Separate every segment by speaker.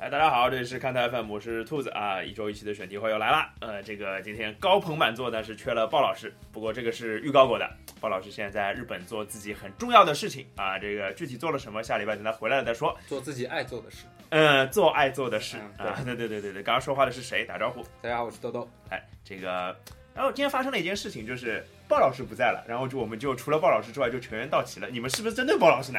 Speaker 1: 哎这里是看台 FM，我是兔子啊，一周一期的选题会又来了。呃，这个今天高朋满座，但是缺了鲍老师。不过这个是预告过的，鲍老师现在在日本做自己很重要的事情啊，这个具体做了什么，下礼拜等他回来了再说。
Speaker 2: 做自己爱做的事。
Speaker 1: 嗯，做爱做的事
Speaker 2: 嗯对
Speaker 1: 啊，对对对对对，刚刚说话的是谁？打招呼。
Speaker 2: 大家好，我是豆豆。
Speaker 1: 哎，这个，然后今天发生了一件事情，就是鲍老师不在了，然后就我们就除了鲍老师之外就全员到齐了。你们是不是针对鲍老师呢？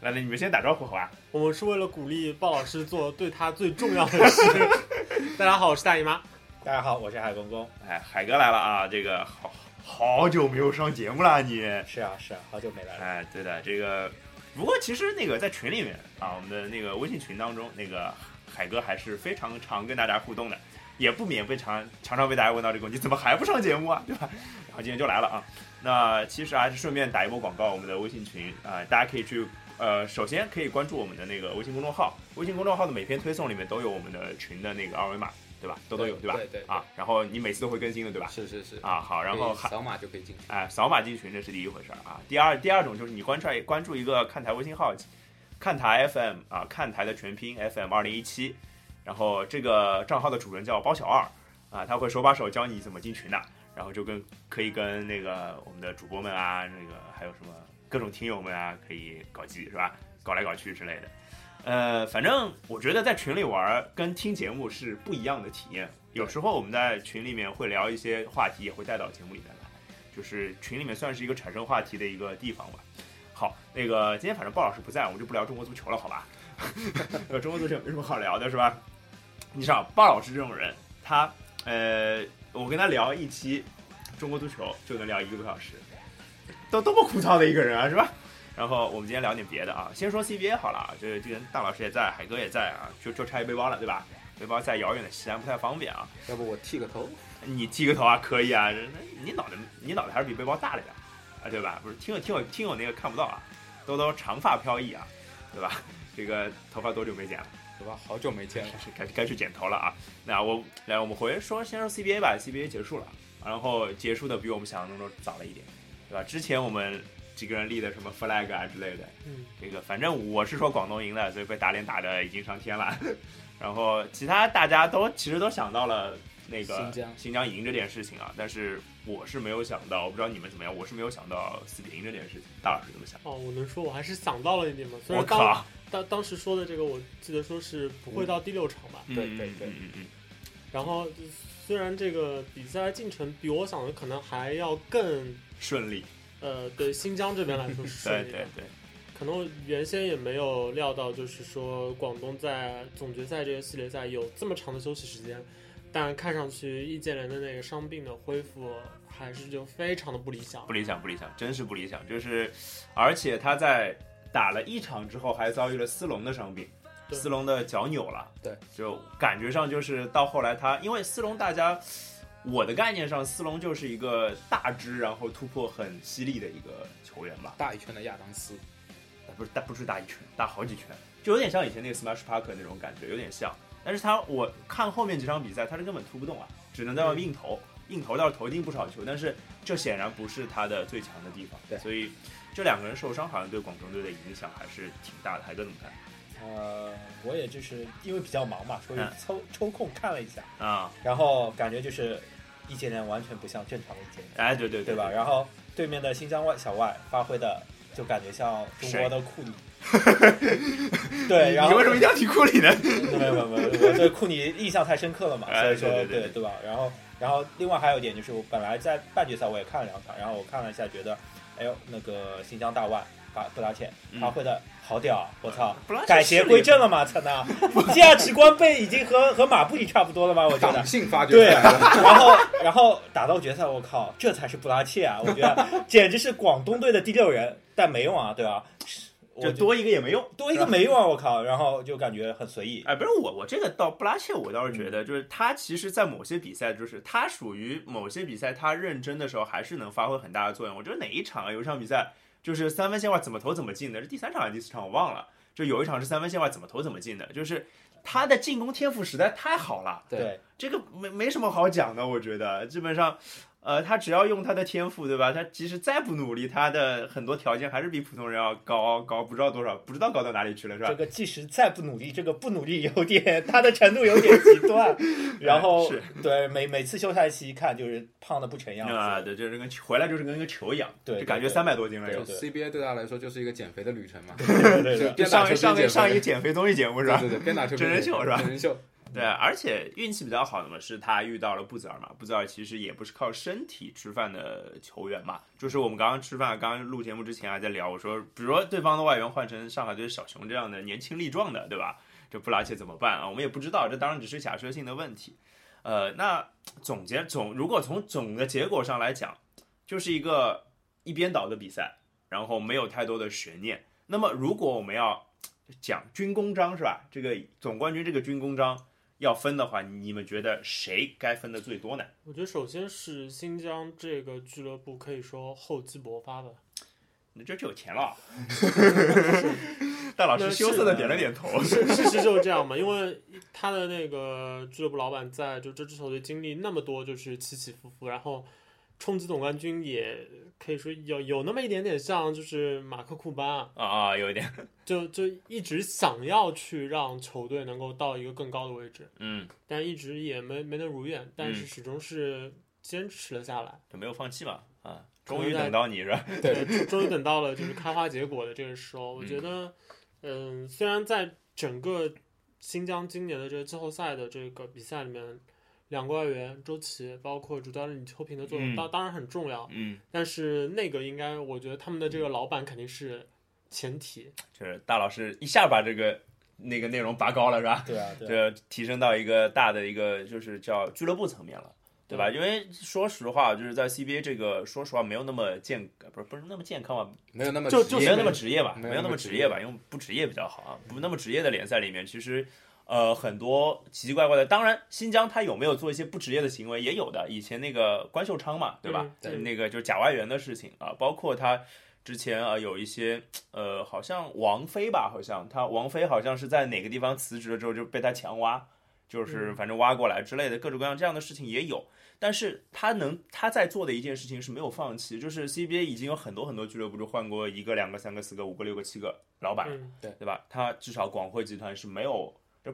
Speaker 1: 来来，你们先打招呼好吧？
Speaker 3: 我们是为了鼓励鲍老师做对他最重要的事。 大家好，我是大姨妈。
Speaker 4: 大家好，我是海公公。
Speaker 1: 哎，海哥来了啊，这个好好久没有上节目了你。
Speaker 4: 是啊，是啊，好久没来了。
Speaker 1: 哎，对的，这个不过其实那个在群里面啊，我们的那个微信群当中，那个海哥还是非常常跟大家互动的，也不免被常常常被大家问到这个问题，怎么还不上节目啊，对吧？然后今天就来了啊。那其实还是顺便打一波广告，我们的微信群啊、大家可以去。呃，首先可以关注我们的那个微信公众号，微信公众号的每篇推送里面都有我们的群的那个二维码，对吧？都都有，
Speaker 2: 对
Speaker 1: 吧？
Speaker 2: 对对
Speaker 1: 啊，然后你每次都会更新的，对吧？
Speaker 2: 是是是。
Speaker 1: 啊，好，然后
Speaker 2: 可以扫码就可以进去。
Speaker 1: 哎，扫码进群这是第一回事儿啊。第二，第二种就是你关注关注一个看台微信号，看台 FM 啊，看台的全拼 FM 二零一七，然后这个账号的主人叫包小二啊，他会手把手教你怎么进群的，然后就跟可以跟那个我们的主播们啊，那个还有什么各种听友们啊，可以搞基是吧？搞来搞去之类的。呃，反正我觉得在群里玩儿跟听节目是不一样的体验。有时候我们在群里面会聊一些话题，也会带到节目里面来。就是群里面算是一个产生话题的一个地方吧。好，那个今天反正鲍老师不在，我们就不聊中国足球了，好吧？ 呃中国足球没什么好聊的，是吧？你知道鲍老师这种人，他呃，我跟他聊一期中国足球就能聊一个多小时，都多么枯燥的一个人啊，是吧？然后我们今天聊点别的啊，先说 CBA 好了啊，这这个大老师也在，海哥也在啊，就就差一背包了，对吧？背包在遥远的西安不太方便啊，
Speaker 2: 要不我剃个头？
Speaker 1: 你剃个头啊，可以啊，你脑袋你脑袋还是比背包大了点儿啊，对吧？不是，听友听友听友那个看不到啊，兜兜长发飘逸啊，对吧？ 这个头发多久没剪了？
Speaker 2: 对吧？好久没见了。
Speaker 1: 是该该去剪头了啊。那我来，我们回说先说 CBA 吧，CBA 结束了，然后结束的比我们想象中早了一点，对吧？之前我们几个人立的什么 flag 啊之类的，
Speaker 3: 嗯，
Speaker 1: 这个反正我是说广东赢了，所以被打脸打的已经上天了。 然后其他大家都其实都想到了那个
Speaker 2: 新疆
Speaker 1: 赢这件事情啊，但是我是没有想到，我不知道你们怎么样，我是没有想到四比零这件事情。大老师怎么想？
Speaker 3: 哦，我能说我还是想到了一点吗？虽
Speaker 1: 我
Speaker 3: 然当
Speaker 1: 靠！
Speaker 3: 当当时说的这个，我记得说是不会到第六场吧。
Speaker 1: 嗯
Speaker 2: 对对对
Speaker 1: 嗯嗯嗯
Speaker 3: 然后虽然这个比赛进程比我想的可能还要更，
Speaker 1: 顺利，
Speaker 3: 呃，对新疆这边来说是
Speaker 1: 对
Speaker 3: 顺利的
Speaker 1: 对对，
Speaker 3: 可能我原先也没有料到，就是说广东在总决赛这个系列赛有这么长的休息时间，但看上去易建联的那个伤病的恢复还是就非常的不理想
Speaker 1: 不。理想不理想，真是不理想。就是，而且他在打了一场之后，还遭遇了斯隆的伤病，
Speaker 3: 对
Speaker 1: 斯隆的脚扭了，
Speaker 2: 对，
Speaker 1: 就感觉上就是到后来他，因为斯隆大家，我的概念上斯隆就是一个大只，然后突破很犀利的一个球员吧，
Speaker 2: 大一圈的亚当斯，
Speaker 1: 呃不是大不是大一圈，大好几圈，就有点像以前那个 Smash Parker 那种感觉，有点像。但是他我看后面几场比赛，他是根本突不动啊，只能在外面硬投，硬投倒是投进不少球，但是这显然不是他的最强的地方。
Speaker 2: 对
Speaker 1: 所以这两个人受伤，好像对广州队的影响还是挺大的。海哥怎么看？
Speaker 4: 呃，我也就是因为比较忙嘛，所以
Speaker 1: 嗯
Speaker 4: 抽、抽空看了一下，
Speaker 1: 啊，
Speaker 4: 然后感觉就是易建联完全不像正常的易建联，
Speaker 1: 哎，对对
Speaker 4: 对吧？？然后对面的新疆外小外发挥的就感觉像中国的库里。对，然 后
Speaker 1: 你为什么一定要提库里呢？
Speaker 4: 没有没有没有，我对库里印象太深刻了嘛，
Speaker 1: 哎
Speaker 4: 所以说
Speaker 1: 对对对
Speaker 4: 对吧？然后然后另外还有一点就是，我本来在半决赛我也看了两场，然后我看了一下，觉得哎呦那个新疆大腕巴布拉切
Speaker 1: 嗯
Speaker 4: 发挥的好屌啊，我操！
Speaker 1: 布拉切
Speaker 4: 改邪
Speaker 1: 是
Speaker 4: 归正了嘛，操呢？价值观被已经和 和马布里差不多了吧？我觉得
Speaker 2: 党。性发掘
Speaker 4: 对，啊
Speaker 2: 出来了。
Speaker 4: 然后然后打到决赛，我靠，这才是布拉切啊！我觉得简直是广东队的第六人，但没用啊，对吧？我
Speaker 1: 就
Speaker 4: 觉
Speaker 1: 多一个也没用。
Speaker 4: 多一个没用啊，我靠！然后就感觉很随意，
Speaker 1: 哎，不是我，我这个倒布拉切，我倒是觉得，就是他其实，在某些比赛，就是他属于某些比赛，他认真的时候还是能发挥很大的作用。我觉得哪一场啊，有一场比赛就是三分线外怎么投怎么进的，是第三场还是第四场我忘了，就有一场是三分线外怎么投怎么进的，就是他的进攻天赋实在太好了。
Speaker 2: 对
Speaker 4: 对，
Speaker 1: 这个没没什么好讲的，我觉得基本上，呃，他只要用他的天赋，对吧？他即使再不努力，他的很多条件还是比普通人要高高不知道多少，不知道高到哪里去了，是吧
Speaker 4: 这？个即使再不努力，这个不努力有点，他的程度有点 极端。然后
Speaker 1: 哎是
Speaker 4: 对每每次休赛期一看，就是胖的不成样
Speaker 1: 啊、
Speaker 4: 子。
Speaker 1: 对，就是跟球回来就是跟个球一样，
Speaker 4: 对
Speaker 1: 就感觉
Speaker 4: 对对
Speaker 1: 三百多斤了
Speaker 4: 对
Speaker 1: 又
Speaker 2: 就。CBA 对他来说就是一个减肥的旅程嘛，
Speaker 4: 对对
Speaker 2: 就
Speaker 4: 对，
Speaker 2: 边打
Speaker 1: 上
Speaker 2: 球
Speaker 1: 一上
Speaker 2: 边
Speaker 1: 一
Speaker 2: 减
Speaker 1: 上一
Speaker 2: 肥，
Speaker 1: 减肥综艺节目是吧
Speaker 2: 对？对对，边打球边
Speaker 1: 真人秀
Speaker 2: 减肥
Speaker 1: 是吧
Speaker 2: 真人秀，
Speaker 1: 对，而且运气比较好的嘛，是他遇到了布泽尔嘛。布泽尔其实也不是靠身体吃饭的球员嘛，就是我们刚刚吃饭，刚刚录节目之前还在聊，我说，比如说对方的外援换成上海队小熊这样的年轻力壮的，对吧？这布拉切怎么办啊？我们也不知道，这当然只是假设性的问题。呃，那总结总，如果从总的结果上来讲，就是一个一边倒的比赛，然后没有太多的悬念。那么如果我们要讲军功章是吧？这个总冠军这个军功章。要分的话，你们觉得谁该分的最多呢？
Speaker 3: 我觉得首先是新疆这个俱乐部可以说厚积薄发吧，
Speaker 1: 那这就有钱了。大老师羞涩的点了点头。
Speaker 3: 是事实就是这样嘛，因为他的那个俱乐部老板在就这支球队经历那么多就是起起伏伏，然后冲击总冠军也可以说有有那么一点点像就是马克库巴，
Speaker 1: 啊啊，有一点，
Speaker 3: 就就一直想要去让球队能够到一个更高的位置，
Speaker 1: 嗯，
Speaker 3: 但一直也没没能如愿，但是始终是坚持了下来。
Speaker 1: 就没有放弃嘛。啊，
Speaker 3: 可能
Speaker 1: 终于等到你是吧？
Speaker 2: 对，
Speaker 3: 终终于等到了就是开花结果的这个时候，我觉得，嗯，虽然在整个新疆今年的这个季后赛的这个比赛里面，两个外援周琦，包括主教练李秋平的作
Speaker 1: 嗯
Speaker 3: 用，当、当然很重要，
Speaker 1: 嗯，
Speaker 3: 但是那个应该，我觉得他们的这个老板肯定是前提。
Speaker 1: 就是大老师一下把这个那个内容拔高了是吧？
Speaker 4: 对啊对啊。
Speaker 1: 这提升到一个大的一个就是叫俱乐部层面了。对吧？因为说实话，就是在 CBA 这个，说实话没有那么健，不是不是那么健康吧，
Speaker 2: 没有那么
Speaker 3: 就
Speaker 2: 职
Speaker 3: 就
Speaker 2: 业
Speaker 1: 没有那么职业吧，
Speaker 2: 没有
Speaker 1: 没有那
Speaker 2: 那
Speaker 1: 么
Speaker 2: 么
Speaker 1: 职
Speaker 2: 职
Speaker 1: 业
Speaker 2: 业
Speaker 1: 吧，用不职业比较好啊。不那么职业的联赛里面，其实呃很多奇奇怪怪的。当然，新疆他有没有做一些不职业的行为，也有的。以前那个关秀昌嘛，对吧？
Speaker 3: 嗯对
Speaker 1: 那个就是假外援的事情啊，包括他之前啊、呃有一些呃，好像王菲吧，好像他王菲好像是在哪个地方辞职了之后就被他强挖，就是反正挖过来之类的各种各样这样的事情也有。但是他能他在做的一件事情是没有放弃，就是 CBA 已经有很多很多俱乐部就换过一个、两个、三个、四个、五个、六个、七个老板，
Speaker 3: 嗯，
Speaker 1: 对吧？他至少广汇集团是没有，就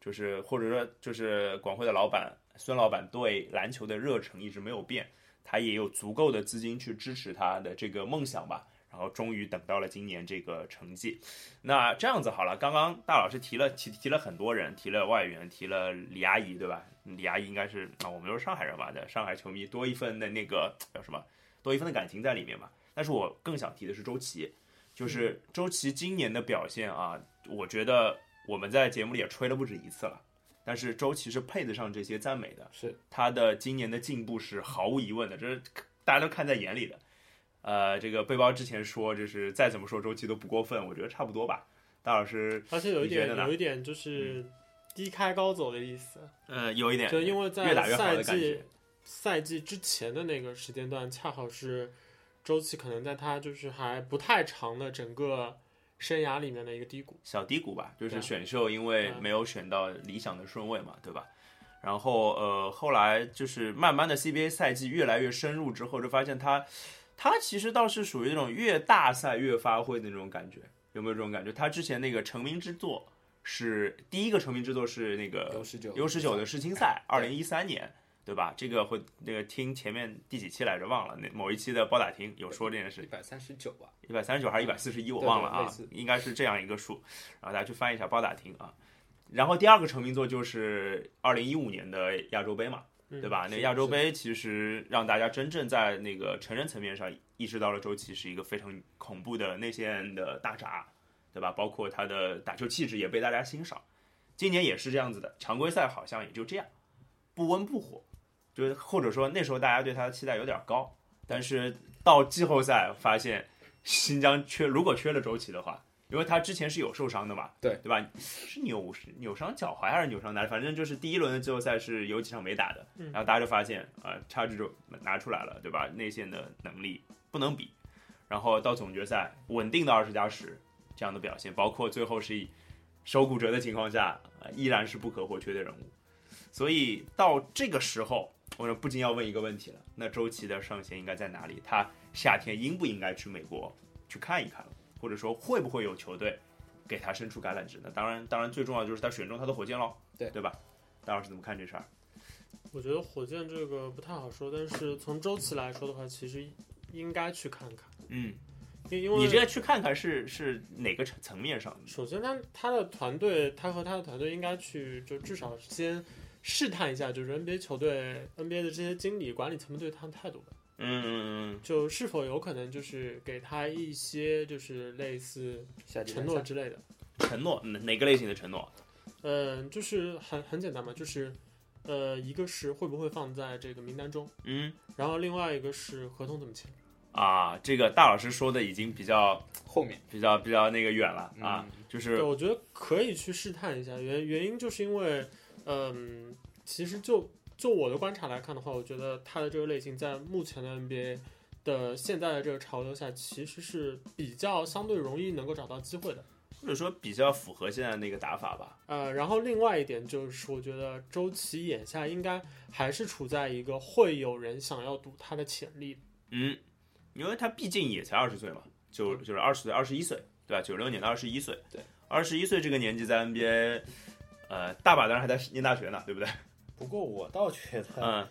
Speaker 1: 就是或者说就是广汇的老板孙老板对篮球的热忱一直没有变，他也有足够的资金去支持他的这个梦想吧。然后终于等到了今年这个成绩，那这样子好了，刚刚大老师提了提提了很多人，提了外援，提了李阿姨，对吧？李阿姨应该是啊，我们都是上海人嘛的，上海球迷多一份的那个叫什么，多一份的感情在里面嘛。但是我更想提的是周琦，就是周琦今年的表现啊，我觉得我们在节目里也吹了不止一次了。但是周琦是配得上这些赞美的，
Speaker 2: 是
Speaker 1: 他的今年的进步是毫无疑问的，这是大家都看在眼里的。呃，这个背包之前说，就是再怎么说周琦都不过分，我觉得差不多吧。大老师，
Speaker 3: 而且有一
Speaker 1: 你觉
Speaker 3: 点
Speaker 1: 得呢嗯
Speaker 3: 有一点就是低开高走的意思，
Speaker 1: 呃，有一点
Speaker 3: 就因为在
Speaker 1: 越打越好
Speaker 3: 赛
Speaker 1: 的感
Speaker 3: 季
Speaker 1: 觉，
Speaker 3: 赛季之前的那个时间段，恰好是周琦可能在他就是还不太长的整个生涯里面的一个低谷。
Speaker 1: 小低谷吧，就
Speaker 3: 对
Speaker 1: 是
Speaker 3: 啊
Speaker 1: 选秀因为
Speaker 3: 嗯
Speaker 1: 没有选到理想的顺位嘛，对吧？然后呃，后来就是慢慢的 CBA 赛季越来越深入之后，就发现他他其实倒是属于那种越大赛越发挥的那种感觉，有没有这种感觉？他之前那个成名之作是第一个成名之作是那个
Speaker 2: U 十九
Speaker 1: U 十九的世青赛，二
Speaker 2: 对
Speaker 1: 零一三年，对吧？这个会那个听前面第几期来着忘了，那某一期的包打听有说这件事
Speaker 2: 一。百三十九吧，
Speaker 1: 一百三十九还是一百四十一，我忘了
Speaker 2: 对对
Speaker 1: 啊
Speaker 2: 类似，
Speaker 1: 应该是这样一个数，然后大家去翻一下包打听啊。然后第二个成名作就是二零一五年的亚洲杯嘛，
Speaker 3: 嗯
Speaker 1: 对吧？那
Speaker 2: 是
Speaker 1: 亚洲杯其实让大家真正在那个成人层面上意识到了周琦是一个非常恐怖的内线的大闸，对吧？包括他的打球气质也被大家欣赏。今年也是这样子的，常规赛好像也就这样，不温不火，就是或者说那时候大家对他的期待有点高，但是到季后赛发现新疆缺，如果缺了周琦的话，因为他之前是有受伤的嘛，
Speaker 2: 对
Speaker 1: 对吧？是扭是扭伤脚踝还是扭伤哪里？反正就是第一轮的季后赛是有几场没打的，
Speaker 3: 嗯
Speaker 1: 然后大家就发现啊、呃差距就拿出来了，对吧？内线的能力不能比，然后到总决赛稳定的二十加十这样的表现，包括最后是以手骨折的情况下，呃依然是不可或缺的人物。所以到这个时候，我们不禁要问一个问题了：那周琦的上限应该在哪里？他夏天应不应该去美国去看一看？或者说会不会有球队给他伸出橄榄枝呢？当然，当然最重要的就是他选中他的火箭喽，
Speaker 2: 对
Speaker 1: 对吧？大老师怎么看这事儿？
Speaker 3: 我觉得火箭这个不太好说，但是从周琦来说的话，其实应该去看看，
Speaker 1: 嗯，
Speaker 3: 因因为
Speaker 1: 你这个去看看是是哪个层层面上的？
Speaker 3: 首先他他的团队，他和他的团队应该去就至少先试探一下，就是 NBA 球队 NBA 的这些经理管理层们对他的态度吧，
Speaker 1: 嗯嗯
Speaker 3: 就是否有可能就是给他一些就是类似
Speaker 2: 夏季
Speaker 3: 承
Speaker 2: 联
Speaker 3: 诺
Speaker 2: 赛
Speaker 3: 之类的。
Speaker 1: 嗯，承诺哪哪个类型的承诺？
Speaker 3: 嗯，就是很很简单嘛，就是，呃，一个是会不会放在这个名单中，
Speaker 1: 嗯
Speaker 3: 然后另外一个是合同怎么签。
Speaker 1: 啊，这个大老师说的已经比较
Speaker 2: 后面
Speaker 1: 比较比较那个远了啊，，
Speaker 2: 嗯
Speaker 1: 就是
Speaker 3: 对，我觉得可以去试探一下，原原因就是因为，嗯、其实就就我的观察来看的话，我觉得他的这个类型在目前的 NBA 的现在的这个潮流下，其实是比较相对容易能够找到机会的。
Speaker 1: 或者说比较符合现在那个打法吧。
Speaker 3: 呃，然后另外一点就是，我觉得周琦眼下应该还是处在一个会有人想要赌他的潜力
Speaker 1: 嗯，因为他毕竟也才二十岁嘛，就
Speaker 3: 嗯
Speaker 1: 就是二十岁、二十一岁，对吧？九六年的二十一岁，
Speaker 2: 对，
Speaker 1: 二十一岁这个年纪在 NBA，呃，大把当然还在念大学呢，对不对？
Speaker 4: 不过我倒觉得，
Speaker 1: 嗯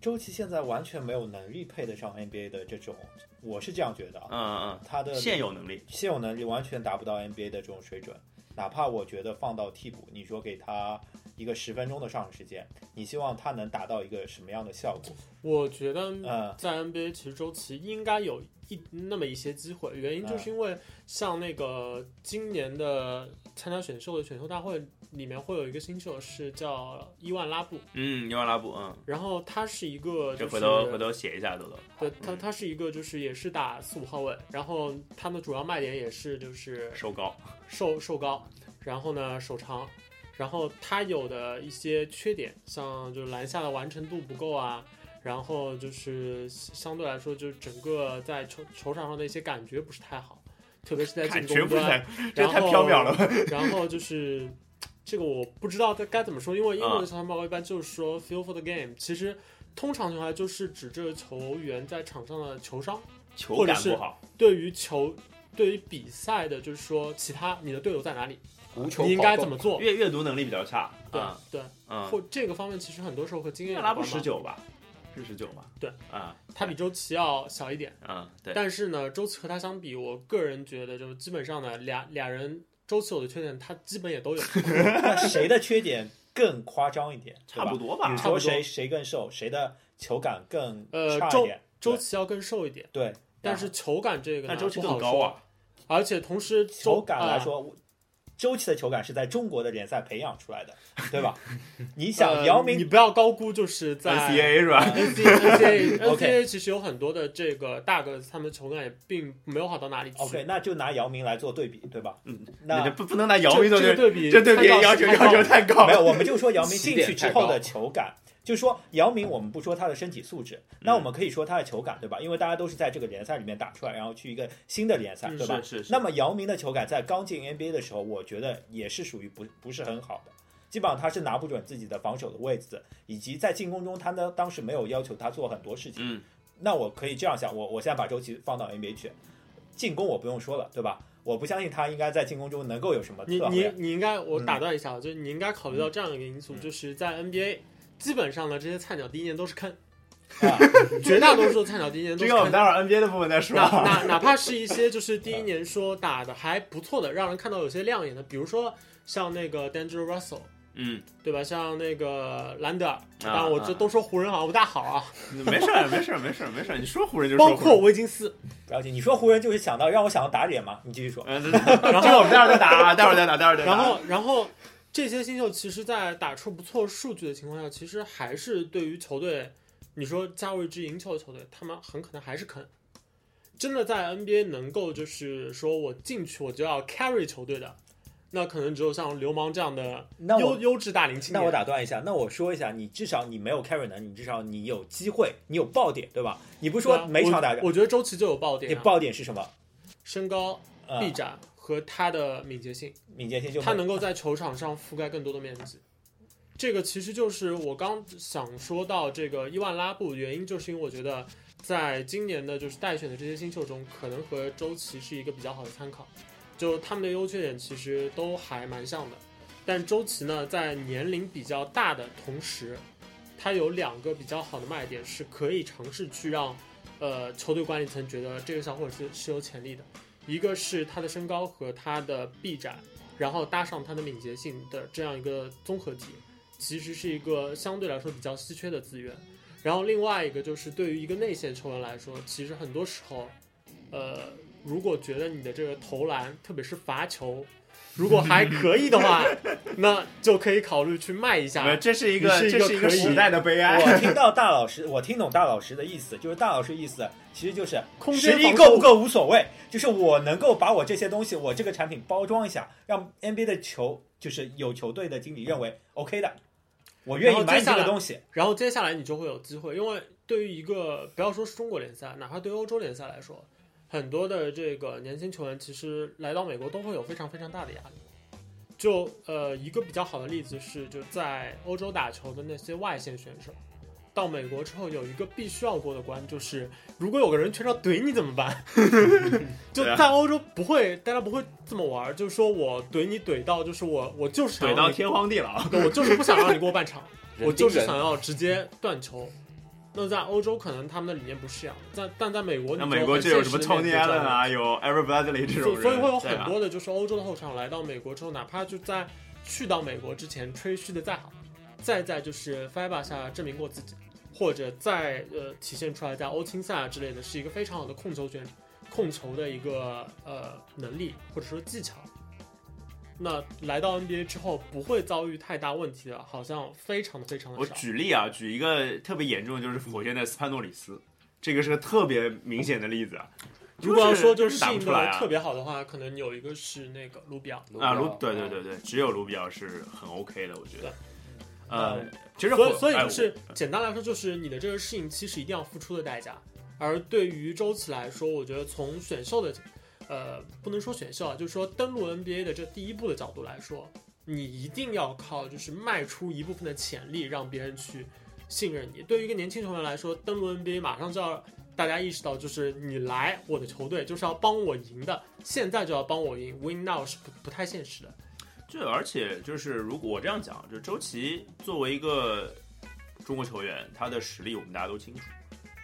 Speaker 4: 周琦现在完全没有能力配得上 NBA 的这种，我是这样觉得啊，
Speaker 1: 嗯
Speaker 4: 他的
Speaker 1: 嗯，现有能力，
Speaker 4: 现有能力完全达不到 NBA 的这种水准。哪怕我觉得放到替补，你说给他一个十分钟的上场时间，你希望他能达到一个什么样的效果？
Speaker 3: 我觉得
Speaker 4: 嗯
Speaker 3: 在 NBA 其实周琦应该有一那么一些机会，原因就是因为像那个今年的参加选秀的选秀大会里面会有一个新秀是叫伊万拉布，
Speaker 1: 嗯，纽瓦拉布，嗯，
Speaker 3: 然后他是一个
Speaker 1: 这
Speaker 3: 就是
Speaker 1: 回头回头写一下，豆豆。
Speaker 3: 对他他是一个就是也是打四五号位，然后他的主要卖点也是就是
Speaker 1: 收高，
Speaker 3: 瘦瘦高，然后呢手长，然后他有的一些缺点，像就是篮下的完成度不够啊，然后就是相对来说就是整个在球球场上的一些感觉不是太好，特别是在
Speaker 1: 感
Speaker 3: 进
Speaker 1: 觉
Speaker 3: 攻
Speaker 1: 不是
Speaker 3: 端，
Speaker 1: 太，这太缥缈了吧？
Speaker 3: 然后就是。这个我不知道该该怎么说，因为英文
Speaker 1: 啊
Speaker 3: 的小报告一般就是说 feel for the game，其实通常情况下就是指这个球员在场上的球商，
Speaker 1: 球
Speaker 3: 或者
Speaker 1: 感
Speaker 3: 是
Speaker 1: 不好，
Speaker 3: 对于球，对于比赛的，就是说其他你的队友在哪里，
Speaker 2: 无球
Speaker 3: 你应该
Speaker 2: 跑
Speaker 3: 怎么做，
Speaker 1: 阅阅读能力比较差，
Speaker 3: 对
Speaker 1: 嗯
Speaker 3: 对，
Speaker 1: 嗯，
Speaker 3: 或这个方面其实很多时候和经验
Speaker 1: 纽
Speaker 3: 有
Speaker 1: 瓦拉
Speaker 3: 关
Speaker 1: 布
Speaker 3: 嘛。
Speaker 1: 十九吧，是十九吧？
Speaker 3: 对，
Speaker 1: 啊，
Speaker 3: 他比周琦要小一点，
Speaker 1: 嗯，对，
Speaker 3: 但是呢，周琦和他相比，我个人觉得就基本上呢，俩俩人周琦有的缺点，他基本也 都有。
Speaker 4: 那谁的缺点更夸张一点？对
Speaker 1: 差不多吧
Speaker 4: 你
Speaker 3: 差不多
Speaker 4: 说谁谁更瘦，谁的球感更
Speaker 3: 呃
Speaker 4: 差一
Speaker 3: 周
Speaker 4: 点？
Speaker 3: 周琦要更瘦一点，
Speaker 4: 对，
Speaker 3: 但是球感这个呢
Speaker 1: 但周琦
Speaker 3: 不好
Speaker 1: 更高啊
Speaker 3: 说，而且同时周
Speaker 4: 球感来
Speaker 3: 啊
Speaker 4: 说，周琦的球感是在中国的联赛培养出来的，对吧？你想
Speaker 3: 呃
Speaker 4: 姚
Speaker 3: 你
Speaker 4: 明，
Speaker 3: 不要高估就是在。
Speaker 1: NCAA 是吧？
Speaker 3: NCAA
Speaker 4: OK
Speaker 3: NCAA 其实有很多的这个大个子，他们球感也并没有好到哪里去。
Speaker 4: OK，那就拿姚明来做对比，对吧？
Speaker 1: 嗯，
Speaker 4: 那
Speaker 1: 这不不能拿姚
Speaker 3: 这
Speaker 1: 明做
Speaker 3: 这个
Speaker 1: 对，
Speaker 3: 对比，
Speaker 1: 这对别人要求要求太高
Speaker 4: 没有，
Speaker 1: 了。
Speaker 4: 我们就说姚 明
Speaker 2: 起
Speaker 4: 进
Speaker 2: 点
Speaker 4: 去之
Speaker 2: 太
Speaker 4: 后
Speaker 2: 高
Speaker 4: 的球感，就说姚明，我们不说他的身体素质，
Speaker 1: 嗯
Speaker 4: 那我们可以说他的球感，对吧？因为大家都是在这个联赛里面打出来，然后去一个新的联赛，
Speaker 3: 嗯
Speaker 4: 对吧？
Speaker 1: 是是是
Speaker 4: 那么姚明的球感在刚进 NBA 的时候，我觉得也是属于不不是很好的。基本上他是拿不准自己的防守的位置，以及在进攻中，他呢当时没有要求他做很多事情。
Speaker 1: 嗯，
Speaker 4: 那我可以这样想，我我现在把周琦放到 NBA 去，进攻我不用说了，对吧？我不相信他应该在进攻中能够有
Speaker 1: 啊
Speaker 4: 什么
Speaker 3: 你
Speaker 4: 特
Speaker 3: 你
Speaker 4: 别。
Speaker 3: 你应该，我
Speaker 4: 嗯
Speaker 3: 打断一下，啊，就是你应该考虑到这样一个因素，
Speaker 4: 嗯
Speaker 3: 就是在 NBA，基本上呢，这些菜鸟第一年都 是坑，
Speaker 4: 啊
Speaker 3: 绝大多数的菜鸟第一年都
Speaker 1: 这
Speaker 3: 是
Speaker 1: 个我们
Speaker 3: 坑。
Speaker 1: 待会儿 NBA 的部分再说
Speaker 3: 哪
Speaker 1: 啊。
Speaker 3: 哪哪怕是一些就是第一
Speaker 1: 嗯
Speaker 3: 年说打的还不错的，让人看到有些亮眼的，比如说像那个 Danger Russell，
Speaker 1: 嗯，
Speaker 3: 对吧？像那个兰
Speaker 1: 啊
Speaker 3: 德尔，当然我这都说湖人好像不大好啊，
Speaker 1: 没事儿没事儿没事儿没事儿，你说湖人就说
Speaker 3: 包
Speaker 1: 湖人
Speaker 3: 括维金斯，
Speaker 4: 不要紧，你说湖人就是想到让我想到打脸吗？你继续说。
Speaker 1: 嗯，对对对这个我们待会儿再打啊，待会儿再打，待会儿再打。
Speaker 3: 然后，然后这些新秀其实，在打出不错数据的情况下，其实还是对于球队，你说加入一支赢球的球队，他们很可能还是坑。真的在 NBA 能够就是说我进去我就要 carry 球队的，那可能只有像流氓这样的
Speaker 4: 那
Speaker 3: 优
Speaker 4: 我
Speaker 3: 优质大龄青
Speaker 4: 那
Speaker 3: 年。
Speaker 4: 我打断一下，那我说一下，你至少你没有 carry 能力，你至少你有机会，你有爆点，对吧？你不
Speaker 3: 不
Speaker 4: 是说每场打
Speaker 3: 啊我，我觉得周琦就有爆
Speaker 4: 你
Speaker 3: 点、啊，
Speaker 4: 爆点是什么？
Speaker 3: 身高、
Speaker 4: 呃
Speaker 3: 臂，展和他的敏捷性，
Speaker 4: 敏捷性就
Speaker 3: 他能够在球场上覆盖更多的面积。这个其实就是我刚想说到这个伊万拉布，原因就是因为我觉得在今年的就是待选的这些新秀中，可能和周琦是一个比较好的参考，就他们的优缺点其实都还蛮像的。但周琦呢，在年龄比较大的同时，他有两个比较好的卖点，是可以尝试去让呃球队管理层觉得这个小伙子是有潜力的。一个是他的身高和他的臂展，然后搭上他的敏捷性的这样一个综合体，其实是一个相对来说比较稀缺的资源。然后另外一个就是对于一个内线球员来说，其实很多时候，呃，如果觉得你的这个投篮，特别是罚球，如果还可以的话，那就可以考虑去卖一下。
Speaker 1: 这是一个
Speaker 3: 你是
Speaker 1: 这
Speaker 3: 一个
Speaker 1: 是一个
Speaker 3: 可以
Speaker 1: 时代的悲哀。
Speaker 4: 我听到大老师，我听懂大老师的意思，就是大老师意思其实就是
Speaker 3: 空间
Speaker 4: 实力
Speaker 3: 防守
Speaker 4: 够不够无所谓，就是我能够把我这些东西，我这个产品包装一下，让 NBA 的球就是有球队的经理认为 OK 的，我愿意买你这个东西。
Speaker 3: 然后接下来你就会有机会，因为对于一个不要说是中国联赛，哪怕对欧洲联赛来说，很多的这个年轻球员其实来到美国都会有非常非常大的压力。就呃，一个比较好的例子是，就在欧洲打球的那些外线选手，到美国之后有一个必须要过的关，就是如果有个人全场怼你怎么办？ 就
Speaker 1: 对啊
Speaker 3: 在欧洲不会，大家不会这么玩儿，就是说我怼你怼到，就是我我就是想
Speaker 1: 怼
Speaker 3: 让
Speaker 1: 到
Speaker 3: 你
Speaker 1: 天荒地老，
Speaker 3: 对我就是不想让你过半场，
Speaker 2: 人
Speaker 3: 我就是
Speaker 2: 盯人
Speaker 3: 想要直接断球。那在欧洲可能他们的理念不是这样的，但但在美国，
Speaker 1: 那美国就有什么 Tony Allen
Speaker 3: 啊，
Speaker 1: 啊，有 e v e r b l a d l e y 这种
Speaker 3: 所以
Speaker 1: 人，
Speaker 3: 所以会有
Speaker 1: 对
Speaker 3: 很
Speaker 1: 啊
Speaker 3: 多的就是欧洲的后场来到美国之后，哪怕就在去到美国之前吹嘘的再好，再在就是 FIBA 下证明过自己，或者再呃体现出来在欧青赛啊之类的是一个非常好的控球权、控球的一个呃能力或者说技巧。那来到 NBA 之后不会遭遇太大问题的，好像非常的非常的
Speaker 1: 我
Speaker 3: 少。
Speaker 1: 举例啊，举一个特别严重的，就是火箭的斯潘诺里斯，这个是个特别明显的例子啊。
Speaker 3: 如果要说就是是
Speaker 1: 打
Speaker 3: 适
Speaker 1: 不
Speaker 3: 应
Speaker 1: 出
Speaker 3: 的
Speaker 1: 来
Speaker 3: 人
Speaker 1: 啊
Speaker 3: 特别好的话，可能有一个是那个卢比奥。
Speaker 1: 啊，卢对对对对，只有卢比奥是很 OK 的，我觉得
Speaker 3: 对。嗯
Speaker 1: 呃，其实
Speaker 3: 所以
Speaker 1: 火
Speaker 3: 所以
Speaker 1: 哎
Speaker 3: 就
Speaker 1: 我
Speaker 3: 是简单来说，就是你的这个适应期是一定要付出的代价。而对于周琦来说，我觉得从选秀的，呃，不能说选秀啊，就是说登陆 NBA 的这第一步的角度来说，你一定要靠就是卖出一部分的潜力，让别人去信任你。对于一个年轻球员来说，登陆 NBA 马上就要大家意识到，就是你来我的球队就是要帮我赢的，现在就要帮我赢，win now 是不不太现实的。
Speaker 1: 这而且就是，如果我这样讲，就周琦作为一个中国球员，他的实力我们大家都清楚，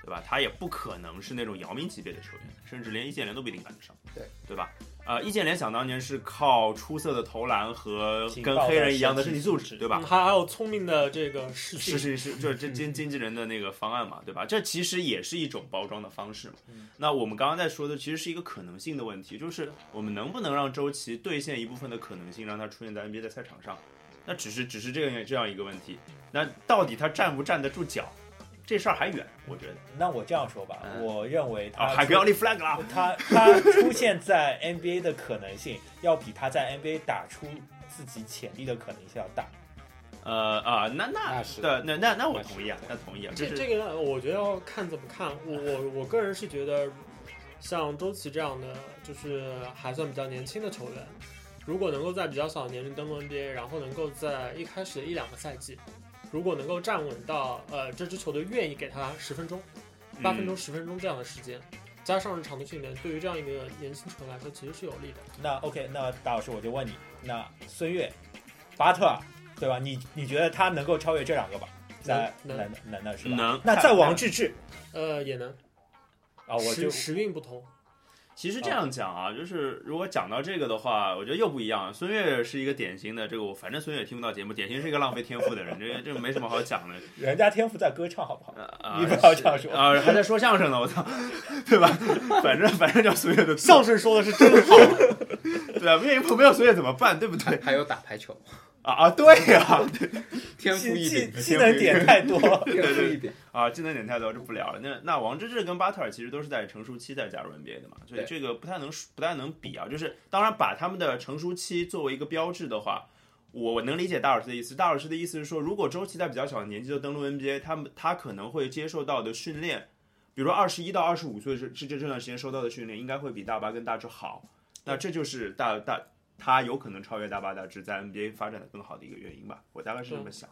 Speaker 1: 对吧？他也不可能是那种姚明级别的球员，甚至连易建联都不一定赶得上，
Speaker 2: 对
Speaker 1: 对吧？呃，易建联想当年是靠出色的投篮和
Speaker 4: 劲
Speaker 1: 跟
Speaker 4: 爆的
Speaker 1: 黑人一样的身
Speaker 4: 身
Speaker 1: 体
Speaker 4: 体
Speaker 1: 素
Speaker 4: 素
Speaker 1: 质，
Speaker 4: 质
Speaker 1: 对吧
Speaker 3: 嗯？还还有聪明的这个 视
Speaker 1: 是
Speaker 3: 讯，
Speaker 1: 是是，就是这经经纪人的那个方案嘛，对吧？这其实也是一种包装的方式嘛。那我们刚刚在说的其实是一个可能性的问题，就是我们能不能让周琦兑现一部分的可能性，让他出现在 NBA 的赛场上？那只是只是这样这样一个问题，那到底他站不站得住脚，这事儿还远，我觉得
Speaker 4: 那我这样说吧，
Speaker 1: 嗯
Speaker 4: 我认为他
Speaker 1: 啊，海
Speaker 4: 出
Speaker 1: 格要立 flag 啦。
Speaker 4: 他他出现在 NBA 的可能性，要比他在 NBA 打出自己潜力的可能性要大。
Speaker 1: 呃啊，那那
Speaker 2: 那是
Speaker 1: 对，那那那我
Speaker 2: 那是
Speaker 1: 同意啊，那同意啊，
Speaker 3: 这
Speaker 1: 是
Speaker 3: 这个我觉得要看怎么看。我我我个人是觉得，像周琦这样的就是还算比较年轻的球员，如果能够在比较小的年龄登陆 NBA，然后能够在一开始的一两个赛季，如果能够站稳到呃这支球队愿意给他十分钟、八分钟、
Speaker 1: 嗯
Speaker 3: 十分钟这样的时间，加上日常的训练，对于这样一个年轻球员来说其实是有利的。
Speaker 4: 那 OK，那大老师我就问你，那孙悦、巴特尔，对吧？你你觉得他能够超越这两个吧？在
Speaker 3: 能
Speaker 4: 能能的是吧？
Speaker 1: 能
Speaker 4: 那在王治郅
Speaker 3: 呃，也能
Speaker 4: 啊，我
Speaker 3: 时
Speaker 4: 就
Speaker 3: 时运不同，
Speaker 1: 其实这样讲啊，就是如果讲到这个的话，我觉得又不一样。孙悦是一个典型的这个，我反正孙悦也听不到节目，典型是一个浪费天赋的人，这个这个没什么好讲的。
Speaker 4: 人家天赋在歌唱，好不好？
Speaker 1: 呃啊
Speaker 4: 你不要这样说
Speaker 1: 啊、还在说相声呢，我操，对吧？反正反正叫孙悦的
Speaker 3: 相声说的是真的。
Speaker 1: 对啊，没有没有孙悦怎么办，对不对？
Speaker 2: 还有打排球，
Speaker 1: 啊啊，对呀、啊，
Speaker 2: 天赋
Speaker 4: 技
Speaker 2: 异
Speaker 4: 技
Speaker 2: 禀，
Speaker 4: 技能点太多 了。
Speaker 2: 天赋异禀，
Speaker 1: 啊，技能点太多，这不聊了。那那王治郅跟巴特尔其实都是在成熟期在加入 NBA 的嘛，所以
Speaker 2: 对
Speaker 1: 这个不太能不太能比啊。就是当然把他们的成熟期作为一个标志的话，我我能理解大老师的意思。大老师的意思是说，如果周琦在比较小的年纪就登陆 NBA，他们他可能会接受到的训练，比如说二十一到二十五岁是这这这段时间收到的训练，应该会比大巴跟大志好。那这就是大大他有可能超越大巴大志在 NBA 发展的更好的一个原因吧，我大概是这么想。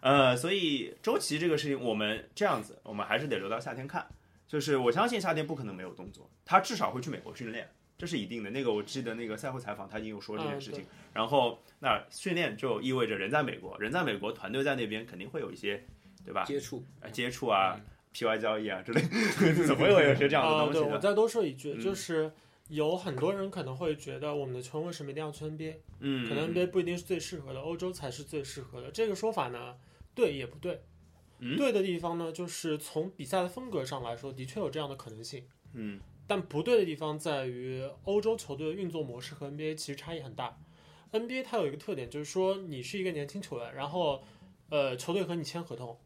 Speaker 1: 呃，所以周琦这个事情，我们这样子，我们还是得留到夏天看。就是我相信夏天不可能没有动作，他至少会去美国训练，这是一定的。那个我记得那个赛后采访，他已经有说这件
Speaker 3: 嗯
Speaker 1: 事情。然后那训练就意味着人在美国，人在美国，团队在那边肯定会有一些，对吧？
Speaker 2: 接触
Speaker 1: 啊接触啊、PY 交易啊之类的，总会有一些这样的
Speaker 3: 啊，
Speaker 1: 东
Speaker 3: 对，
Speaker 1: 西
Speaker 3: 我
Speaker 1: 的。
Speaker 3: 再多说一句，
Speaker 1: 嗯
Speaker 3: 就是有很多人可能会觉得我们的球员为什么一定要去 NBA？
Speaker 1: 嗯，
Speaker 3: 可能 NBA 不一定是最适合的，欧洲才是最适合的。这个说法呢，对也不对。
Speaker 1: 嗯
Speaker 3: 对的地方呢，就是从比赛的风格上来说，的确有这样的可能性。
Speaker 1: 嗯
Speaker 3: 但不对的地方在于，欧洲球队的运作模式和 NBA 其实差异很大。NBA 它有一个特点，就是说你是一个年轻球员，然后呃球队和你签合同，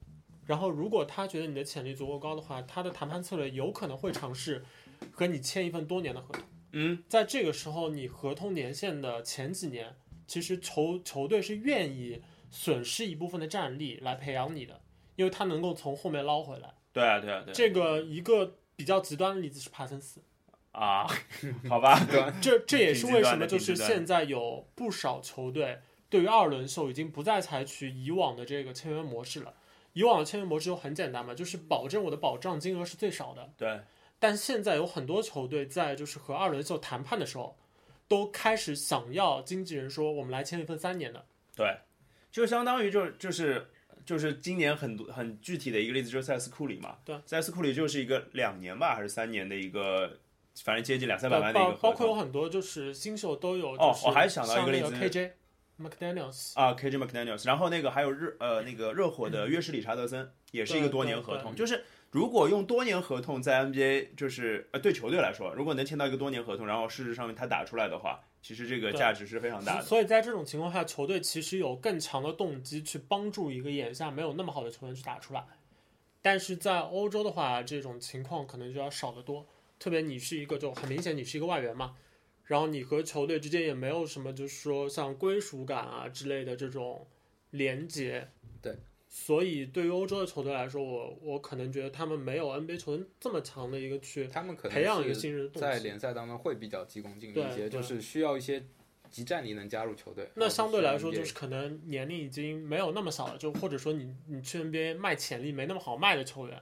Speaker 3: 然后如果他觉得你的潜力足够高的话，他的谈判策略有可能会尝试和你签一份多年的合同。
Speaker 1: 嗯
Speaker 3: 在这个时候，你合同年限的前几年，其实球球队是愿意损失一部分的战力来培养你的，因为他能够从后面捞回来。
Speaker 1: 对啊对啊对啊
Speaker 3: 这个一个比较极端的例子是帕森斯，
Speaker 1: 啊，好吧，
Speaker 3: 这这也是为什么就
Speaker 1: 嗯挺
Speaker 3: 是
Speaker 1: 极端的
Speaker 3: 现在有不少球队对于二轮秀已经不再采取以往的这个签约模式了。以往的签约模式就很简单嘛，就是保证我的保障金额是最少的，
Speaker 1: 对，
Speaker 3: 但现在有很多球队在就是和二轮秀谈判的时候，都开始想要经纪人说我们来签一份三年的。
Speaker 1: 就相当于就就是就是今年很多很具体的一个例子就是塞斯库里嘛，
Speaker 3: 对，
Speaker 1: 塞斯库里就是一个两年吧还是三年的一个，反正接近两三百
Speaker 3: 对
Speaker 1: 万的一
Speaker 3: 包
Speaker 1: 个
Speaker 3: 包
Speaker 1: 合
Speaker 3: 括有
Speaker 1: 同
Speaker 3: 很多就是新秀都有、
Speaker 1: 哦
Speaker 3: 就是
Speaker 1: 我还想到一
Speaker 3: 像
Speaker 1: 个
Speaker 3: 那
Speaker 1: 例
Speaker 3: 个
Speaker 1: 子
Speaker 3: KJ McDaniel's，
Speaker 1: 啊，KJ McDaniel's，然后那个还有热呃那个热火的约什理查德森也是一个
Speaker 3: 对
Speaker 1: 多年
Speaker 3: 对
Speaker 1: 合
Speaker 3: 对
Speaker 1: 同，就是。如果用多年合同在 NBA 就是呃对球队来说，如果能签到一个多年合同，然后事实上面他打出来的话，其实这个
Speaker 3: 对
Speaker 1: 价值是非常大的。
Speaker 3: 所以在这种情况下，球队其实有更强的动机去帮助一个眼下没有那么好的球员去打出来。但是在欧洲的话，这种情况可能就要少得多。特别你是一个就很明显你是一个外援嘛，然后你和球队之间也没有什么就是说像归属感啊之类的这种连接。
Speaker 2: 对，
Speaker 3: 所以对于欧洲的球队来说，我我可能觉得他们没有 NBA 球员这么强的一个去
Speaker 2: 他们可能
Speaker 3: 培养一个
Speaker 2: 是
Speaker 3: 新人的动
Speaker 2: 在
Speaker 3: 机。
Speaker 2: 联赛当中会比较急功近利
Speaker 3: 对
Speaker 2: 一些，
Speaker 3: 对
Speaker 2: 就是需要一些集战力能加入球队。
Speaker 3: 那相对来
Speaker 2: 而
Speaker 3: 说，
Speaker 2: 不
Speaker 3: 就
Speaker 2: 也
Speaker 3: 是可能年龄已经没有那么小了，就或者说你你去 NBA 卖潜力没那么好卖的球员，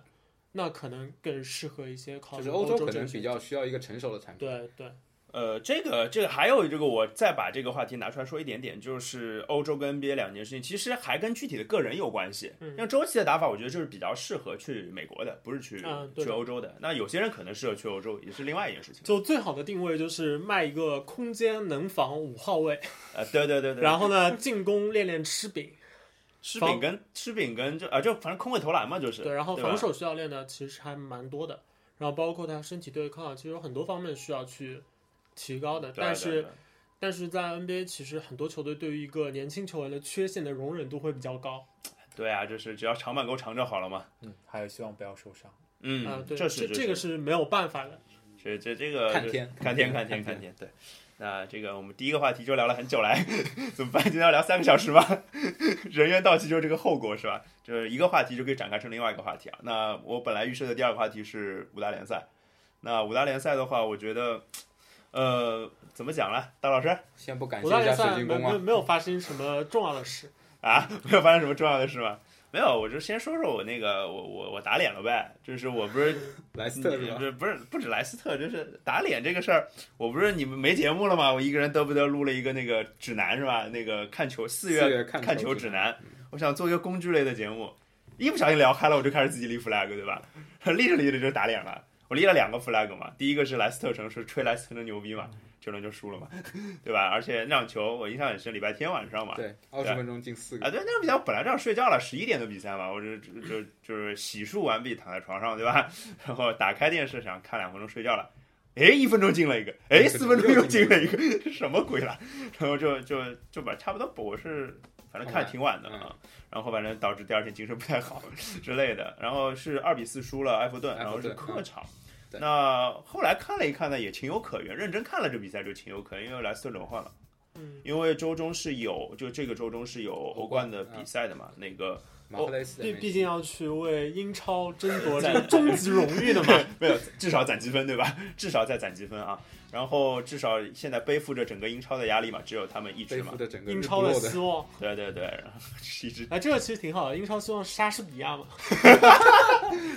Speaker 3: 那可能更适合一些靠
Speaker 2: 就是
Speaker 3: 欧
Speaker 2: 欧洲
Speaker 3: 这
Speaker 2: 可
Speaker 3: 个
Speaker 2: 能
Speaker 3: 市
Speaker 2: 比较需要一个成熟的产品。
Speaker 3: 对对
Speaker 1: 呃，这个这个还有这个，我再把这个话题拿出来说一点点，就是欧洲跟 NBA 两件事情，其实还跟具体的个人有关系。
Speaker 3: 嗯
Speaker 1: 像周琦的打法，我觉得就是比较适合去美国的，不是去、
Speaker 3: 嗯对
Speaker 1: 去
Speaker 3: 的
Speaker 1: 欧洲的。那有些人可能适合去欧洲，也是另外一件事情。
Speaker 3: 就最好的定位就是卖一个空间能防五号位，
Speaker 1: 呃，对对对对。
Speaker 3: 然后呢进攻练练吃饼，
Speaker 1: 吃
Speaker 3: 防
Speaker 1: 饼跟吃饼跟就啊、就反正空位投篮嘛，就是。
Speaker 3: 对，然后
Speaker 1: 对吧
Speaker 3: 防守需要练的其实还蛮多的，然后包括他身体对抗，其实有很多方面需要去提高的，
Speaker 1: 对啊
Speaker 3: 但
Speaker 1: 对
Speaker 3: 是
Speaker 1: 对
Speaker 3: 但是在 NBA 其实很多球队对于一个年轻球员的缺陷的容忍度会比较高。
Speaker 1: 对啊，就是只要长板够长就好了嘛。
Speaker 5: 嗯，还有希望不要受伤。
Speaker 1: 嗯，
Speaker 3: 啊，对，
Speaker 1: 这是
Speaker 3: 这个
Speaker 1: 是
Speaker 3: 是没有办法的。
Speaker 1: 这这这个
Speaker 2: 看天
Speaker 1: 看天看天
Speaker 2: 天
Speaker 1: 看天，对。那这个我们第一个话题就聊了很久来， 怎么办？今天要聊三个小时吗？ 人员到齐就是这个后果是吧？就是一个话题就可以展开成另外一个话题啊。那我本来预设的第二个话题是五大联赛，那五大联赛的话，我觉得，呃，怎么讲呢？大老师
Speaker 2: 先不感谢
Speaker 3: 五
Speaker 2: 一
Speaker 3: 大
Speaker 2: 下
Speaker 3: 联
Speaker 2: 水
Speaker 3: 赛没
Speaker 2: 晶宫啊
Speaker 3: 没
Speaker 2: 吗？
Speaker 3: 没有发生什么重要的事，
Speaker 1: 啊，没有发生什么重要的事吗？没有，我就先说说我那个我我我打脸了呗，就是我 不是
Speaker 2: 莱斯特是吧
Speaker 1: 不？是不是不止莱斯特，就是打脸这个事儿，我不是你们没节目了吗？我一个人嘚不嘚录了一个那个指南是吧？那个看球四
Speaker 2: 四
Speaker 1: 月
Speaker 2: 月看
Speaker 1: 看
Speaker 2: 球
Speaker 1: 球指南，我想做一个工具类的节目，一不小心聊开了，我就开始自己立 flag 对吧？立着立着就打脸了，我立了两个 flag 嘛，第一个是莱斯特城是吹莱斯特城牛逼嘛，这轮就输了嘛，对吧？而且那场球我印象很深，礼拜天晚上嘛，
Speaker 2: 对，二十分钟进四
Speaker 1: 啊，
Speaker 2: 个，
Speaker 1: 对，那场比赛我本来就要睡觉了，十一点的比赛嘛，我就就就就是洗漱完毕，躺在床上，对吧？ 然后打开电视想看两分钟睡觉了，哎，一分钟进了一个，哎，四分钟又进了一个， 这什么鬼啦？然后就就就把差不多我是反正看得挺晚的啊，然后反正导致第二天精神不太 好之类的，然后是二比四输了埃弗顿，
Speaker 2: 埃
Speaker 1: 然
Speaker 2: 弗顿嗯
Speaker 1: 后是客场。
Speaker 2: 对
Speaker 1: 那后来看了一看呢，也情有可原。认真看了这比赛就情有可原，因为莱斯特轮换了。
Speaker 3: 嗯，
Speaker 2: 啊
Speaker 1: 因为周中是有，就这个周中是有欧冠的比赛的嘛，那个
Speaker 2: 马赫雷斯
Speaker 3: 毕
Speaker 2: 也没
Speaker 3: 毕竟要去为英超争夺这个终极荣誉 的嘛。
Speaker 1: 没有，至少攒积分对吧？ 至少在攒积分啊。然后至少现在背负着整个英超的压力嘛，只有他们一支
Speaker 2: 背
Speaker 1: 嘛
Speaker 2: 负。着整个
Speaker 3: 英
Speaker 2: 日
Speaker 3: 超
Speaker 2: 不
Speaker 3: 的
Speaker 2: 落的
Speaker 3: 希望，
Speaker 1: 对对对，然后 是一支
Speaker 3: 哎，这个其实挺好的。英超希望是莎士比亚嘛，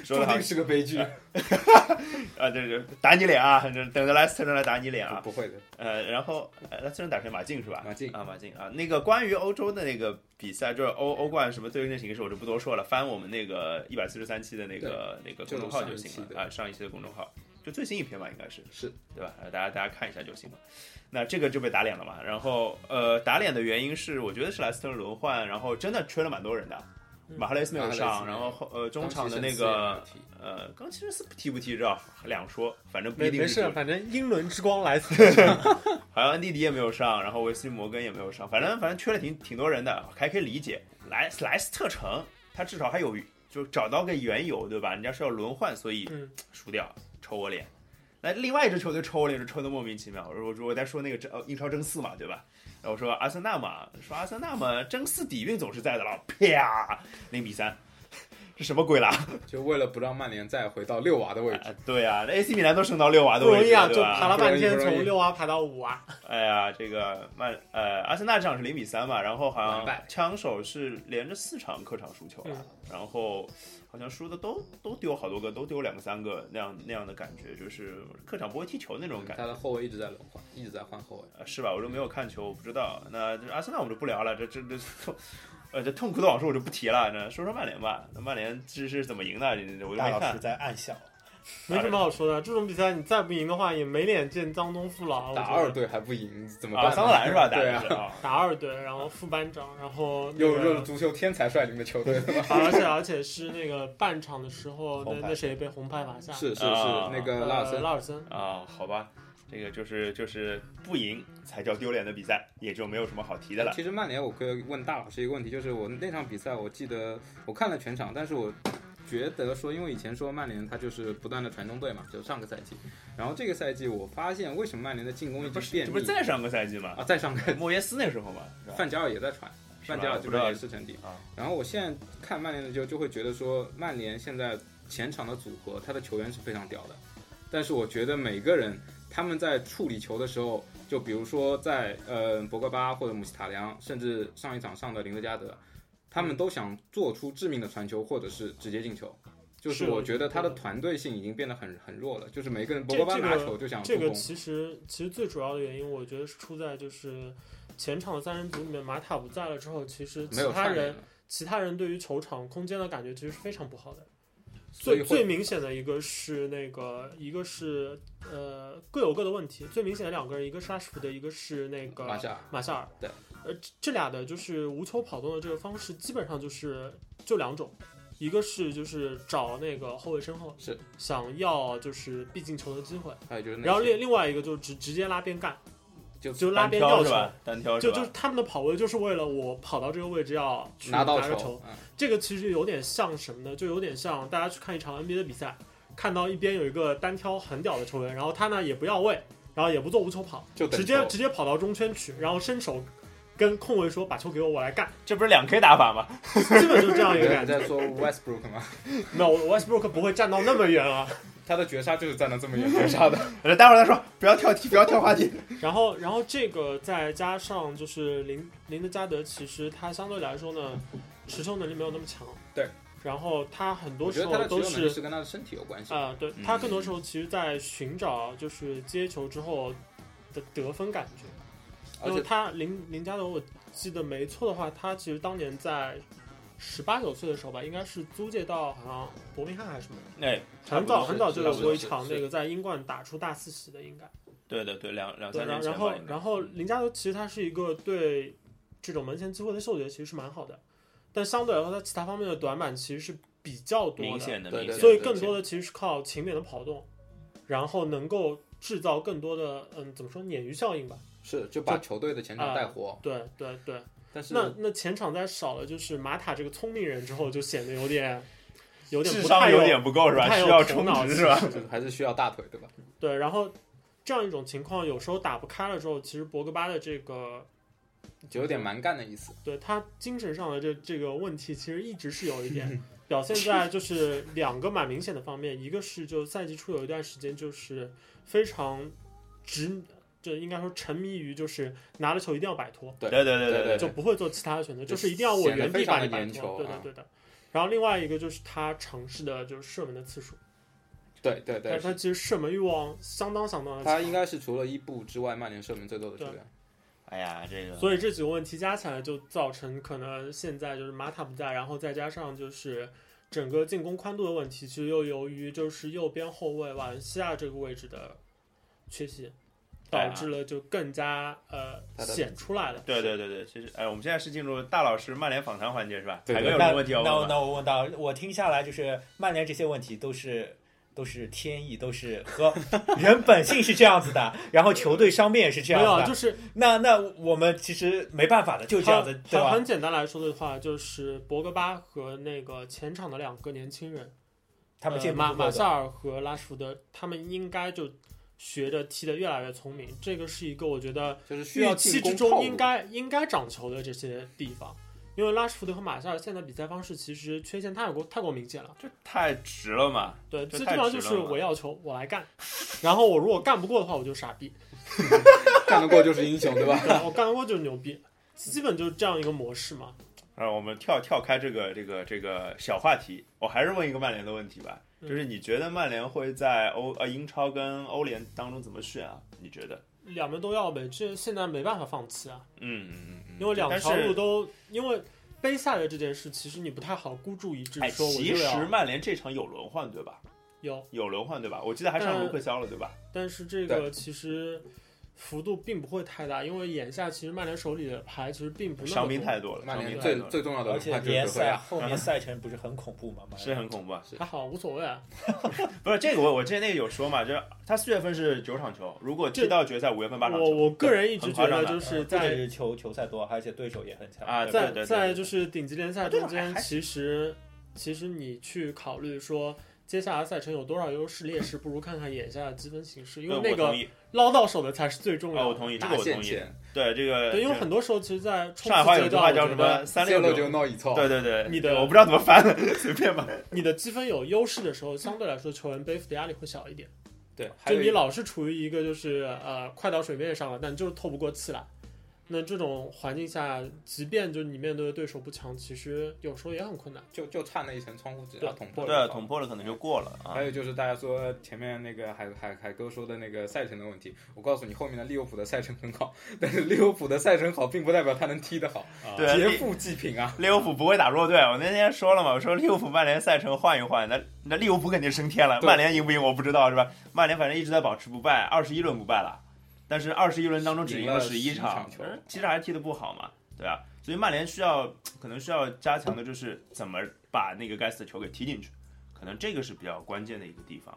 Speaker 1: 说
Speaker 2: 注
Speaker 1: 的好
Speaker 2: 定是个悲剧。
Speaker 1: 哎 啊，这这打你脸啊，这等着莱斯特人来打你脸啊。
Speaker 2: 不不会的，
Speaker 1: 呃，然后呃莱斯特人打谁？马竞是吧？
Speaker 2: 马竞
Speaker 1: 啊，马竞啊。那个关于欧洲的那个比赛，就是欧欧冠什么最近的形势，我就不多说了，翻我们那个一百四十三期的那个那个公众号就行
Speaker 2: 就是上一期
Speaker 1: 了
Speaker 2: 的
Speaker 1: 啊，上一期的公众号就最新一篇吧，应该是
Speaker 2: 是
Speaker 1: 对吧？呃大家大家看一下就行了。那这个就被打脸了嘛？然后呃，打脸的原因是我觉得是莱斯特人轮换，然后真的吹了蛮多人的，
Speaker 3: 嗯
Speaker 1: 马赫雷斯没有
Speaker 2: 马赫雷斯
Speaker 1: 上，
Speaker 2: 没有
Speaker 1: 然后后呃中
Speaker 2: 当时
Speaker 1: 场的
Speaker 2: 申
Speaker 1: 那
Speaker 2: 思也没
Speaker 1: 个
Speaker 2: 有踢
Speaker 1: 呃，刚其实是踢不踢这两说，反正不一
Speaker 3: 没
Speaker 1: 定
Speaker 3: 没
Speaker 1: 是
Speaker 2: 啊
Speaker 3: 事，
Speaker 1: 踢。
Speaker 3: 反正英伦之光 来自
Speaker 1: 好像恩迪迪也没有上，然后维斯利摩根也没有上，反正反正缺了挺挺多人的，还可以理解。莱莱斯特城，他至少还有就找到个缘由，对吧？人家是要轮换，所以
Speaker 3: 嗯
Speaker 1: 输掉，抽我脸。那另外一支球队抽我脸，就抽的莫名其妙。我说我说我在说那个争呃英超争四嘛，对吧？然后我说阿森纳嘛，说阿森纳嘛，争四底蕴总是在的了，啪，零比三， 这什么鬼啦？
Speaker 2: 就为了不让曼联再回到六娃的位置，
Speaker 1: 啊对啊，那 AC 米兰都升到六娃
Speaker 3: 不
Speaker 1: 的位
Speaker 3: 容
Speaker 1: 置
Speaker 3: 易啊，
Speaker 1: 了，
Speaker 3: 就
Speaker 1: 对吧？
Speaker 3: 爬了 半天
Speaker 2: 不容易不容易
Speaker 3: 从六啊爬到五啊，
Speaker 1: 哎呀，这个曼呃阿森纳这场是零比三嘛，然后好
Speaker 2: 完
Speaker 1: 像
Speaker 2: 败
Speaker 1: 枪手是连着四场客场输球了，
Speaker 3: 嗯
Speaker 1: 然后好像输的都都丢好多个，都丢两个三个那样那样的感觉，就是客场不会踢球那种感
Speaker 2: 他
Speaker 1: 觉。
Speaker 2: 的后卫一直在轮换，一直在换后卫。
Speaker 1: 呃是吧？我都没有看球，我不知道。那这阿森纳我们就不聊了，这这这痛，呃，这痛苦的往事我就不提了。那说说曼联吧，那曼联这是怎么赢的？我就
Speaker 4: 大
Speaker 1: 没
Speaker 4: 老
Speaker 1: 看
Speaker 4: 师。在暗笑。
Speaker 3: 没什么好说的。这种比赛你再不赢的话，也没脸见江东父老。我
Speaker 2: 打
Speaker 3: 觉得
Speaker 2: 二队还不赢，怎么办
Speaker 1: 啊，
Speaker 2: 呢？
Speaker 1: 桑德兰是吧？打
Speaker 2: 对
Speaker 1: 的
Speaker 2: 啊
Speaker 1: 是，啊，
Speaker 3: 打二队，然后副班长，然后那
Speaker 2: 又又
Speaker 3: 个
Speaker 2: 是足球天才率领的球队，
Speaker 3: 啊而且而且是那个半场的时候，
Speaker 4: 红牌
Speaker 3: 那那谁被红牌罚下？
Speaker 2: 是是是，
Speaker 1: 啊
Speaker 2: 那个
Speaker 3: 呃
Speaker 2: 拉尔森
Speaker 3: 拉尔森。
Speaker 1: 啊，好吧，这个就是就是不赢才叫丢脸的比赛，也就没有什么好提的了。
Speaker 2: 其实曼联，我可以问大老师一个问题，就是我那场比赛，我记得我看了全场，但是我觉得说，因为以前说曼联他就是不断的传中队嘛，就上个赛季，然后这个赛季我发现为什么曼联的进攻一直变
Speaker 1: 这不是
Speaker 2: 密
Speaker 1: 再上个赛季吗？
Speaker 2: 啊，再上个
Speaker 1: 莫耶斯那时候嘛，是吧？
Speaker 2: 范加尔也在传，
Speaker 1: 是吧
Speaker 2: 范加尔
Speaker 1: 我不
Speaker 2: 这
Speaker 1: 知
Speaker 2: 边
Speaker 1: 道
Speaker 2: 也是阵地
Speaker 1: 啊。
Speaker 2: 然后我现在看曼联的就就会觉得说，曼联现在前场的组合，他的球员是非常屌的，但是我觉得每个人他们在处理球的时候，就比如说在呃博格巴或者姆希塔良，甚至上一场上的林德加德，他们都想做出致命的传球或者是直接进球。就是
Speaker 3: 是
Speaker 2: 我觉得他的
Speaker 3: 对
Speaker 2: 团队性已经变得很很弱了，就是每个人
Speaker 3: 这
Speaker 2: 博格巴
Speaker 3: 这个
Speaker 2: 拿球就想助
Speaker 3: 这
Speaker 2: 攻，
Speaker 3: 个其实其实最主要的原因，我觉得是出在就是前场三人组里面马塔不在了之后，其实
Speaker 2: 没
Speaker 3: 其
Speaker 2: 有
Speaker 3: 他
Speaker 2: 串联
Speaker 3: 人
Speaker 2: 了。
Speaker 3: 其他人对于球场空间的感觉其实是非常不好的。
Speaker 2: 所以
Speaker 3: 最
Speaker 2: 会
Speaker 3: 最明显的一个是那个，一个是呃各有各的问题。最明显的两个人，一个是拉什福德，一个是那个
Speaker 2: 马夏尔
Speaker 3: 马夏尔。
Speaker 2: 对，
Speaker 3: 呃，这这俩的就是无球跑动的这个方式，基本上就是就两种，一个是就是找那个后卫身后，
Speaker 2: 是
Speaker 3: 想要就是必进球的机会，
Speaker 2: 还有就是那些，
Speaker 3: 然后另另外一个就是直直接拉边干，
Speaker 2: 就
Speaker 3: 就拉
Speaker 1: 单
Speaker 3: 边
Speaker 1: 挑
Speaker 3: 吊
Speaker 1: 是
Speaker 3: 球。
Speaker 1: 吧？单挑
Speaker 3: 就是就
Speaker 1: 吧？
Speaker 3: 是他们的跑位，就是为了我跑到这个位置要去
Speaker 2: 拿到
Speaker 3: 个球
Speaker 2: 球，嗯
Speaker 3: 这个其实有点像什么呢？就有点像大家去看一场 NBA 的比赛，看到一边有一个单挑很屌的球员，然后他呢也不要位，然后也不做无球跑，
Speaker 2: 就等
Speaker 3: 直接
Speaker 2: 球
Speaker 3: 直接跑到中圈去，然后伸手跟控卫说把球给我，我来干，
Speaker 1: 这不是两 K 打法吗？
Speaker 3: 基本就这样一
Speaker 2: 你
Speaker 3: 个
Speaker 2: 在
Speaker 3: 感
Speaker 2: 你
Speaker 3: 觉。
Speaker 2: 在说 Westbrook 吗？
Speaker 3: 没有，Westbrook 不会站到那么远啊。
Speaker 2: 他的绝杀就是站得这么远绝杀的，
Speaker 1: 呃待会儿再说，不要跳题，不要跳话题。
Speaker 3: 然后，然后这个再加上就是林林德加德，其实他相对来说呢，持球能力没有那么强。
Speaker 2: 对。
Speaker 3: 然后他很
Speaker 2: 我
Speaker 3: 多
Speaker 2: 觉
Speaker 3: 时
Speaker 2: 得他
Speaker 3: 候
Speaker 2: 的
Speaker 3: 都
Speaker 2: 持球能
Speaker 3: 是
Speaker 2: 力是跟他嗯的身体有关系。
Speaker 3: 啊、对他更多时候其实，在寻找就是接球之后的得分感觉。
Speaker 2: 而
Speaker 3: 因为
Speaker 2: 且
Speaker 3: 他林林加德，我记得没错的话，他其实当年在十八九岁的时候吧，应该是租借到好像伯明翰还是什么，
Speaker 1: 哎，
Speaker 3: 很早很早就有过一
Speaker 2: 是
Speaker 3: 场
Speaker 2: 是
Speaker 3: 那个在英冠打出大四喜的，应该。
Speaker 1: 对对对，两两
Speaker 3: 对，
Speaker 1: 三
Speaker 3: 然
Speaker 1: 年前
Speaker 3: 后然后
Speaker 1: 吧应该
Speaker 3: 然后林加德其实他是一个对这种门前机会的嗅觉其实是蛮好的，但相对来说他其他方面的短板其实是比较多
Speaker 1: 明
Speaker 3: 的，
Speaker 1: 显的
Speaker 2: 对
Speaker 1: 明
Speaker 2: 对
Speaker 1: 显
Speaker 3: 所以
Speaker 1: 的
Speaker 3: 更多的其实是靠勤勉的跑动，然后能够制造更多的嗯怎么说鲶鱼效应吧？
Speaker 2: 是就把球队的前场带活，
Speaker 3: 对对对，
Speaker 2: 但是
Speaker 3: 那那前场在少了就是马塔这个聪明人之后，就显得有点有点
Speaker 1: 智
Speaker 3: 不
Speaker 1: 商
Speaker 3: 太
Speaker 1: 有点不够是吧？
Speaker 3: 不太
Speaker 1: 需
Speaker 3: 有
Speaker 1: 要
Speaker 3: 头
Speaker 1: 充
Speaker 3: 脑
Speaker 1: 值是吧？
Speaker 2: 就是还是需要大腿，对吧？
Speaker 3: 对，然后这样一种情况，有时候打不开了之后，其实博格巴的这个
Speaker 2: 就有点蛮干的意思。
Speaker 3: 对他精神上的这这个问题，其实一直是有 一点表现在就是两个蛮明显的方面，一个是就赛季初有一段时间就是非常执，就应该说沉迷于就是拿了球一定要摆脱，
Speaker 2: 对
Speaker 1: 对对对
Speaker 2: 对对
Speaker 3: 就不会做其他的选择，
Speaker 2: 就
Speaker 3: 就是一定要我原地把你摆
Speaker 2: 显得非常的粘球
Speaker 3: 脱。对的
Speaker 2: 啊
Speaker 3: 对的。然后另外一个就是他尝试的就是射门的次数，
Speaker 2: 对对
Speaker 3: 但
Speaker 2: 对
Speaker 3: 是，他其实射门欲望相当相当的强。
Speaker 2: 他应该是除了伊布之外，曼联射门最多的球员。
Speaker 1: 哎呀，这个
Speaker 3: 所以这几个问题加起来，就造成可能现在就是马塔不在，然后再加上就是整个进攻宽度的问题，其实又由于就是右边后卫瓦伦西亚这个位置的缺席，
Speaker 1: 对啊
Speaker 3: 导致了就更加呃
Speaker 2: 他的
Speaker 3: 显出来了。
Speaker 1: 对对对对，其实哎，我们现在是进入大老师曼联访谈环节是吧？
Speaker 2: 对
Speaker 1: 海
Speaker 2: 对
Speaker 1: 哥有什
Speaker 4: 那
Speaker 1: 么问题要
Speaker 4: 那我
Speaker 1: 问吗？
Speaker 4: 那我问到，我听下来就是曼联这些问题都是都是天意，都是和人本性是这样子的，然后球队伤病也是这
Speaker 3: 没有
Speaker 4: 样
Speaker 3: 啊，
Speaker 4: 子的。
Speaker 3: 就是
Speaker 4: 那那我们其实没办法的，就这样子
Speaker 3: 很，很
Speaker 4: 对吧？
Speaker 3: 很简单来说的话，就是博格巴和那个前场的两个年轻人，
Speaker 4: 他们
Speaker 3: 呃
Speaker 4: 进步
Speaker 3: 马
Speaker 4: 不够
Speaker 3: 马
Speaker 4: 的。
Speaker 3: 夏尔和拉什福德，他们应该就学着踢得越来越聪明。这个是一个我觉得
Speaker 2: 就是需
Speaker 3: 预
Speaker 2: 要
Speaker 3: 期
Speaker 2: 进
Speaker 3: 之
Speaker 2: 攻
Speaker 3: 中
Speaker 2: 套
Speaker 3: 应
Speaker 2: 路。
Speaker 3: 该应该掌球的这些地方，因为拉什福德和马夏尔现在比赛方式其实缺陷太过太过明显了。
Speaker 1: 这太直了嘛！
Speaker 3: 对，
Speaker 1: 这
Speaker 3: 基
Speaker 1: 太
Speaker 3: 本上就
Speaker 1: 直
Speaker 3: 是
Speaker 1: 了嘛
Speaker 3: 我要球，我来干，然后我如果干不过的话，我就傻逼；
Speaker 2: 干得过就是英雄，对吧？
Speaker 3: 对我干得过就是牛逼，基本就是这样一个模式嘛。
Speaker 1: 啊，我们跳跳开这个这个这个小话题，我还是问一个曼联的问题吧，
Speaker 3: 嗯
Speaker 1: 就是你觉得曼联会在欧呃英超跟欧联当中怎么选啊？你觉得？
Speaker 3: 两边都要呗，这现在没办法放弃啊，
Speaker 1: 嗯嗯嗯嗯，
Speaker 3: 因为两条
Speaker 1: 但是
Speaker 3: 路都因为杯赛的这件事，其实你不太好孤注一掷
Speaker 1: 哎，
Speaker 3: 说我
Speaker 1: 其
Speaker 3: 就
Speaker 1: 实
Speaker 3: 要
Speaker 1: 曼联这场有轮换对吧？
Speaker 3: 有，
Speaker 1: 有轮换对吧？我记得还上
Speaker 3: 嗯
Speaker 1: 卢克肖了对吧？
Speaker 3: 但是这个其实幅度并不会太大，因为眼下其实曼联手里的牌其实并不那么
Speaker 1: 伤兵
Speaker 3: 多
Speaker 1: 太多了，
Speaker 2: 曼
Speaker 1: 伤
Speaker 2: 联
Speaker 1: 兵
Speaker 3: 明
Speaker 1: 太
Speaker 2: 最
Speaker 1: 多了，
Speaker 2: 最重要的
Speaker 4: 而
Speaker 2: 轮
Speaker 4: 且
Speaker 2: 换就是
Speaker 4: 联
Speaker 2: 德赫
Speaker 4: 赛
Speaker 2: 亚，
Speaker 4: 后面赛程不是很恐怖吗？曼
Speaker 1: 是
Speaker 4: 联
Speaker 1: 很恐怖啊。
Speaker 3: 还好无所谓啊。
Speaker 1: 不是这个我我之前那个有说嘛，就是他四月份是九场球，如果踢到决赛五月份八场
Speaker 3: 我
Speaker 1: 球
Speaker 3: 我个人一直
Speaker 1: 很
Speaker 3: 觉
Speaker 1: 夸张
Speaker 3: 得
Speaker 1: 的
Speaker 3: 就是
Speaker 4: 不只
Speaker 3: 在
Speaker 4: 是球球赛多，而且对手也很强
Speaker 1: 啊，对
Speaker 4: 对吧
Speaker 3: 在
Speaker 1: 对对，
Speaker 3: 在
Speaker 1: 对
Speaker 3: 就是顶级联赛
Speaker 1: 啊对
Speaker 3: 中间，
Speaker 1: 还
Speaker 3: 其实其实你去考虑说。接下来赛程有多少优势劣势，不如看看眼下的积分形势，因为
Speaker 1: 对
Speaker 3: 那
Speaker 1: 我同
Speaker 3: 个
Speaker 1: 意，
Speaker 3: 捞到手的才是最重
Speaker 1: 啊，
Speaker 3: 要
Speaker 1: 我
Speaker 3: 的。
Speaker 1: 同意，这
Speaker 2: 拿
Speaker 1: 个我
Speaker 2: 线
Speaker 1: 同意。
Speaker 2: 前，
Speaker 1: 对这个，
Speaker 3: 对，因为
Speaker 1: 这个
Speaker 3: 很多时候其实，在冲
Speaker 1: 上海话
Speaker 3: 刺
Speaker 1: 有
Speaker 3: 阶
Speaker 1: 句话
Speaker 3: 段，
Speaker 1: 叫
Speaker 3: 我
Speaker 1: 什
Speaker 3: 觉
Speaker 1: 么
Speaker 3: 得
Speaker 1: 三
Speaker 2: 泄
Speaker 1: 六
Speaker 2: 露就
Speaker 1: 九。
Speaker 2: 闹一凑。
Speaker 1: 对对对，
Speaker 3: 你的
Speaker 1: 我不知道怎么翻， 随便吧。
Speaker 3: 你的积分有优势的时候，相对来说球员背负的压力会小一点。
Speaker 2: 对，还
Speaker 3: 就
Speaker 2: 有
Speaker 3: 你
Speaker 2: 一
Speaker 3: 老是处于一个就是呃快到水面上了，但就是透不过气来。那这种环境下，即便就是你面对的对手不强，其实有时候也很困难。
Speaker 2: 就就差那一层窗户纸，要捅破
Speaker 1: 对
Speaker 2: 了，就好。
Speaker 1: 捅破了可能就过了啊
Speaker 2: 还。有就是大家说前面那个海海海哥说的那个赛程的问题，我告诉你，后面的利物浦的赛程很好，但是利物浦的赛程好，并不代表他能踢得好，
Speaker 1: 啊对，
Speaker 2: 劫
Speaker 1: 利
Speaker 2: 富济贫啊！
Speaker 1: 利物浦不会打弱队，我那天说了嘛，我说利物浦曼联赛程换一换，那那利物浦肯定升天了，
Speaker 2: 对
Speaker 1: 曼联赢不赢我不知道是吧？曼联反正一直在保持不败，二十一轮不败了，但是二十一轮当中只赢了
Speaker 2: 赢了
Speaker 1: 十一
Speaker 2: 11
Speaker 1: 场
Speaker 2: 场球，
Speaker 1: 其实还是踢得不好嘛，对吧？所以曼联需要可能需要加强的就是怎么把那个该死的球给踢进去，可能这个是比较关键的一个地方。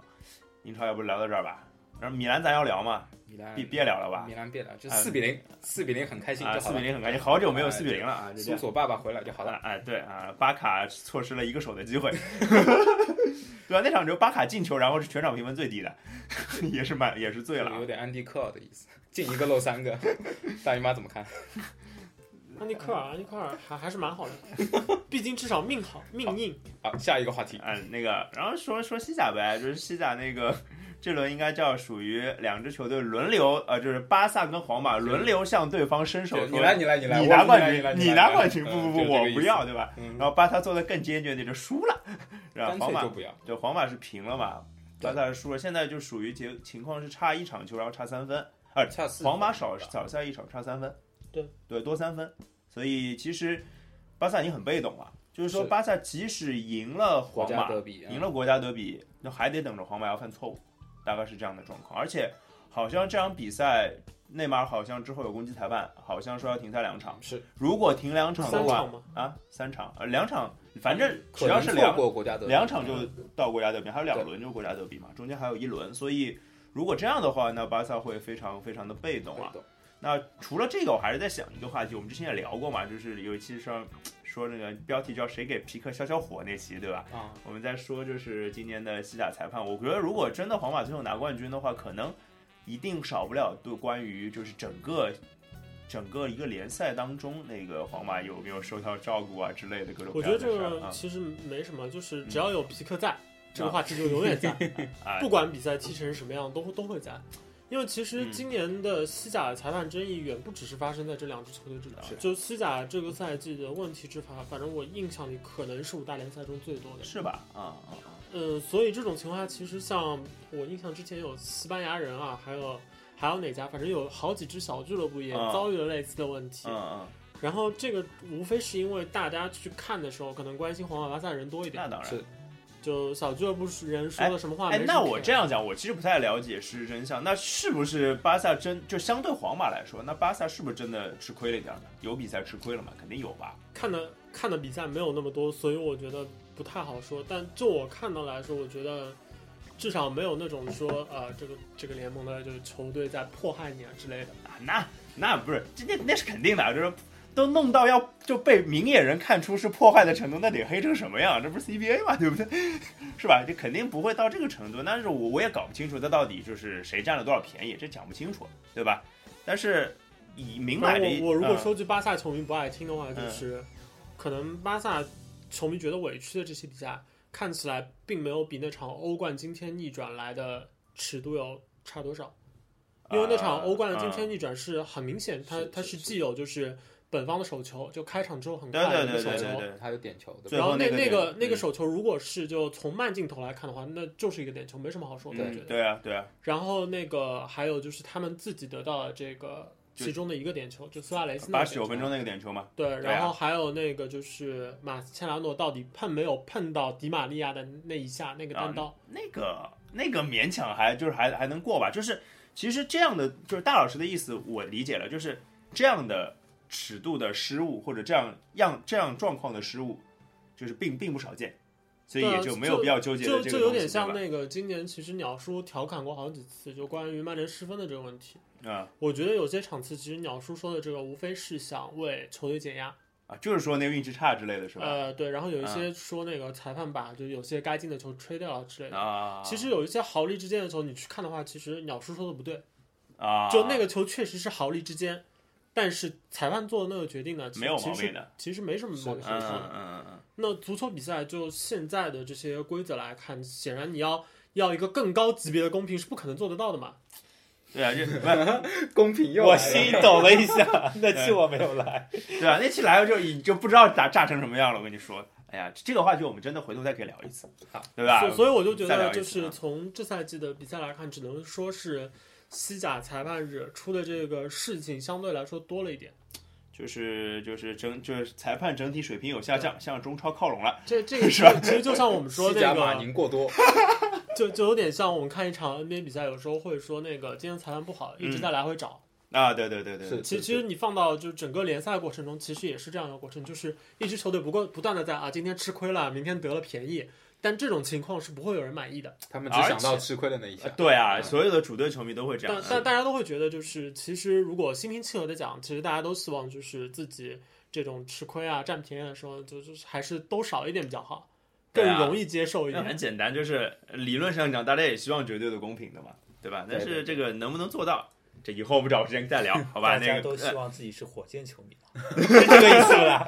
Speaker 1: 英超要不聊到这儿吧？然后米兰咱要聊嘛，
Speaker 2: 米兰
Speaker 1: 别别聊了吧
Speaker 2: 米？兰别了，就
Speaker 1: 啊
Speaker 2: 四比零，四比零很开心
Speaker 1: 啊，
Speaker 2: 就好
Speaker 1: 四
Speaker 2: 了
Speaker 1: 比。零很开心，好久没有
Speaker 2: 哎
Speaker 1: 四比零了啊，就这
Speaker 2: 搜
Speaker 1: 样。
Speaker 2: 索爸爸回来就好
Speaker 1: 好
Speaker 2: 了。
Speaker 1: 哎，对啊，巴卡错失了一个手的 机会，对吧、啊那场球巴卡进球，然后是全场评分最低的， 也是蛮也是醉了啊
Speaker 2: 有。点安迪克尔的意思，进一个漏三个， 大姨妈怎么看？
Speaker 3: 安尼科尔，安尼科尔还还是蛮好的，毕竟至少命好命硬。
Speaker 2: 好，下一个话题，
Speaker 1: 啊，那个，然后说说西甲呗，就是西甲那个 这轮应该叫属于两支球队轮流，呃，就是巴萨跟皇马轮流向对方伸手说，
Speaker 2: 你来，你来，你来，
Speaker 1: 你
Speaker 2: 我
Speaker 1: 拿冠
Speaker 2: 你
Speaker 1: 军
Speaker 2: 来，
Speaker 1: 你
Speaker 2: 来
Speaker 1: 拿冠军，不不
Speaker 2: 嗯就
Speaker 1: 不，
Speaker 2: 这个
Speaker 1: 我
Speaker 2: 意
Speaker 1: 不
Speaker 2: 思
Speaker 1: 要，对吧？
Speaker 2: 嗯
Speaker 1: 然后巴萨做的更坚决，那就输了， 然后
Speaker 2: 干
Speaker 1: 皇
Speaker 2: 脆
Speaker 1: 马
Speaker 2: 就不要。
Speaker 1: 对，皇马是平了嘛，
Speaker 2: 对
Speaker 1: 巴萨是输了，现在就属于结情况是差一场球，然后差三分，呃，
Speaker 2: 差四分
Speaker 1: 皇马少少下一场差三分，
Speaker 3: 对
Speaker 1: 对，多三分，所以其实巴萨已经很被动了，就是说
Speaker 2: 是
Speaker 1: 巴萨即使赢了
Speaker 2: 国
Speaker 1: 皇
Speaker 2: 家
Speaker 1: 马，
Speaker 2: 德比，嗯啊
Speaker 1: 赢了国家德比，那还得等着皇马要犯错误，大概是这样的状况。而且好像这场比赛，内马尔好像之后有攻击裁判，好像说要停赛两场。
Speaker 2: 是，
Speaker 1: 如果停两场的
Speaker 3: 三
Speaker 1: 话
Speaker 3: 场吗？
Speaker 1: 啊，三场呃两场，反正只
Speaker 2: 可
Speaker 1: 要
Speaker 2: 能
Speaker 1: 是
Speaker 2: 错
Speaker 1: 两
Speaker 2: 过国家德比
Speaker 1: 两场就到国家德比，还有两轮就国家德比嘛，中间还有一轮，所以如果这样的话，那巴萨会非常非常的被动啊。
Speaker 2: 懂
Speaker 1: 那除了这个，我还是在想一个话题，我们之前也聊过嘛，就是有一期上说那个标题叫“谁给皮克消消火”那期，对吧？
Speaker 2: 啊，
Speaker 1: 我们在说就是今年的西甲裁判，我觉得如果真的皇马最后拿冠军的话，可能一定少不了对关于就是整个整个一个联赛当中，那个皇马有没有受到照顾啊之类的各种
Speaker 3: 我
Speaker 1: 各
Speaker 3: 觉得
Speaker 1: 样的
Speaker 3: 这
Speaker 1: 事
Speaker 3: 个
Speaker 1: 儿嗯啊
Speaker 3: 其实没什么，就是只要有皮克在，这个话题就永 远在，
Speaker 1: 啊，
Speaker 3: 不管比赛踢成什么样，都会都会在。因为其实
Speaker 1: 嗯
Speaker 3: 今年的西甲的裁判争议远不只是发生在这两支球队身上
Speaker 1: 啊是，
Speaker 3: 就西甲这个赛季的问题执法，反正我印象里可能是五大联赛中最多的。
Speaker 1: 是吧？啊啊啊！
Speaker 3: 嗯，所以这种情况下，其实像我印象之前有西班牙人啊，还有还有哪家，反正有好几支小俱乐部也
Speaker 1: 啊
Speaker 3: 遭遇了类似的问题。
Speaker 1: 嗯嗯，
Speaker 3: 然后这个无非是因为大家去看的时候，可能关心皇马、巴萨的人多一
Speaker 1: 那
Speaker 3: 点，
Speaker 1: 当然
Speaker 2: 是。
Speaker 3: 就小俱乐部人说的什么话没
Speaker 1: 哎
Speaker 3: 什，么
Speaker 1: 那我
Speaker 3: care
Speaker 1: 这样讲，我其实不太了解事实真相。那是不是巴萨真就相对皇马来说，那巴萨是不是真的吃亏了一点呢？有比赛吃亏了吗？肯定有吧。
Speaker 3: 看的看的比赛没有那么多，所以我觉得不太好说。但就我看到来说，我觉得至少没有那种说啊、这个这个联盟的就是球队在迫害你啊之类的。
Speaker 1: 啊那那不是，这那那是肯定的，啊就是都弄到要就被明眼人看出是破坏的程度，那得黑成什么样？这不是 CBA 嘛，对不对？ 是吧？这肯定不会到这个程度，但是我我也搞不清楚，他到底就是谁占了多少便宜，这讲不清楚，对吧？但是以明摆
Speaker 3: 反正
Speaker 1: 着，
Speaker 3: 我我如果
Speaker 1: 嗯
Speaker 3: 说句巴萨球迷不爱听的话，就
Speaker 1: 嗯
Speaker 3: 是、可能巴萨球迷觉得委屈的这些比赛，看起来并没有比那场欧冠今天逆转来的尺度有差多少。因为那
Speaker 1: 嗯
Speaker 3: 场
Speaker 1: 啊
Speaker 3: 欧冠的今天逆转是很明显，它
Speaker 2: 是
Speaker 3: 它
Speaker 2: 是
Speaker 3: 是
Speaker 2: 是
Speaker 3: 既有就是本方的手球，就开场之后很
Speaker 1: 对
Speaker 3: 快的
Speaker 1: 对
Speaker 3: 一个
Speaker 1: 对
Speaker 3: 手
Speaker 1: 对
Speaker 3: 球，
Speaker 1: 对对，
Speaker 2: 他有点球，对
Speaker 1: 最
Speaker 2: 吧？
Speaker 3: 然
Speaker 1: 后
Speaker 3: 后那
Speaker 1: 那个
Speaker 3: 个
Speaker 1: 点
Speaker 3: 那个
Speaker 1: 嗯
Speaker 3: 手球，如果是就从慢镜头来看的话，那就是一个点球，没什么好说的，我觉
Speaker 1: 嗯，
Speaker 3: 得。
Speaker 1: 对啊，对啊，
Speaker 3: 然后那个还有就是他们自己得到了这个
Speaker 1: 就
Speaker 3: 其中的一个点球，就苏亚雷斯那
Speaker 1: 八
Speaker 3: 个
Speaker 1: 十
Speaker 3: 点球
Speaker 1: 九分钟那个点球嘛，
Speaker 3: 对，
Speaker 1: 对啊
Speaker 3: 然后还有那个就是马斯切拉诺到底碰没有碰到迪玛利亚的那一下那个
Speaker 1: 啊
Speaker 3: 单刀，
Speaker 1: 那个那个勉强还就是还还能过吧，就是其实这样的就是大老师的意思我理解了，就是这样的尺度的失误或者这样样这样状况的失误，就是并并不少见，所以
Speaker 3: 对啊
Speaker 1: 也就没有必要纠结
Speaker 3: 就
Speaker 1: 的这
Speaker 3: 就
Speaker 1: 个
Speaker 3: 有
Speaker 1: 东
Speaker 3: 点
Speaker 1: 西，
Speaker 3: 像
Speaker 1: 对
Speaker 3: 那个今年其实鸟叔调侃过好几次，就关于曼联失分的这个问题。
Speaker 1: 吧？啊
Speaker 3: 我觉得有些场次其实鸟叔说的这个无非是想为球队减压，
Speaker 1: 啊，就是说那个运气差之类的是吧？
Speaker 3: 呃，对，然后有
Speaker 1: 啊
Speaker 3: 一些说那个裁判把就有些该进的球吹掉了之类的。
Speaker 1: 啊，
Speaker 3: 其实有一些毫厘之间的球，你去看的话，其实鸟叔说的不对，
Speaker 1: 啊，
Speaker 3: 就那个球确实是毫厘之间，但是裁判做的那个决定呢，其
Speaker 1: 没有
Speaker 3: 其
Speaker 1: 毛
Speaker 3: 实
Speaker 1: 病的，
Speaker 3: 其实没什么毛病
Speaker 1: 嗯
Speaker 3: 的。
Speaker 1: 嗯嗯嗯，
Speaker 3: 那足球比赛就现在的这些规则来看，显然你要要一个更高级别的公平是不可能做得到的嘛。
Speaker 1: 对啊，这不是
Speaker 2: 公平又来
Speaker 4: 我
Speaker 2: 了
Speaker 4: 心抖了一 下，那期我没有来。
Speaker 1: 对啊，那期来了之后你就不知道炸炸成什么样了，我跟你说。哎呀，这个话题我们真的回头再可以聊一次，对吧？
Speaker 3: 所所以我就觉
Speaker 1: 再聊
Speaker 3: 得，
Speaker 1: 一
Speaker 3: 就
Speaker 1: 次
Speaker 3: 是
Speaker 1: 啊
Speaker 3: 从这赛季的比赛来看，只能说是西甲裁判惹出的这个事情相对来说多了一点。
Speaker 1: 就是就是整就是裁判整体水平有下
Speaker 4: 嗯
Speaker 1: 降，向中超靠拢了。
Speaker 3: 这这个
Speaker 1: 是吧
Speaker 3: 其实就像我们说
Speaker 2: 西
Speaker 3: 那
Speaker 2: 甲马
Speaker 3: 个，
Speaker 2: 宁过多，
Speaker 3: 就就有点像我们看一场 NBA 比赛，有时候会说那个今天裁判不好，一直
Speaker 1: 嗯
Speaker 3: 在来回找。
Speaker 1: 啊，对对对对，
Speaker 2: 是
Speaker 3: 其实其实你放到就是整个联赛过程中，其实也是这样一个过程，就是一支球队不过不断的在啊，今天吃亏了，明天得了便宜，但这种情况是不会有人满意的。
Speaker 2: 他们只想到吃亏的那一下。
Speaker 1: 对啊，
Speaker 4: 嗯
Speaker 1: 所有的主队球迷都会这
Speaker 3: 但
Speaker 1: 样。啊
Speaker 3: 但大家都会觉得，就是其实如果心平气和的讲，其实大家都希望就是自己这种吃亏啊、占便宜的时候，就就是还是都少一点比较好，
Speaker 1: 对
Speaker 3: 更
Speaker 1: 啊
Speaker 3: 容易接受一
Speaker 1: 那
Speaker 3: 点。
Speaker 1: 很简单，就是理论上讲，大家也希望绝对的公平的嘛，对吧？但是这个能不能做到，这以后我们找时间再聊，好吧？
Speaker 4: 大
Speaker 1: 那
Speaker 4: 家
Speaker 1: 个
Speaker 4: 都希望自己是火箭球迷嘛，呃 是这个意思吧？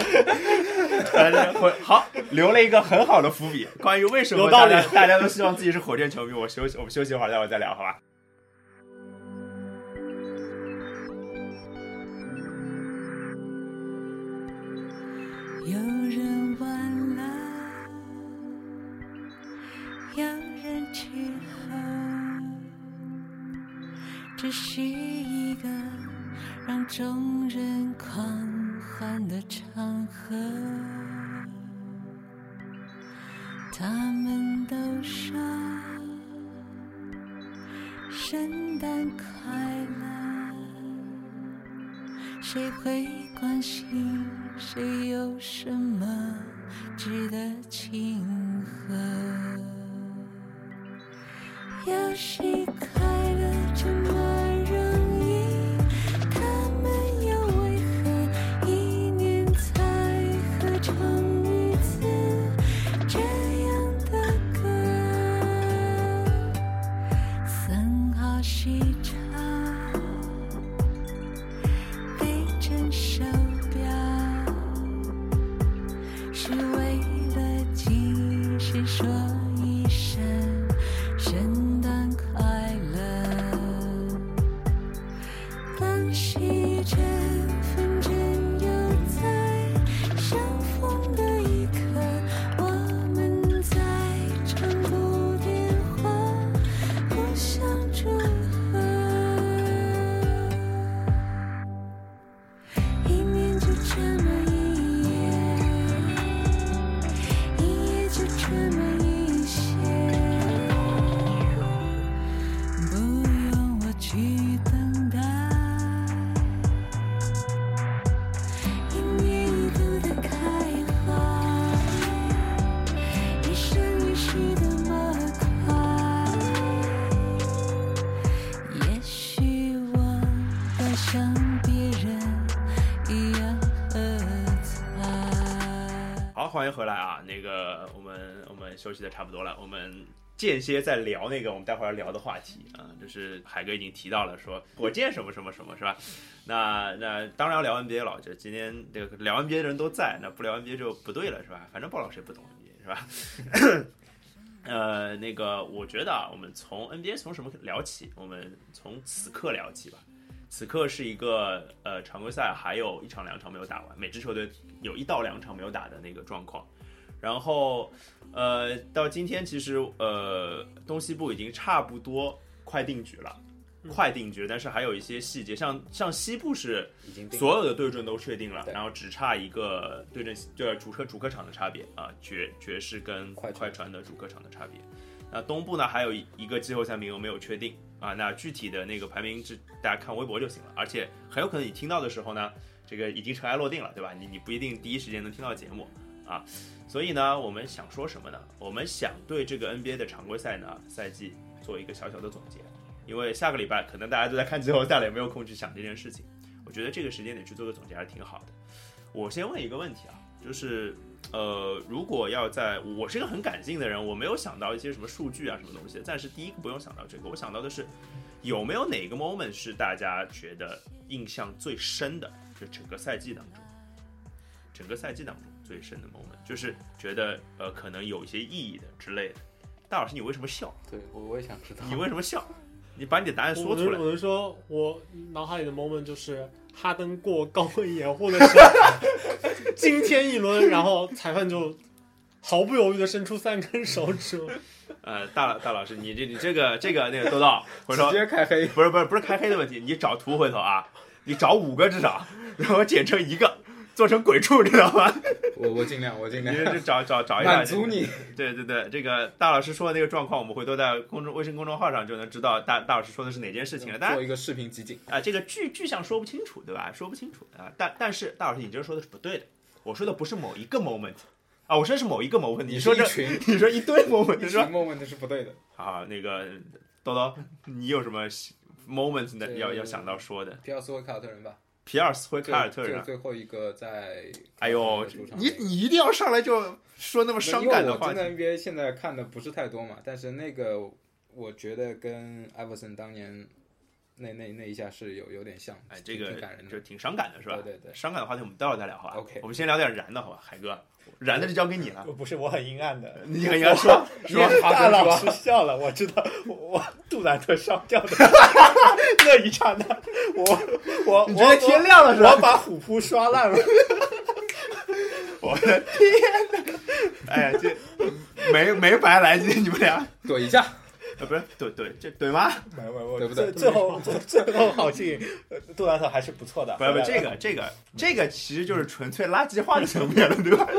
Speaker 1: 呃这个会好，留了一个很好的伏笔，关于为什么
Speaker 4: 有
Speaker 1: 大
Speaker 4: 道理
Speaker 1: 家大家都希望自己是火箭球迷。我休息，我们休息一会儿，待会儿再聊，好吧？
Speaker 6: 有人晚来，有人去候，这是一个让众人狂欢的场合。他们都说圣诞快乐。谁会关心谁有什么值得庆贺？要是快乐这么容易，他们又为何一年才合唱一次这样的歌？三好市场。被说一声圣诞快乐。当时针分针又在相逢的一刻，我们在长途电话互相祝贺。一年就这么一夜，一夜就这么一些。不用我去等待，一年一度的开怀，一生一世的模块。也许我该像别人一样喝彩。
Speaker 1: 好，欢迎回来啊！那个，我们我们休息的差不多了，我们间歇在聊那个我们待会儿要聊的话题啊，就是海哥已经提到了说火箭什么什么什么是吧？那那当然要聊 NBA 了，就今天这个聊 NBA 的人都在，那不聊 NBA 就不对了是吧？反正鲍老师也不懂 NBA 是吧？ 呃，那个我觉得啊，我们从 NBA 从什么聊起？我们从此刻聊起吧。此刻是一个呃常规赛还有一场两场没有打完，每支球队有一到两场没有打的那个状况。然后呃到今天其实呃东西部已经差不多快定局了，快定局，但是还有一些细节，像像西部是
Speaker 7: 已经定了
Speaker 1: 所有的对阵都确定了，
Speaker 7: 对
Speaker 1: 然后只差一个对阵就是主客主客场的差别啊，爵爵士跟
Speaker 7: 快
Speaker 1: 快
Speaker 7: 船
Speaker 1: 船的主客场的差别。那东部呢，还有一一个季后赛名额没有确定啊。那具体的那个排名，只大家看微博就行了。而且很有可能你听到的时候呢，这个已经尘埃落定了，对吧？你你不一定第一时间能听到节目啊。所以呢，我们想说什么呢？我们想对这个 NBA 的常规赛呢赛季做一个小小的总结，因为下个礼拜可能大家都在看季后赛了，也没有空去想这件事情。我觉得这个时间点去做个总结还是挺好的。我先问一个问题啊，就是呃，如果要在我是一个很感性的人，我没有想到一些什么数据啊什么东西，暂时第一个不用想到这个，我想到的是有没有哪个 moment 是大家觉得印象最深的，就整个赛季当中，整个赛季当中最深的 moment，就是觉得呃可能有一些意义的之类的。大老师，你为什么笑？
Speaker 7: 对我我也想知道，
Speaker 1: 你为什么笑？你把你的答案说
Speaker 3: 我
Speaker 1: 出
Speaker 3: 能
Speaker 1: 来
Speaker 3: 我。能说，我脑海里的 moment 就是哈登过高位掩护的时候， 惊天一抡，然后裁判就毫不犹豫的伸出三根手指。
Speaker 1: 呃，大老大老师，你这你这个这个那个豆豆，回头
Speaker 2: 直接开黑。
Speaker 1: 不是不是不是开黑的问题，你找图回头啊， 你找五个至少， 然后剪成一个，做成鬼畜，知道吗？
Speaker 2: 我我尽量，我尽
Speaker 1: 你
Speaker 2: 量
Speaker 1: 这这找找找一下，
Speaker 2: 满足你。
Speaker 1: 对对对，这个大老师说的那个状况，我们回头在公众微信公众号上就能知道大大老师说的是哪件事情了。当然
Speaker 2: 做一个视频集锦，
Speaker 1: 啊，这个具具象说不清楚，对吧？说不清楚啊。但但是大老师，你这说的是不对的。我说的不是某一个 moment 啊，我说的是某一个 moment。你说
Speaker 2: 一
Speaker 1: 这，
Speaker 2: 群
Speaker 1: 你说一堆 moment，
Speaker 2: 一
Speaker 1: 你
Speaker 2: 群
Speaker 1: 说
Speaker 2: moment 是不对的。
Speaker 1: 好，那个豆豆，你有什么 moment 呢？
Speaker 2: 对
Speaker 1: 要要想到说的？
Speaker 2: 皮尔斯和凯尔特人吧，
Speaker 1: 皮尔斯会
Speaker 2: 这
Speaker 1: 凯尔特
Speaker 2: 这
Speaker 1: 人
Speaker 2: 是
Speaker 1: 啊，
Speaker 2: 最后一个在
Speaker 1: 哎呦
Speaker 2: 凯尔特人的主，场
Speaker 1: 你你一定要上来就说那么伤感
Speaker 2: 因为
Speaker 1: 的
Speaker 2: 我
Speaker 1: 话
Speaker 2: 真的
Speaker 1: 题，
Speaker 2: NBA 现在看的不是太多嘛，但是那个我觉得跟艾弗森当年那那那一下是有有点像，
Speaker 1: 哎，这
Speaker 2: 挺
Speaker 1: 个
Speaker 2: 挺感人
Speaker 1: 就
Speaker 2: 的。
Speaker 1: 挺伤感的是吧？
Speaker 2: 对对对
Speaker 1: 伤感的话题我们待会儿再聊好吧
Speaker 2: OK
Speaker 1: 我们先聊点燃的好吧，海哥，燃的就交给你了，
Speaker 4: 不是我很阴暗 的，
Speaker 1: 你应该说
Speaker 2: 你也是哈
Speaker 4: 大
Speaker 2: 登是
Speaker 4: 老
Speaker 2: 吧？
Speaker 4: 师笑了，我知道，我我杜兰特上吊 的那一刹那，我我
Speaker 1: 你觉得
Speaker 4: 我
Speaker 1: 天亮 了是吧
Speaker 4: 我把虎扑刷烂了，
Speaker 1: 我的天哪！哎呀，这 没没白来，今天你们俩啊，
Speaker 2: 怼一下，
Speaker 1: 不是怼怼这怼 吗？
Speaker 4: 没没我
Speaker 2: 对不对
Speaker 4: 最最后最最后好 幸运，呃杜兰特还是不错的。
Speaker 2: 啊
Speaker 1: 不是不是，这个这个这个其实就是纯粹垃圾话的层面了，对吧？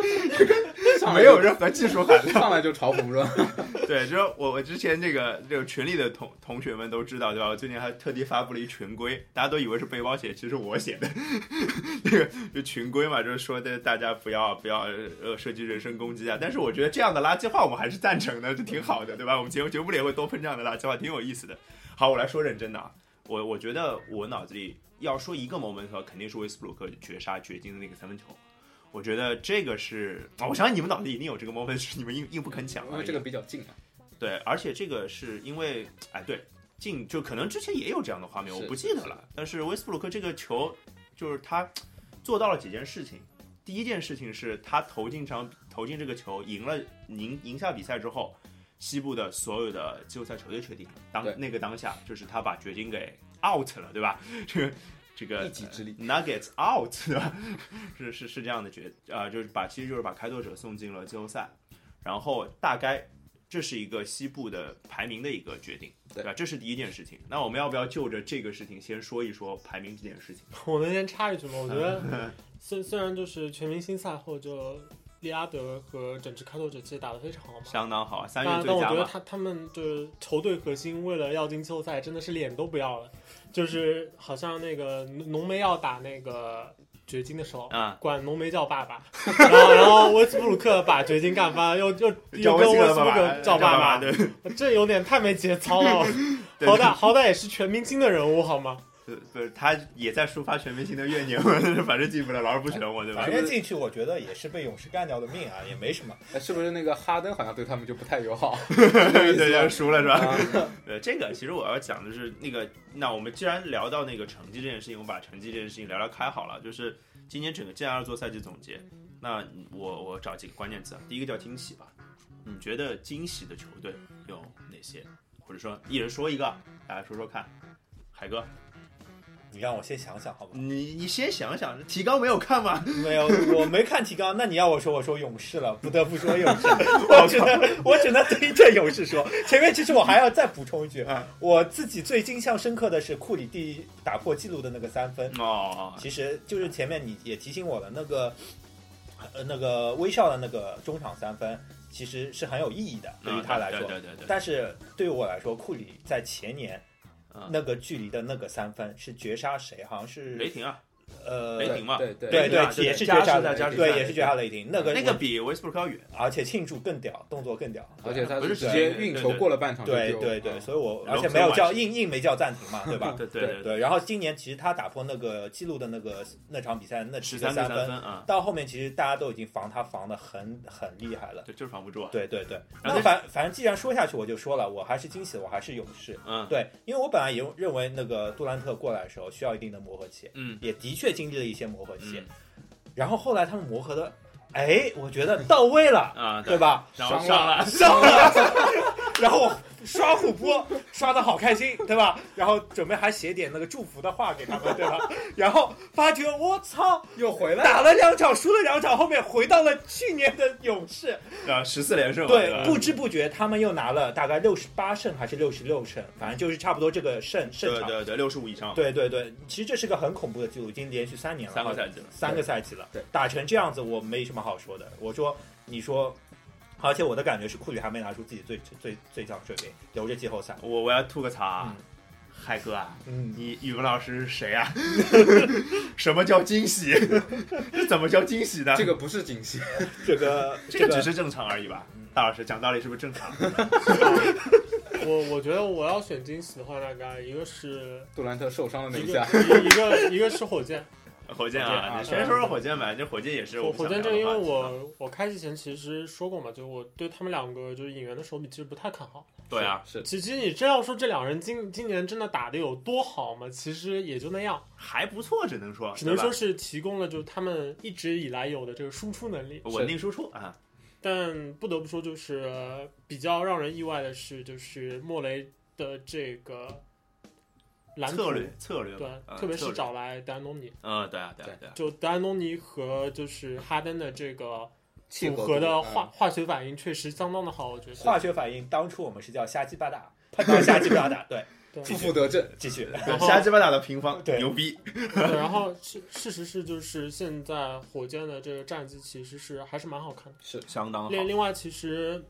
Speaker 2: 上来
Speaker 1: 没
Speaker 2: 就
Speaker 1: 有任何技术含量。
Speaker 2: 上来就嘲讽 是吧？
Speaker 1: 对，就是我我之前这个这个群里的同同学们都知道，对吧？我最近还特地发布了一群规，大家都以为是背包写，其实是我写的。 这个就群规嘛，就是说的大家不要不要呃涉及人身攻击啊。但是我觉得这样的垃圾话我们还是赞成的，这挺好的，对吧？我们节目节目里也会多喷这样的垃圾话，挺有意思的。好，我来说认真的啊，我我觉得我脑子里要说一个 moment 的话，肯定是威斯布鲁克绝杀掘金的那个三分球。我觉得这个是，啊我相信你们脑子里一定有这个 moment，是你们硬硬不肯讲
Speaker 2: 因
Speaker 1: 啊
Speaker 2: 为。这个比较近嘛。
Speaker 1: 对，而且这个是因为，哎，对，进就可能之前也有这样的画面，
Speaker 2: 是
Speaker 1: 我不记得了。但是威斯布鲁克这个球，就是他做到了几件事情，第一件事情是他投进场投进这个球，赢了赢赢下比赛之后，西部的所有的季后赛球队确定了，当
Speaker 2: 对
Speaker 1: 那个当下就是他把掘金给 out 了，对吧？ 这个这个
Speaker 2: 一己之力
Speaker 1: Nuggets out，对吧？ 是是是这样的决啊、就是把其实就是把开拓者送进了季后赛，然后大概这是一个西部的排名的一个决定，
Speaker 2: 对
Speaker 1: 对吧？这是第一件事情。那我们要不要就着这个事情先说一说排名这件事情？
Speaker 3: 我能先插一句吗？我觉得虽虽然就是全明星赛后就利拉德和整支开拓者其实打得非常好嘛，
Speaker 1: 相当好啊，三
Speaker 3: 但
Speaker 1: 月
Speaker 3: 但
Speaker 1: 最
Speaker 3: 我
Speaker 1: 佳
Speaker 3: 觉得
Speaker 1: 嘛。
Speaker 3: 他他们就是球队核心为了要进季后赛，真的是脸都不要了，就是好像那个浓浓眉要打那个掘金的时候。
Speaker 1: 啊，
Speaker 3: 管浓眉叫爸爸，然后然后威斯布鲁克把掘金干翻，又又又跟威斯布鲁克叫爸爸，
Speaker 1: 对，
Speaker 3: 这有点太没节操了。
Speaker 1: 对
Speaker 3: 好歹好歹也是全明星的人物好吗？
Speaker 1: 对对，他也在抒发全明星的怨念，反正进不了，老师不选我，对吧
Speaker 4: 反？正进去我觉得也是被勇士干掉的命啊，也没什么。
Speaker 2: 哎是不是那个哈登好像对他们就不太 友好？
Speaker 1: 对对对，输了是吧？
Speaker 2: 啊
Speaker 1: 对，这个其实我要讲的是那个，那我们既然聊到那个成绩这件事情，我们把成绩这件事情聊聊开好了，就是今年整个 G 二做赛季总结。那我我找几个关键词啊，第一个叫惊喜吧，你觉得惊喜的球队有哪些？或者说一人说一个，大家说说看。海哥，
Speaker 4: 你让我先想想好吗？
Speaker 1: 你你先想想，提纲没有看吗？
Speaker 4: 没有，我没看提纲。那你要我说，我说勇士了，不得不说勇 士。我只能，我只能对着勇士说。前面其实我还要再补充一句
Speaker 1: 嗯，
Speaker 4: 我自己最印象深刻的是库里第一打破纪录的那个三分。
Speaker 1: 哦，
Speaker 4: 其实就是前面你也提醒我了，那个呃那个微笑的那个中场三分，其实是很有意义的，对于他来
Speaker 1: 啊
Speaker 4: 说。
Speaker 1: 对对对对对，
Speaker 4: 但是对于我来说，库里在前年
Speaker 1: 嗯
Speaker 4: 那个距离的那个三分是绝杀谁？好像
Speaker 1: 雷
Speaker 4: 是
Speaker 1: 霆啊，
Speaker 4: 呃，
Speaker 1: 雷霆嘛
Speaker 2: 对对
Speaker 4: 对啊
Speaker 1: 对吧
Speaker 4: 对，也是
Speaker 1: 加
Speaker 4: 绝
Speaker 1: 时
Speaker 4: 杀
Speaker 1: 赛加
Speaker 2: 时
Speaker 4: 对，
Speaker 2: 赛
Speaker 4: 也是绝杀雷霆。那个
Speaker 1: 那个，比威斯布鲁克要远，
Speaker 4: 而且庆祝更屌，动作更屌。
Speaker 2: 而且他
Speaker 1: 不是
Speaker 2: 直接
Speaker 1: 对
Speaker 2: 运
Speaker 1: 对
Speaker 2: 球
Speaker 1: 对
Speaker 2: 过了半场就
Speaker 4: 对
Speaker 2: 丢
Speaker 4: 对
Speaker 2: 啊
Speaker 4: 对，所以我
Speaker 1: 然后
Speaker 4: 而且没有叫
Speaker 1: 最后还是
Speaker 4: 硬硬没叫暂停嘛， 对吧？
Speaker 1: 对对对，
Speaker 4: 啊对，然后今年其实他打破那个记录的那个那场比赛那
Speaker 1: 十
Speaker 4: 十
Speaker 1: 三
Speaker 4: 个
Speaker 1: 个
Speaker 4: 三
Speaker 1: 三
Speaker 4: 分，
Speaker 1: 分啊，
Speaker 4: 到后面其实大家都已经防他防的很很厉害了。
Speaker 1: 对，就是防不住啊，
Speaker 4: 对对对，
Speaker 1: 然
Speaker 4: 那
Speaker 1: 后
Speaker 4: 反反正既然说下去，我就说了，我还是惊喜，我还是勇士。
Speaker 1: 嗯
Speaker 4: 对，因为我本来也认为那个杜兰特过来的时候需要一定的磨合期，
Speaker 1: 嗯
Speaker 4: 也的确经历了一些磨合期。
Speaker 1: 嗯
Speaker 4: 然后后来他们磨合的，哎，我觉得到 位了，
Speaker 1: 啊，
Speaker 4: 对，吧？
Speaker 1: 然后
Speaker 2: 上
Speaker 1: 上了，
Speaker 4: 上了， 然后刷虎扑刷的好开心，对吧？然后准备还写点那个祝福的话给他们，对吧？然后发觉我操，
Speaker 2: 又回来了。
Speaker 4: 打了两场，输了两场，后面回到了去年的勇士。
Speaker 1: 啊，十四连胜嘛，
Speaker 4: 对
Speaker 1: 吧，
Speaker 4: 不知不觉他们又拿了大概六十八胜还是六十六胜，反正就是差不多这个胜胜
Speaker 1: 对
Speaker 4: 场。
Speaker 1: 对对，六十五以上，
Speaker 4: 对对对，其实这是个很恐怖的记录，已经连续三年了，
Speaker 1: 三个赛季了，
Speaker 4: 三个赛季了，
Speaker 2: 对
Speaker 4: 打成这样子，我没什么好说的。我说，你说，而且我的感觉是库里还没拿出自己最最最强水平，留着季后赛。
Speaker 1: 我我要吐个槽啊
Speaker 4: 嗯，
Speaker 1: 海哥啊，
Speaker 4: 嗯，
Speaker 1: 你语文老师是谁啊？ 什么叫惊喜？ 这怎么叫惊喜呢？
Speaker 2: 这个不是惊喜，
Speaker 4: 这个
Speaker 1: 这个只
Speaker 4: 个
Speaker 1: 是正常而已吧，大老师讲道理是不是正常？
Speaker 3: 我我觉得我要选惊喜的话，大概一个是
Speaker 2: 杜兰特受伤了那
Speaker 3: 一
Speaker 2: 一
Speaker 3: 个
Speaker 2: 下，
Speaker 3: 一一个一个是火箭，
Speaker 1: 火箭啊，
Speaker 3: 火箭啊
Speaker 1: 你先说说火箭吧，这火箭也是
Speaker 3: 火
Speaker 1: 我
Speaker 3: 火
Speaker 1: 们想
Speaker 3: 箭这个，因
Speaker 1: 聊
Speaker 3: 为
Speaker 1: 的话题啊
Speaker 3: 我我开之前其实说过嘛，就我对他们两个就是引援的手笔其实不太看好。
Speaker 1: 对啊，
Speaker 2: 是
Speaker 3: 其其实你真要说这两人今今年真的打的有多好嘛，其实也就那样，
Speaker 1: 还不错，只能说，
Speaker 3: 只能
Speaker 1: 对吧
Speaker 3: 说是提供了就是他们一直以来有的这个输出能力。
Speaker 1: 稳定输出啊，
Speaker 3: 但不得不说，就是呃比较让人意外的是，就是莫雷的这个蓝图
Speaker 1: 策略策略
Speaker 3: 对
Speaker 1: 吧，，嗯
Speaker 3: 特别
Speaker 1: 策
Speaker 3: 是
Speaker 1: 略
Speaker 3: 找来德安东尼，
Speaker 1: 嗯，对啊，对啊，对啊，
Speaker 3: 就德安东尼和就是哈登的这个
Speaker 2: 契
Speaker 3: 组
Speaker 2: 合
Speaker 3: 合
Speaker 2: 度
Speaker 3: 的
Speaker 2: 嗯
Speaker 3: 化化学反应确实相当的好，我觉得。
Speaker 4: 化学反应，当初我们是叫瞎鸡巴打，碰到瞎鸡 巴打，对，
Speaker 2: 负负得正，
Speaker 4: 继续。
Speaker 3: 然后
Speaker 1: 瞎鸡巴打的平方，
Speaker 4: 对
Speaker 1: 牛逼，
Speaker 3: 对，然后事事实是，就是现在火箭的这个战绩其实是还是蛮好看的。
Speaker 1: 相嗯当好。
Speaker 3: 另另外，其实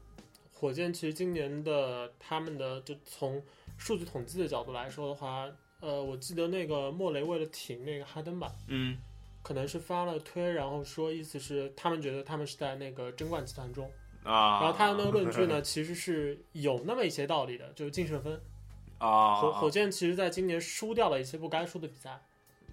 Speaker 3: 火箭其实今年的他们的就从数据统计的角度来说的话，呃，我记得那个莫雷为了挺那个哈登吧，
Speaker 1: 嗯，
Speaker 3: 可能是发了推，然后说意思是他们觉得他们是在那个争冠集团中，
Speaker 1: 啊，
Speaker 3: 然后他的那个论据呢，其实是有那么一些道理的，就是净胜分。
Speaker 1: 啊，
Speaker 3: 火火箭其实在今年输掉了一些不该输的比赛。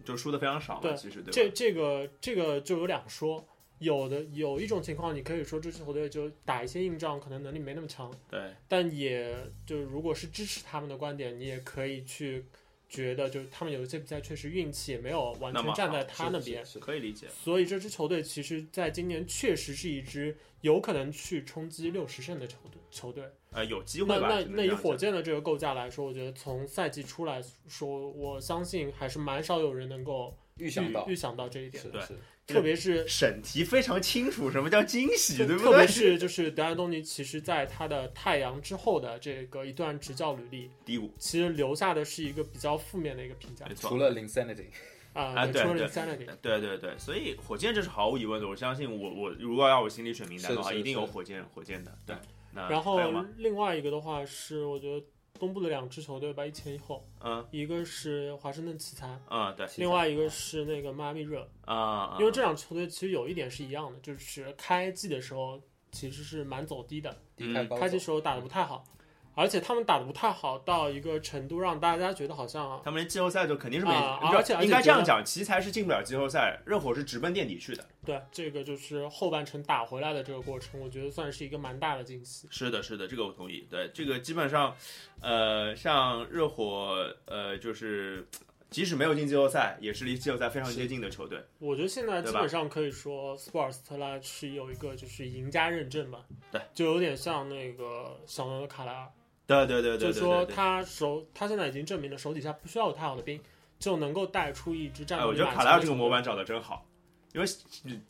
Speaker 1: 就输的非常少嘛，
Speaker 3: 对
Speaker 1: 其实
Speaker 3: 这
Speaker 1: 对吧？
Speaker 3: 这个这个就有两说，有的有一种情况，你可以说这支球队就打一些硬仗，可能能力没那么强，
Speaker 1: 对，
Speaker 3: 但也就如果是支持他们的观点，你也可以去觉得就是他们有一些比赛确实运气也没有完
Speaker 1: 那么好
Speaker 3: 全站在他
Speaker 2: 是
Speaker 3: 那
Speaker 2: 是
Speaker 3: 边，
Speaker 2: 是
Speaker 1: 可以理解。
Speaker 3: 所以这支球队其实在今年确实是一支有可能去冲击六十胜的球队。球队，
Speaker 1: 呃，有机
Speaker 3: 那
Speaker 1: 会吧？
Speaker 3: 那
Speaker 1: 只能
Speaker 3: 那
Speaker 1: 这
Speaker 3: 以
Speaker 1: 样
Speaker 3: 火
Speaker 1: 讲
Speaker 3: 箭的这个构架来说，我觉得从赛季初来说，我相信还是蛮少有人能够
Speaker 2: 预
Speaker 3: 预
Speaker 2: 想到
Speaker 3: 预想到这一点
Speaker 2: 是
Speaker 3: 的，
Speaker 1: 对
Speaker 2: 是，
Speaker 1: 这
Speaker 3: 特别是
Speaker 1: 审题非常清楚，什么叫惊喜，
Speaker 3: 特
Speaker 1: 对不
Speaker 3: 特别
Speaker 1: 对？
Speaker 3: 是就是德安东尼，其实在他的太阳之后的这个一段执教履历，
Speaker 1: 低谷，
Speaker 3: 其实留下的是一个比较负面的一个评价
Speaker 1: 没错。
Speaker 2: 除了 Linsanity，
Speaker 3: 啊，
Speaker 1: 啊
Speaker 3: 对
Speaker 1: 对
Speaker 3: 除了
Speaker 1: 对
Speaker 3: insanity，
Speaker 1: 对对对，所以火箭这是毫无疑问的。我相信我我如果要我心里选名单的话，
Speaker 2: 是是
Speaker 1: 一定有
Speaker 2: 是
Speaker 1: 火箭火箭的。对，那
Speaker 3: 然后
Speaker 1: 啊还有吗？
Speaker 3: 另外一个的话是，我觉得东部的两支球队吧，一前一后，
Speaker 1: 嗯
Speaker 3: 一个是华盛顿奇才，
Speaker 1: 嗯，对，
Speaker 3: 另外一个是那个迈阿密热，
Speaker 1: 啊，
Speaker 3: 因为这两支球队其实有一点是一样的，就是开季的时候其实是蛮走低的，
Speaker 2: 低开高
Speaker 3: 开
Speaker 2: 走
Speaker 3: 季时候打得不太好，
Speaker 1: 嗯
Speaker 3: 而且他们打得不太好到一个程度，让大家觉得好像
Speaker 1: 他们连季后赛就肯定是没，
Speaker 3: 啊
Speaker 1: 你知道
Speaker 3: 而且而且
Speaker 1: 应该这样讲，奇才是进不了季后赛，热火是直奔垫底去的。
Speaker 3: 对这个就是后半程打回来的这个过程，我觉得算是一个蛮大的惊喜。
Speaker 1: 是的，是的，这个我同意。对，这个基本上，呃，像热火，呃，就是即使没有进季后赛，也是离季后赛非常接近的球队。
Speaker 3: 我觉得现在
Speaker 1: 对
Speaker 3: 基
Speaker 1: 吧
Speaker 3: 本上可以说，斯波尔斯特拉是有一个就是赢家认证吧，
Speaker 1: 对，
Speaker 3: 就有点像那个小牛的卡莱尔，
Speaker 1: 对对对对对
Speaker 3: 就
Speaker 1: 对
Speaker 3: 是说
Speaker 1: 对
Speaker 3: 他手他现在已经证明了手底下不需要有太好的兵，就能够带出一支战
Speaker 1: 哎，
Speaker 3: 斗
Speaker 1: 我
Speaker 3: 力
Speaker 1: 觉得
Speaker 3: 满
Speaker 1: 卡
Speaker 3: 强
Speaker 1: 莱尔
Speaker 3: 的
Speaker 1: 这个
Speaker 3: 球
Speaker 1: 模
Speaker 3: 队
Speaker 1: 板找的真好，因为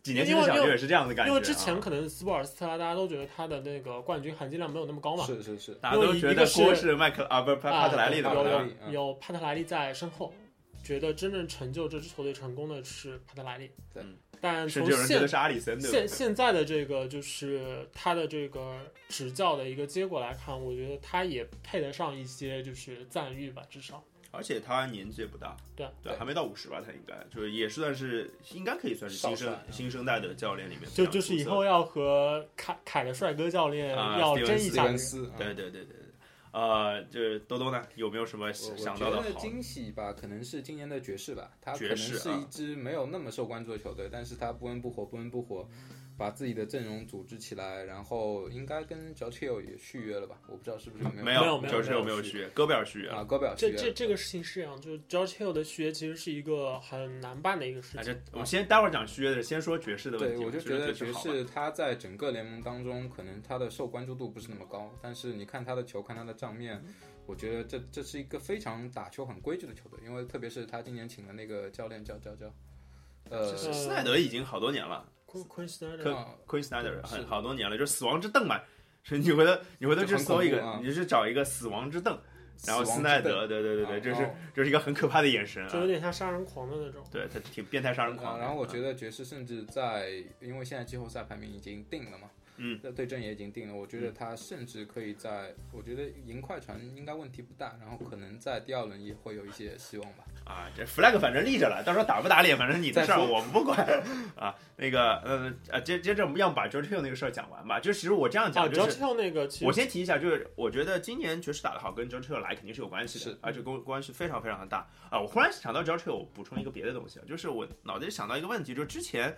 Speaker 1: 几年前
Speaker 3: 因
Speaker 1: 的
Speaker 3: 为
Speaker 1: 小
Speaker 3: 因
Speaker 1: 牛
Speaker 3: 为
Speaker 1: 也是这样的感觉啊。
Speaker 3: 因为之前可能斯波尔斯特拉大家都觉得他的那个冠军含金量没有那么高嘛，
Speaker 2: 是是是，
Speaker 1: 大家都觉得
Speaker 3: 因
Speaker 1: 锅
Speaker 3: 为一个
Speaker 1: 是麦克啊，不是帕帕特莱利的
Speaker 3: 啊
Speaker 1: 嘛
Speaker 3: 有
Speaker 1: 对吧
Speaker 2: 帕特莱利
Speaker 3: 有有帕特莱利在身后，觉得真正成就这支球队成功的是帕特莱利。
Speaker 2: 对
Speaker 3: 但
Speaker 1: 甚
Speaker 3: 从
Speaker 1: 至有人觉
Speaker 3: 现
Speaker 1: 得嗯是阿里森，对
Speaker 3: 现
Speaker 1: 吧？
Speaker 3: 现在的这个就是他的这个执教的一个结果来看，我觉得他也配得上一些就是赞誉吧，至少
Speaker 1: 而且他年纪也不大，
Speaker 3: 对
Speaker 1: 对，还没到五十吧，他应该就是也算是应该可以算是新生
Speaker 2: 少帅嗯
Speaker 1: 新生代的教练里面非
Speaker 3: 就
Speaker 1: 常出色的，
Speaker 3: 就是以后要和凯凯的帅哥教练
Speaker 1: 啊
Speaker 3: 要
Speaker 1: 斯蒂文
Speaker 3: 争一
Speaker 1: 斯
Speaker 2: 斯
Speaker 3: 下
Speaker 2: 文
Speaker 3: 人。
Speaker 2: 斯，啊
Speaker 1: 对对对对对，呃，就是兜兜呢，有没有什么
Speaker 2: 我
Speaker 1: 想
Speaker 2: 我
Speaker 1: 到
Speaker 2: 觉
Speaker 1: 的
Speaker 2: 得
Speaker 1: 好？
Speaker 2: 惊喜吧，可能是今年的爵士吧，他可
Speaker 1: 爵
Speaker 2: 能
Speaker 1: 士
Speaker 2: 是
Speaker 1: 啊
Speaker 2: 一支没有那么受关注的球队，但是他不温不火，不温不火，把自己的阵容组织起来，然后应该跟 j o t i l 也续约了吧？我不知道是不是
Speaker 1: 没
Speaker 3: 没有
Speaker 1: 有，
Speaker 3: 没有
Speaker 1: 就是有
Speaker 2: 没
Speaker 1: 没
Speaker 2: 有
Speaker 1: 有
Speaker 2: 续
Speaker 1: 续？戈贝尔续约
Speaker 2: 啊，
Speaker 1: 了。
Speaker 2: 戈贝尔续
Speaker 3: 这
Speaker 2: 约
Speaker 3: 这
Speaker 2: 了
Speaker 3: 这个事情是这样，就是 George Hill 的续约其实是一个很难办的一个事
Speaker 1: 啊，
Speaker 3: 情
Speaker 1: 这。我们先待会儿讲续约的，先说爵士的问
Speaker 2: 对，
Speaker 1: 题。
Speaker 2: 我就
Speaker 1: 觉
Speaker 2: 得
Speaker 1: 爵
Speaker 2: 爵
Speaker 1: 好吧
Speaker 2: 士他在整个联盟当中，可能他的受关注度不是那么高，但是你看他的球，看他的账面，我觉得这这是一个非常打球很规矩的球队，因为特别是他今年请的那个教练叫叫叫，呃，
Speaker 1: 是斯奈德已经好多年了
Speaker 3: Quin Quin Snyder
Speaker 1: 可
Speaker 2: 啊
Speaker 1: ，Queen Snyder 很
Speaker 2: 是
Speaker 1: 好多年了，就是死亡之凳嘛。是你回头你回头去
Speaker 2: 就很
Speaker 1: 搜一个，
Speaker 2: 恐怖啊
Speaker 1: 你就去找一个死亡之凳，然后
Speaker 2: 死
Speaker 1: 斯
Speaker 2: 亡之
Speaker 1: 奈
Speaker 2: 凳
Speaker 1: 德，对对对对，
Speaker 2: 啊
Speaker 1: 这
Speaker 2: 然
Speaker 1: 是
Speaker 2: 后
Speaker 1: 这是一个很可怕的眼神
Speaker 3: 就有
Speaker 1: 啊。
Speaker 3: 点像杀人狂的那种。
Speaker 1: 对他挺变态杀人狂
Speaker 2: 啊
Speaker 1: 的。
Speaker 2: 然后我觉
Speaker 1: 得
Speaker 2: 得爵士甚至在，因为现在季后赛排名已经定了嘛，
Speaker 1: 嗯，
Speaker 2: 那对阵也已经定了，我觉得他甚至可以在，我觉得赢快船应该问题不大，然后可能在第二轮也会有一些希望吧。
Speaker 1: 啊，这 flag 反正立着了，到时候打不打脸，反正你的
Speaker 2: 再
Speaker 1: 事儿
Speaker 2: 说
Speaker 1: 我们不管 啊。那个，呃，啊，接接着我们要把 George Hill 那个事儿讲完吧。就其实我这样
Speaker 3: 啊
Speaker 2: 哦
Speaker 1: 讲，就
Speaker 3: ，George
Speaker 1: 是
Speaker 3: Hill 那个其实
Speaker 1: 我先提一下，就是我觉得今年爵士打得好，跟 George Hill 来肯定是有关系的
Speaker 2: 是，
Speaker 1: 而且关关系非常非常的大啊！我忽然想到 George Hill，我补充一个别的东西，啊就是我脑子里想到一个问题，就是之前。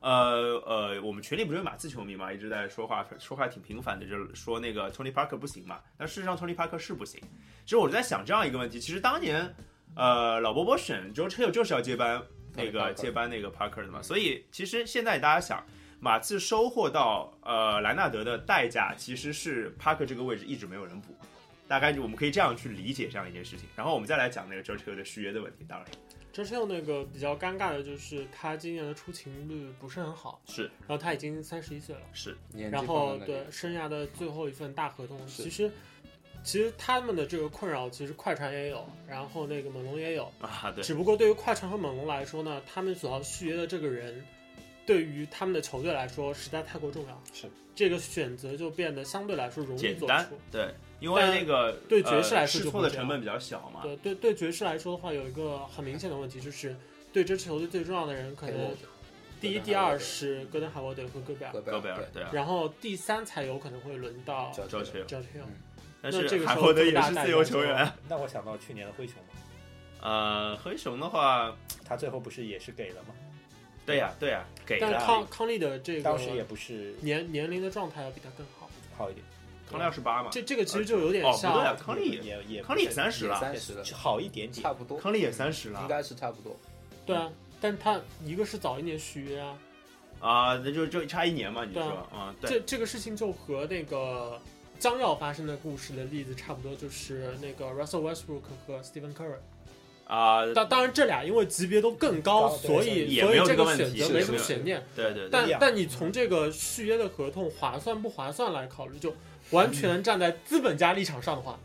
Speaker 1: 呃呃，我们群里不是有马刺球迷嘛，一直在说话，说话挺频繁的，就是说那个 Tony Parker 不行嘛。但事实上 Tony Parker 是不行。其实我在想这样一个问题，其实当年呃老伯伯选 George Hill 就是要接班那
Speaker 2: Tony
Speaker 1: 个
Speaker 2: Parker
Speaker 1: 接班那个 Parker 的嘛，所以其实现在大家想，马刺收获到呃莱纳德的代价，其实是帕克这个位置一直没有人补，大概就我们可以这样去理解这样一件事情。然后我们再来讲那个 George Hill 的续约的问题，当然
Speaker 3: George Hill 那个比较尴尬的就是他今年的出勤率不是很好，
Speaker 1: 是
Speaker 3: 然后他已经三十一岁了，
Speaker 1: 是
Speaker 2: 年纪
Speaker 3: 然
Speaker 2: 放
Speaker 3: 后
Speaker 2: 在那里
Speaker 3: 对生涯的最后一份大合同，
Speaker 2: 是
Speaker 3: 其实其实他们的这个困扰其实快船也有，然后那个猛龙也有，
Speaker 1: 啊，对
Speaker 3: 只不过对于快船和猛龙来说呢，他们所要续约的这个人，对于他们的球队来说实在太过重要，
Speaker 4: 是
Speaker 3: 这个选择就变得相对来说容易
Speaker 1: 简
Speaker 3: 做
Speaker 1: 单
Speaker 3: 出。
Speaker 1: 对，因为那个
Speaker 3: 对爵士来
Speaker 1: 呃
Speaker 3: 说
Speaker 1: 试
Speaker 3: 就
Speaker 1: 错
Speaker 3: 不
Speaker 1: 的
Speaker 3: 这样
Speaker 1: 成本比较小嘛，
Speaker 3: 对对对，爵士来说的话，有一个很明显的问题就是，对这支球队最重要的人可
Speaker 2: 黑
Speaker 3: 能
Speaker 2: 沃德
Speaker 3: 第一、
Speaker 2: 戈登
Speaker 3: 第
Speaker 2: 海沃德
Speaker 3: 二是戈登海沃德和戈贝尔，
Speaker 2: 戈贝
Speaker 1: 戈贝尔对啊
Speaker 3: 然后第三才有可能会轮到
Speaker 2: 叫
Speaker 1: George Hill，
Speaker 3: George Hill。
Speaker 1: 但
Speaker 3: 那这
Speaker 1: 是
Speaker 3: 个
Speaker 1: 海
Speaker 3: 时候
Speaker 1: 沃德
Speaker 3: 最
Speaker 1: 也
Speaker 3: 大
Speaker 1: 是
Speaker 3: 代
Speaker 1: 自
Speaker 3: 价
Speaker 1: 由
Speaker 3: 就
Speaker 1: 球员，
Speaker 4: 那我想到去年的灰熊嘛，
Speaker 1: 呃，黑熊的话，
Speaker 4: 他最后不是也是给了吗？
Speaker 1: 对呀对呀，给
Speaker 3: 但是
Speaker 1: 了
Speaker 3: 康康利的这
Speaker 4: 当时也
Speaker 3: 个
Speaker 4: 不是
Speaker 3: 年年龄的状态要比他更好。
Speaker 4: 好一点，
Speaker 1: 康利二十八嘛，
Speaker 3: 这这个其实就有点
Speaker 1: 哦不对啊，
Speaker 3: 像，
Speaker 1: 康利也
Speaker 4: 也也
Speaker 1: 康利也三十
Speaker 7: 也
Speaker 1: 了，
Speaker 7: 三十了，
Speaker 4: 好一点点
Speaker 7: 差。不多，
Speaker 1: 康利也三十
Speaker 7: 应
Speaker 1: 了
Speaker 7: 该是差不多。
Speaker 3: 对啊，但他一个是早一年续约啊，
Speaker 1: 啊，那就就差一年嘛，你
Speaker 3: 对啊
Speaker 1: 说，嗯，
Speaker 3: 这
Speaker 1: 对，
Speaker 3: 这个事情就和那个将要发生的故事的例子差不多，就是那个 Russell Westbrook 和 Stephen Curry。
Speaker 1: 啊，
Speaker 3: 当当然，这俩因为级别都更高，
Speaker 4: 高对
Speaker 3: 所以
Speaker 1: 也
Speaker 3: 所
Speaker 1: 没
Speaker 3: 以
Speaker 1: 有
Speaker 3: 这
Speaker 1: 这个
Speaker 3: 个
Speaker 1: 问题
Speaker 3: 选择
Speaker 1: 是
Speaker 3: 没
Speaker 1: 的
Speaker 3: 什么悬念。
Speaker 1: 对对对，
Speaker 3: 但
Speaker 4: 一样
Speaker 3: 但你从这个续约的合同划算不划算来考虑，就完全站在资本家立场上的话，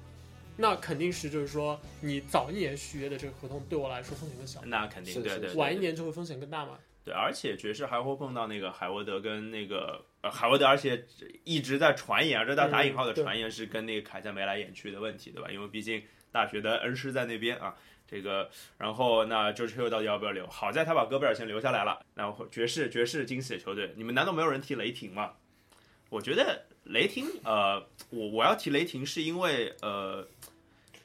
Speaker 3: 那肯定是就是说你早一年续约的这个合同对我来说风险更小，
Speaker 1: 那肯定
Speaker 7: 是
Speaker 1: 对
Speaker 7: 是
Speaker 1: 对，对
Speaker 3: 晚一年就会风险更大嘛。
Speaker 1: 对，而且爵士还会碰到那个海沃德跟那个呃海沃德，而且一直在传言，这在打引号的
Speaker 4: 嗯对
Speaker 1: 传言是跟那个凯撒眉来眼去的问题，对吧？因为毕竟大学的恩师在那边啊，这个，然后那 j o e 到底要不要留？好在他把戈贝尔先留下来了。然后爵士爵士惊喜的球队，你们难道没有人提雷霆吗？我觉得雷霆，呃，我我要提雷霆是因为呃，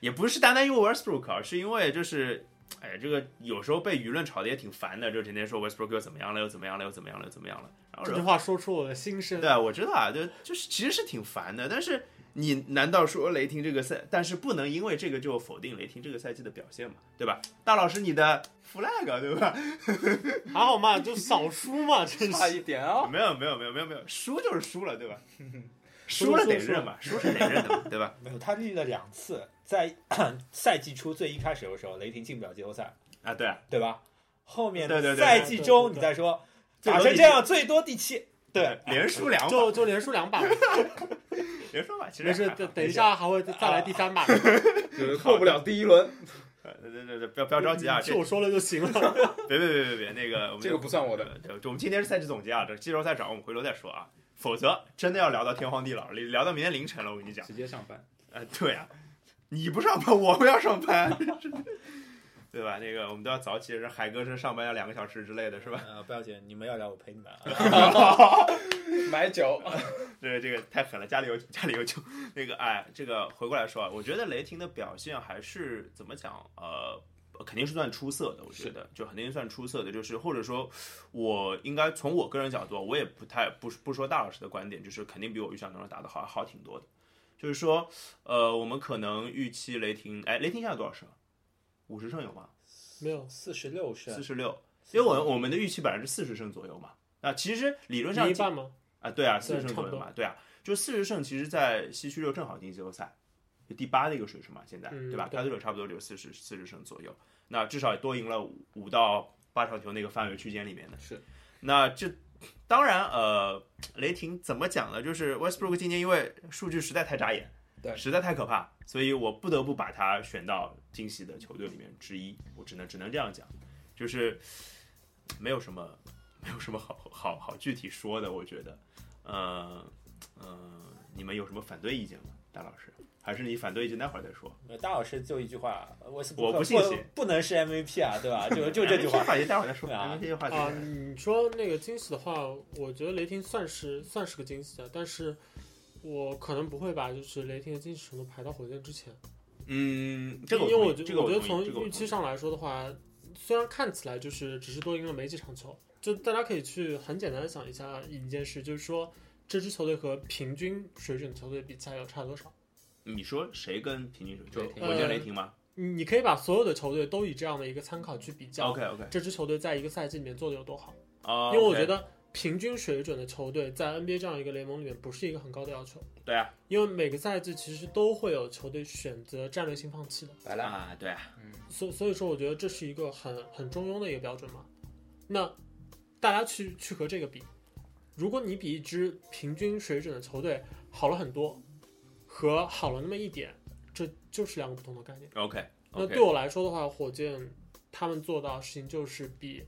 Speaker 1: 也不是单单因为 Westbrook，而是因为就是哎，这个有时候被舆论吵得也挺烦的，就天天说 Westbrook 又怎么样了，又怎么样了，又怎么样了，又怎么样了。然后
Speaker 3: 这句
Speaker 1: 人，
Speaker 3: 话说出我的心声。
Speaker 1: 对，我知道啊，就就是其实是挺烦的。但是你难道说雷霆这个赛，但是不能因为这个就否定雷霆这个赛季的表现嘛，对吧？大老师，你的 flag 对吧？
Speaker 3: 还好嘛，就少输嘛，真
Speaker 7: 差
Speaker 3: 是。
Speaker 7: 一点哦，
Speaker 1: 没有没有没有没有没有，输就是输了， 对吧？输了得认嘛，输是得认的嘛，对吧？
Speaker 4: 没有，他立了两次，在 赛季初最一开始的时候，雷霆进不了季后赛，
Speaker 1: 啊，对啊，
Speaker 4: 对吧？后面的
Speaker 1: 对对对
Speaker 4: 赛季中
Speaker 3: 对对对
Speaker 4: 你再说，
Speaker 1: 最
Speaker 4: 打
Speaker 1: 多
Speaker 4: 成
Speaker 1: 第
Speaker 4: 这样最多第七，对，
Speaker 1: 连输两把，
Speaker 3: 就就连输两把，
Speaker 1: 连输吧，其实
Speaker 3: 没事
Speaker 1: 还，好
Speaker 3: 等等一，下还会再再来第三把。
Speaker 2: 就是过不了第一轮，
Speaker 1: 呃对对对对，不要不要着急啊，
Speaker 3: 你
Speaker 1: 这
Speaker 3: 听我说了就行了。
Speaker 1: 别别别别别，那个我们
Speaker 2: 这个不算我的。
Speaker 1: 呃对，我们今天是赛季总结啊，这季后赛展我们回头再说啊，否则真的要聊到天荒地老，聊到明天凌晨了。我跟你讲，
Speaker 2: 直接上班。
Speaker 1: 呃，对啊，你不上班，我们要上班， 对吧？那个我们都要早起，是海哥是上班要两个小时之类的，是吧？
Speaker 4: 呃，不要紧，你们要聊我陪你们啊。
Speaker 2: 买酒，
Speaker 1: 这个这个太狠了，家里有酒家里有酒。那个哎，这个回过来说啊，我觉得雷霆的表现还是怎么讲？呃，肯定是算出色的，我觉得就肯定算出色的，就是或者说，我应该从我个人角度，我也不太不不说大老师的观点，就是肯定比我预想当中打的好好挺多的。就是说，呃，我们可能预期雷霆，哎，雷霆现在多少胜？五十胜有吗？
Speaker 3: 没有，
Speaker 4: 四十六胜
Speaker 1: 四，十六，因为我我们的预期百分之四十胜左右嘛。那其实理论上
Speaker 3: 你一半吗？
Speaker 1: 啊，对啊，四
Speaker 3: 对
Speaker 1: 十胜左
Speaker 3: 差不
Speaker 1: 右
Speaker 3: 多
Speaker 1: 嘛，对啊，就四十胜，其实，在西区就正好进季后赛，就第八的一个水平嘛，现在、
Speaker 3: 嗯
Speaker 1: 对吧？
Speaker 3: 对
Speaker 1: 开拓者差不多就是四十四十胜左右，那至少也多赢了五五到八场球那个范围区间里面的。
Speaker 2: 是，
Speaker 1: 那这当然呃，雷霆怎么讲呢？就是 Westbrook 今年因为数据实在太扎眼，
Speaker 7: 对
Speaker 1: 实在太可怕，所以我不得不把他选到惊喜的球队里面之一，我只能只能这样讲，就是没有什么。没有什么好好好具体说的，我觉得，呃，呃，你们有什么反对意见吗，大老师？还是你反对意见待会儿再说？
Speaker 4: 大老师就一句话，我是
Speaker 1: 我不信邪
Speaker 4: 不能是 MVP 啊，对吧？就就这句 话
Speaker 1: 这。话题待会儿再哎说。
Speaker 4: 对啊
Speaker 1: 这些话题
Speaker 3: 啊，你说那个惊喜的话，我觉得雷霆算是算是个惊喜啊，但是我可能不会把就是雷霆的惊喜程度排到火箭之前，
Speaker 1: 嗯，这个
Speaker 3: 因为
Speaker 1: 我
Speaker 3: 我
Speaker 1: 同
Speaker 3: 觉
Speaker 1: 意这个
Speaker 3: 我觉得
Speaker 1: 同
Speaker 3: 从
Speaker 1: 意这个我
Speaker 3: 预期
Speaker 1: 同意
Speaker 3: 上来说的话，虽然看起来就是只是多赢了没几场球，就大家可以去很简单的想一下一件事，就是说这支球队和平均水准的球队比起来要差多少。
Speaker 1: 你说谁跟平均水
Speaker 7: 雷
Speaker 1: 平？
Speaker 7: 霆
Speaker 1: 就火
Speaker 3: 呃
Speaker 1: 箭、雷霆吗
Speaker 3: 你你可以把所有的球队都以这样的一个参考去比较
Speaker 1: ？OK OK
Speaker 3: 这支球队在一个赛季里面做的有多好。
Speaker 1: 啊，
Speaker 3: 因为我
Speaker 1: OK，
Speaker 3: 觉得平均水准的球队在 NBA 这样一个联盟里面不是一个很高的要求，
Speaker 1: 对啊，
Speaker 3: 因为每个赛季其实都会有球队选择战略性放弃的，
Speaker 7: 白烂。
Speaker 1: 啊，对啊，
Speaker 3: 所所以说我觉得这是一个很很中庸的一个标准嘛。那大家去去和这个比，如果你比一支平均水准的球队好了很多，和好了那么一点，这就是两个不同的概念。
Speaker 1: ，OK
Speaker 3: 那
Speaker 1: OK，
Speaker 3: 对我来说的话，火箭他们做到的事情就是比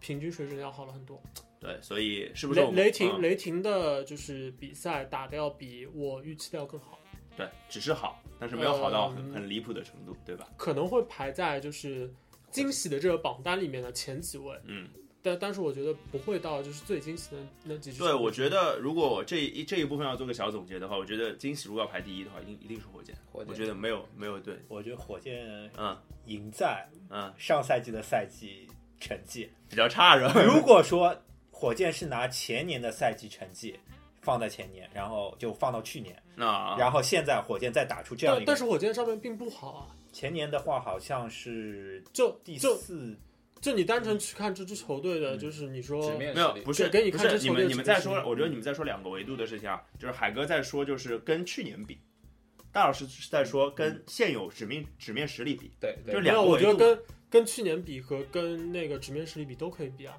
Speaker 3: 平均水准要好了很多。
Speaker 1: 对，所以是不是我
Speaker 3: 雷
Speaker 1: 们
Speaker 4: 啊
Speaker 3: 雷霆
Speaker 1: 嗯
Speaker 3: 雷霆的就是比赛打的要比我预期的要更好，
Speaker 1: 对，只是好，但是没有好到很
Speaker 3: 嗯
Speaker 1: 很离谱的程度，对吧？
Speaker 3: 可能会排在就是惊喜的这个榜单里面的前几位，
Speaker 1: 嗯，
Speaker 3: 但但是我觉得不会到就是最惊喜的那几支球队。
Speaker 1: 对，我觉得如果我这一这一部分要做个小总结的话，我觉得惊喜如果要排第一的话，一定一定是火箭。
Speaker 7: 火
Speaker 1: 我
Speaker 7: 箭
Speaker 1: 觉得没有没有对，
Speaker 4: 我觉得火箭
Speaker 1: 嗯
Speaker 4: 赢在
Speaker 1: 嗯，
Speaker 4: 上赛季的赛季成绩。
Speaker 1: 比较差是吧？
Speaker 4: 如果说火箭是拿前年的赛季成绩放在前年，然后就放到去年，
Speaker 1: 那
Speaker 4: 然后现在火箭再打出这样
Speaker 3: 但
Speaker 4: 一
Speaker 3: 但
Speaker 4: 个。
Speaker 3: 是火箭上面并不好啊，
Speaker 4: 前年的话好像是
Speaker 3: 就
Speaker 4: 第
Speaker 3: 就
Speaker 4: 四，
Speaker 3: 就你单纯去看这支球队的，就是你说
Speaker 2: 嗯纸面
Speaker 1: 没有
Speaker 2: 实力，
Speaker 1: 不是
Speaker 3: 给你
Speaker 1: 不
Speaker 3: 看
Speaker 1: 是
Speaker 3: 这
Speaker 1: 你
Speaker 3: 球队
Speaker 1: 们你们
Speaker 3: 这个
Speaker 1: 再
Speaker 3: 是
Speaker 1: 说，我觉得你们再说两个维度的事情啊，就是海哥在说，就是跟去年比，大老师是在说跟现有纸面纸面实力比，
Speaker 2: 对对，
Speaker 1: 就
Speaker 3: 没
Speaker 1: 两
Speaker 3: 有，
Speaker 1: 个
Speaker 3: 我
Speaker 1: 维
Speaker 3: 觉得
Speaker 1: 度。
Speaker 3: 跟跟去年比和跟那个直面实力比都可以比啊。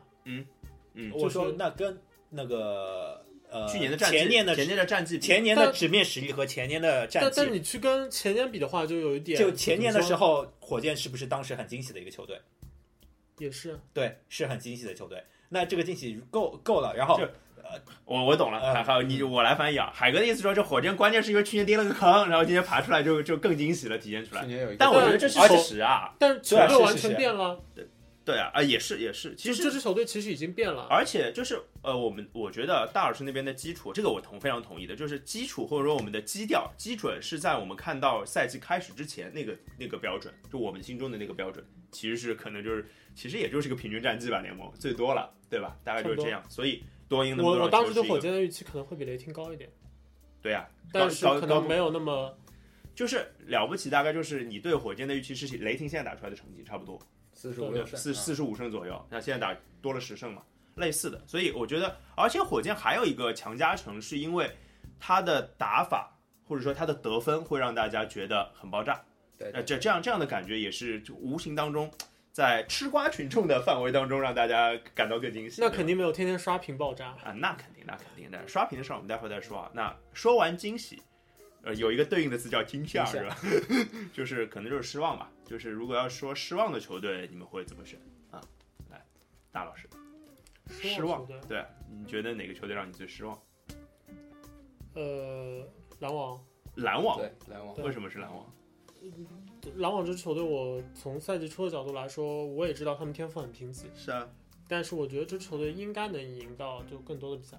Speaker 1: 嗯
Speaker 4: 我
Speaker 3: 就是
Speaker 4: 说那跟那个呃
Speaker 1: 去年的战绩，
Speaker 4: 前年的
Speaker 1: 前年的战绩比，
Speaker 4: 前年的
Speaker 3: 但
Speaker 4: 纸面实力和前年的战
Speaker 3: 但
Speaker 4: 绩
Speaker 3: 但你去跟前年比的话，就有一点
Speaker 4: 就前年的时
Speaker 3: 怎么说
Speaker 4: 候，火箭是不是当时很惊喜的一个球队？
Speaker 3: 也是，
Speaker 4: 对，是很惊喜的球队。那这个惊喜够够了，然后
Speaker 1: 就我我懂了，
Speaker 4: 呃
Speaker 1: 海海你我来翻译啊，海哥的意思说，这火箭关键是因为去年跌了个坑，然后今年爬出来就就更惊喜了，体现出来
Speaker 2: 去。年有一个，
Speaker 1: 但我觉
Speaker 3: 对
Speaker 1: 得这是
Speaker 4: 而且
Speaker 1: 事实啊，
Speaker 3: 但是球
Speaker 4: 对啊
Speaker 3: 队
Speaker 4: 是
Speaker 3: 完
Speaker 4: 是
Speaker 3: 全
Speaker 4: 是
Speaker 3: 变了，
Speaker 1: 对啊，啊也是也是，其
Speaker 3: 就
Speaker 1: 实
Speaker 3: 这支球队其实已经变了。
Speaker 1: 而且就是呃，我们我觉得大老师那边的基础，这个我同非常同意的，就是基础或者说我们的基调基准是在我们看到赛季开始之前那个那个标准，就我们心中的那个标准，其实是可能就是其实也就是个平均战绩吧，联盟最多了，对吧？大概就是这样，所以多赢那么多
Speaker 3: 我
Speaker 1: 少
Speaker 3: 我当时
Speaker 1: 球
Speaker 3: 对
Speaker 1: 是一
Speaker 3: 火
Speaker 1: 个，
Speaker 3: 箭的预期可能会比雷霆高一点，
Speaker 1: 对呀、高
Speaker 3: 但是
Speaker 1: 高
Speaker 3: 可
Speaker 1: 高
Speaker 3: 能没有那么
Speaker 1: 就是了不起，大概就是你对火箭的预期是雷霆现在打出来的成绩差不多，
Speaker 2: 四十五六胜，
Speaker 1: 呃四四十五啊胜左右，那现在打多了十胜嘛，类似的。所以我觉得，而且火箭还有一个强加成，是因为他的打法或者说他的得分会让大家觉得很爆炸，
Speaker 2: 对
Speaker 1: 呃，这这样这样的感觉也是就无形当中在吃瓜群众的范围当中让大家感到更惊喜。
Speaker 3: 那肯定没有天天刷屏爆炸。
Speaker 1: 啊，那肯定，那肯定的。刷屏的事儿我们待会儿再说啊。那说完惊喜，呃，有一个对应的词叫惊吓，
Speaker 2: 惊
Speaker 1: 是吧？就是可能就是失望吧。就是如果要说失望的球队，你们会怎么选啊？来，大老师，失望
Speaker 3: 球队，
Speaker 1: 对，你觉得哪个球队让你最失望？
Speaker 3: 呃，篮网，
Speaker 1: 篮网，
Speaker 2: 对篮网
Speaker 3: 对
Speaker 1: 为什么是篮网？
Speaker 3: 篮网这支球队，我从赛季初的角度来说，我也知道他们天赋很贫瘠，
Speaker 1: 是啊，
Speaker 3: 但是我觉得这支球队应该能赢到就更多的比赛。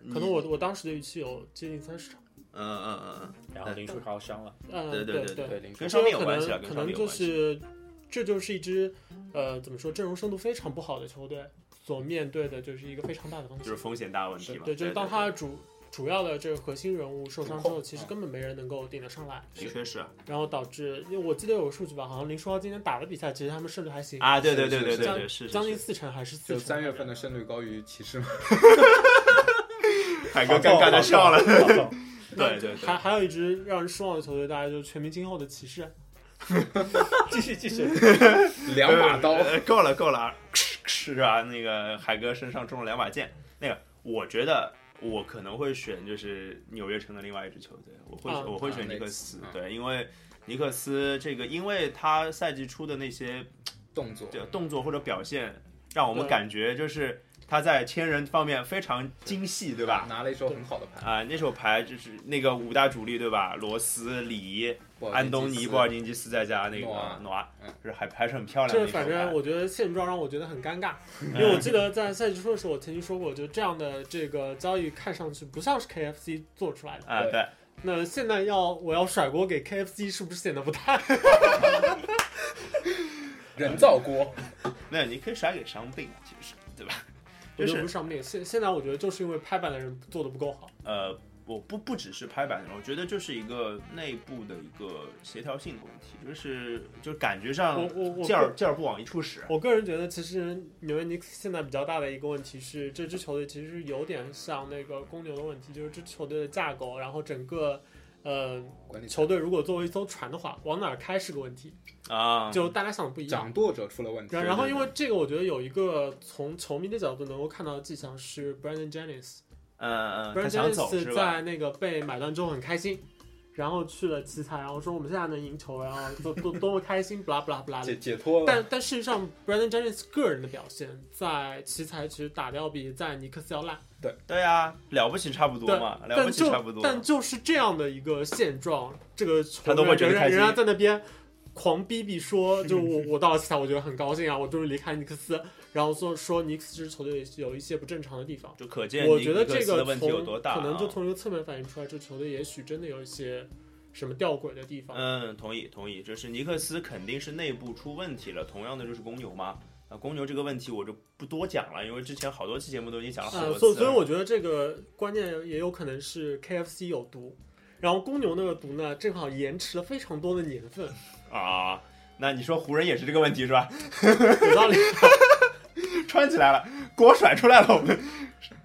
Speaker 1: 你
Speaker 3: 可能我，我当时的预期有接近三十场。
Speaker 1: 嗯嗯嗯
Speaker 4: 然后林书豪伤 了，
Speaker 3: 嗯，
Speaker 1: 对对
Speaker 3: 对
Speaker 1: 对对
Speaker 2: 对林
Speaker 1: 嗯，
Speaker 2: 书
Speaker 1: 跟
Speaker 3: 这
Speaker 1: 伤病有
Speaker 3: 可
Speaker 1: 关系啊，
Speaker 3: 能
Speaker 1: 跟伤
Speaker 3: 可能
Speaker 1: 病
Speaker 3: 就
Speaker 1: 有关系。
Speaker 3: 是，这就是一支，呃，怎么说，阵容深度非常不好的球队所面对的就是一个非常大的风
Speaker 1: 就是
Speaker 3: 险。
Speaker 1: 风险大问题嘛，
Speaker 3: 对，就是当他
Speaker 1: 对啊
Speaker 3: 的主主要的这个核心人物受伤之后，其实根本没人能够顶得上来，
Speaker 1: 对的确是啊
Speaker 3: 然后导致，因为我记得有个数据吧，好像林书豪今天打的比赛，其实他们胜率还行，
Speaker 1: 啊，对对
Speaker 2: 是
Speaker 1: 对
Speaker 2: 是
Speaker 1: 对
Speaker 2: 是
Speaker 1: 对
Speaker 3: 将
Speaker 1: 对，是
Speaker 3: 将近
Speaker 1: 是
Speaker 3: 四成还是四
Speaker 2: 就
Speaker 3: 成。
Speaker 2: 三月份的胜率高于 骑士嘛，
Speaker 1: 海哥尴尬的笑了，
Speaker 4: 了。
Speaker 1: 对对
Speaker 3: 还
Speaker 1: 对，
Speaker 3: 还有一支让人失望的球队，大概就是全明星后的骑士。
Speaker 4: 继续继续，
Speaker 2: 两把刀，
Speaker 1: 呃够了够了，是吧？那个海哥身上中了两把剑。那个，我觉得我可能会选就是纽约城的另外一支球队，我会、
Speaker 3: 啊
Speaker 1: 我会选
Speaker 2: 啊
Speaker 1: 尼克斯，
Speaker 2: 那个
Speaker 1: 对，因为尼克斯这个，因为他赛季初的那些
Speaker 2: 动作
Speaker 1: 这动作或者表现，让我们
Speaker 3: 对
Speaker 1: 感觉就是他在千人方面非常精细，对吧？
Speaker 2: 拿了一手很好的盘，
Speaker 1: 啊、那手牌就是那个五大主力，对吧？罗斯、里、
Speaker 2: 布尔津
Speaker 1: 安
Speaker 2: 吉斯
Speaker 1: 东尼、波尔津吉斯，再加那个
Speaker 2: 诺瓦
Speaker 1: 诺瓦
Speaker 2: 嗯，
Speaker 1: 就是还还是很漂亮
Speaker 3: 这
Speaker 1: 的一手
Speaker 3: 反
Speaker 1: 牌。
Speaker 3: 正我觉得现状让我觉得很尴尬，
Speaker 1: 嗯
Speaker 3: 因为我记得在赛季初的时候，我曾经说过，就这样的这个交易看上去不像是 KFC 做出来的。
Speaker 1: 啊、对，
Speaker 3: 那现在要我要甩锅给 KFC，是不是显得不太？
Speaker 2: 人造锅，
Speaker 1: 没有，你可以甩给伤病，啊其实对吧？
Speaker 3: 我
Speaker 1: 就
Speaker 3: 觉得不
Speaker 1: 是
Speaker 3: 是上面，现现在我觉得就是因为拍板的人做的不够好。
Speaker 1: 呃，我不不只是拍板的，我觉得就是一个内部的一个协调性的问题，就是就感觉上
Speaker 3: 我我我
Speaker 1: 劲儿劲儿不往一处使。
Speaker 3: 我个人觉得，其实纽约尼克斯现在比较大的一个问题是，这支球队其实有点像那个公牛的问题，就是这支球队的架构，然后整个呃
Speaker 2: 管理层
Speaker 3: 球队如果作为一艘船的话，往哪儿开是个问题，
Speaker 1: 啊，
Speaker 3: 就大家想的不一样。
Speaker 2: 掌舵者出了问题
Speaker 3: 然，然后，
Speaker 1: 对对
Speaker 3: 因为这个，我觉得有一个从球迷的角度能够看到的迹象是 Brandon Jennings。
Speaker 1: 嗯嗯，他
Speaker 3: Brandon
Speaker 1: 想走是
Speaker 3: Jennings
Speaker 1: 吧？
Speaker 3: 在那个被买断之后很开心，然后去了奇才，然后说我们现在能赢球，然后多多多么开心， 不啦不啦不啦的
Speaker 2: 解。解脱了，
Speaker 3: 但但事实上，Brandon Jennings 个人的表现在奇才其实打掉比在尼克斯要烂，
Speaker 1: 对啊，了不起差不多
Speaker 3: 对
Speaker 1: 嘛，了
Speaker 3: 但
Speaker 1: 不起
Speaker 3: 就
Speaker 1: 差不多。
Speaker 3: 但就是这样的一个现状，这个球
Speaker 1: 他都
Speaker 3: 队
Speaker 1: 会觉得
Speaker 3: 仍然
Speaker 1: 开心
Speaker 3: 仍然在那边狂逼逼说，就是我我到了奇才，我觉得很高兴啊，我终于离开尼克斯，然后说说尼克斯这支球队有一些不正常的地方。
Speaker 1: 就可见
Speaker 3: 我
Speaker 1: 尼
Speaker 3: 觉得
Speaker 1: 克
Speaker 3: 这
Speaker 1: 斯
Speaker 3: 个
Speaker 1: 的问题有
Speaker 3: 从
Speaker 1: 多大、啊，
Speaker 3: 可能就从一个侧面反映出来，这球队也许真的有一些什么吊诡的地方。
Speaker 1: 嗯，同意同意，就是尼克斯肯定是内部出问题了，同样的就是公牛嘛，那公牛这个问题我就不多讲了，因为之前好多期节目都已经讲了好
Speaker 3: 呃，
Speaker 1: 多
Speaker 3: 所以
Speaker 1: 次
Speaker 3: 所以
Speaker 1: 了。
Speaker 3: 我觉得这个关键也有可能是 KFC 有毒，然后公牛那个毒呢，正好延迟了非常多的年份，
Speaker 1: 啊，那你说湖人也是这个问题是吧？
Speaker 3: 有道理。
Speaker 1: 穿起来了，锅甩出来了，我们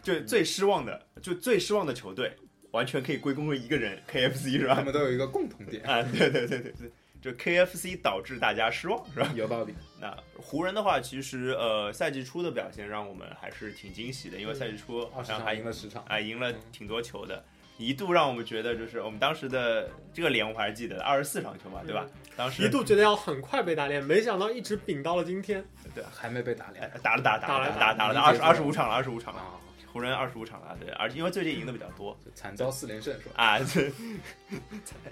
Speaker 1: 就最失望的，就最失望的球队，完全可以归功于一个人 KFC 是
Speaker 2: 他
Speaker 1: 吧？
Speaker 2: 们都有一个共同点，
Speaker 1: 啊，对对对对对，就 KFC 导致大家失望是吧？
Speaker 2: 有 道理。
Speaker 1: 那湖人的话，其实呃赛季初的表现让我们还是挺惊喜的，因为赛季初好
Speaker 2: 嗯二十
Speaker 1: 像
Speaker 2: 场
Speaker 1: 还
Speaker 2: 赢了十场，
Speaker 1: 啊赢了挺多球的，一度让我们觉得就是我们当时的这个脸我还是记得的，二十四场球嘛，对吧？当时
Speaker 3: 一度觉得要很快被打脸，没想到一直顶到了今天。
Speaker 2: 还没被打
Speaker 1: 哎
Speaker 2: 脸
Speaker 1: 打了打了打了打了打了二十二十五场了，二十五场了，
Speaker 2: 啊，
Speaker 1: 湖人二十五场了，对，而且因为最近赢的比较多。
Speaker 2: 就惨遭四连胜是吧？
Speaker 1: 啊， 这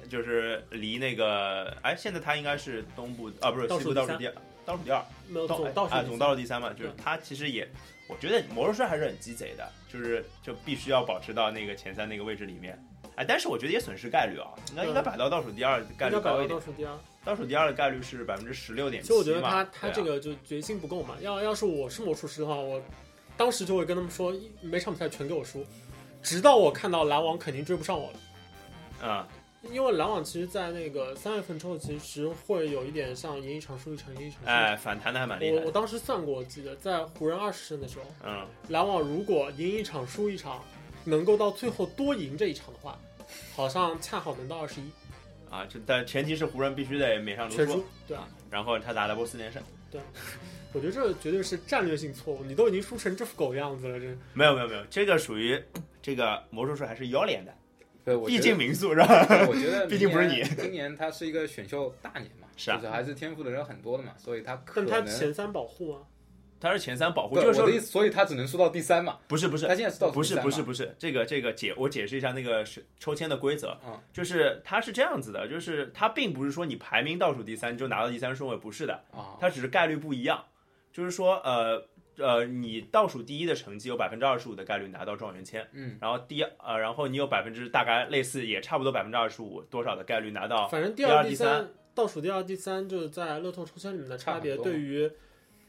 Speaker 1: 就是离那个哎，现在他应该是东部啊，不是
Speaker 3: 倒
Speaker 1: 西部
Speaker 3: 数
Speaker 1: 倒
Speaker 3: 第
Speaker 1: 数
Speaker 3: 三
Speaker 1: 第倒数第二，
Speaker 3: 没有
Speaker 1: 倒
Speaker 3: 总倒数
Speaker 1: 啊
Speaker 3: 第
Speaker 1: 总
Speaker 3: 三嗯
Speaker 1: 倒数第三嘛，就是
Speaker 3: 对
Speaker 1: 他其实也，我觉得魔术师还是很鸡贼的，就是就必须要保持到那个前三那个位置里面。哎，但是我觉得也损失概率啊，应该
Speaker 3: 对
Speaker 1: 应该摆到倒数第二概
Speaker 3: 应
Speaker 1: 率
Speaker 3: 该摆
Speaker 1: 高
Speaker 3: 到
Speaker 1: 一点
Speaker 3: 倒，数第二。
Speaker 1: 倒数第二的概率是百分之十六点
Speaker 3: 其
Speaker 1: 七
Speaker 3: 实我觉得
Speaker 1: 嘛
Speaker 3: 他他
Speaker 1: 对啊
Speaker 3: 这个就决心不够嘛。要要是我是魔术师的话，我当时就会跟他们说，一每场比赛全给我输，直到我看到篮网肯定追不上我了。
Speaker 1: 嗯
Speaker 3: 因为篮网其实，在那个三月份之后，其实会有一点像赢一场输一场，赢一场输一场。
Speaker 1: 哎反弹的还蛮厉
Speaker 3: 我
Speaker 1: 害
Speaker 3: 我
Speaker 1: 的，
Speaker 3: 当时算过，我记得在湖人二十胜的时候，
Speaker 1: 嗯
Speaker 3: 篮网如果赢一场输一场，能够到最后多赢这一场的话，好像恰好能到二十一
Speaker 1: 啊，就但前提是湖人必须得每场都
Speaker 3: 全输
Speaker 1: 输，，
Speaker 3: 对啊，
Speaker 1: 然后他打了波四连胜。
Speaker 3: 我觉得这绝对是战略性错误，你都已经输成这副狗样子了，这
Speaker 1: 没有没有没有，这个属于这个魔术师还是要脸的，
Speaker 2: 对，我觉
Speaker 1: 毕
Speaker 2: 得
Speaker 1: 竟民宿是吧？
Speaker 2: 我觉得
Speaker 1: 毕竟不是你
Speaker 2: 明年。今年他是一个选秀大年嘛，
Speaker 1: 是啊
Speaker 2: 就是还是天赋的人很多的嘛，所以他可
Speaker 3: 但他
Speaker 2: 能
Speaker 3: 前三保护啊，
Speaker 1: 他是前三保护，
Speaker 2: 对
Speaker 1: 就是
Speaker 2: 我
Speaker 1: 说
Speaker 2: 的意思，所以他只能输到第三嘛。
Speaker 1: 不是不是
Speaker 2: 他现在是倒数
Speaker 1: 不
Speaker 2: 第
Speaker 1: 是
Speaker 2: 三
Speaker 1: 不是
Speaker 2: 嘛
Speaker 1: 不是，这个这个解我解释一下那个是抽签的规则，
Speaker 2: 嗯
Speaker 1: 就是它是这样子的，就是它并不是说你排名倒数第三就拿到第三顺位，不是的，
Speaker 2: 啊，
Speaker 1: 它只是概率不一样，就是说呃呃，你倒数第一的成绩有百分之二十五的概率拿到状元签，
Speaker 2: 嗯，
Speaker 1: 然后第呃然后你有百分之大概类似也差不多百分之二十五多少的概率拿到
Speaker 3: 反正第
Speaker 1: 啊第二
Speaker 3: 第
Speaker 1: 第
Speaker 3: 三
Speaker 1: 三
Speaker 3: 倒数第二、第三就是在乐透抽签里面的差别，
Speaker 2: 差很多
Speaker 3: 对于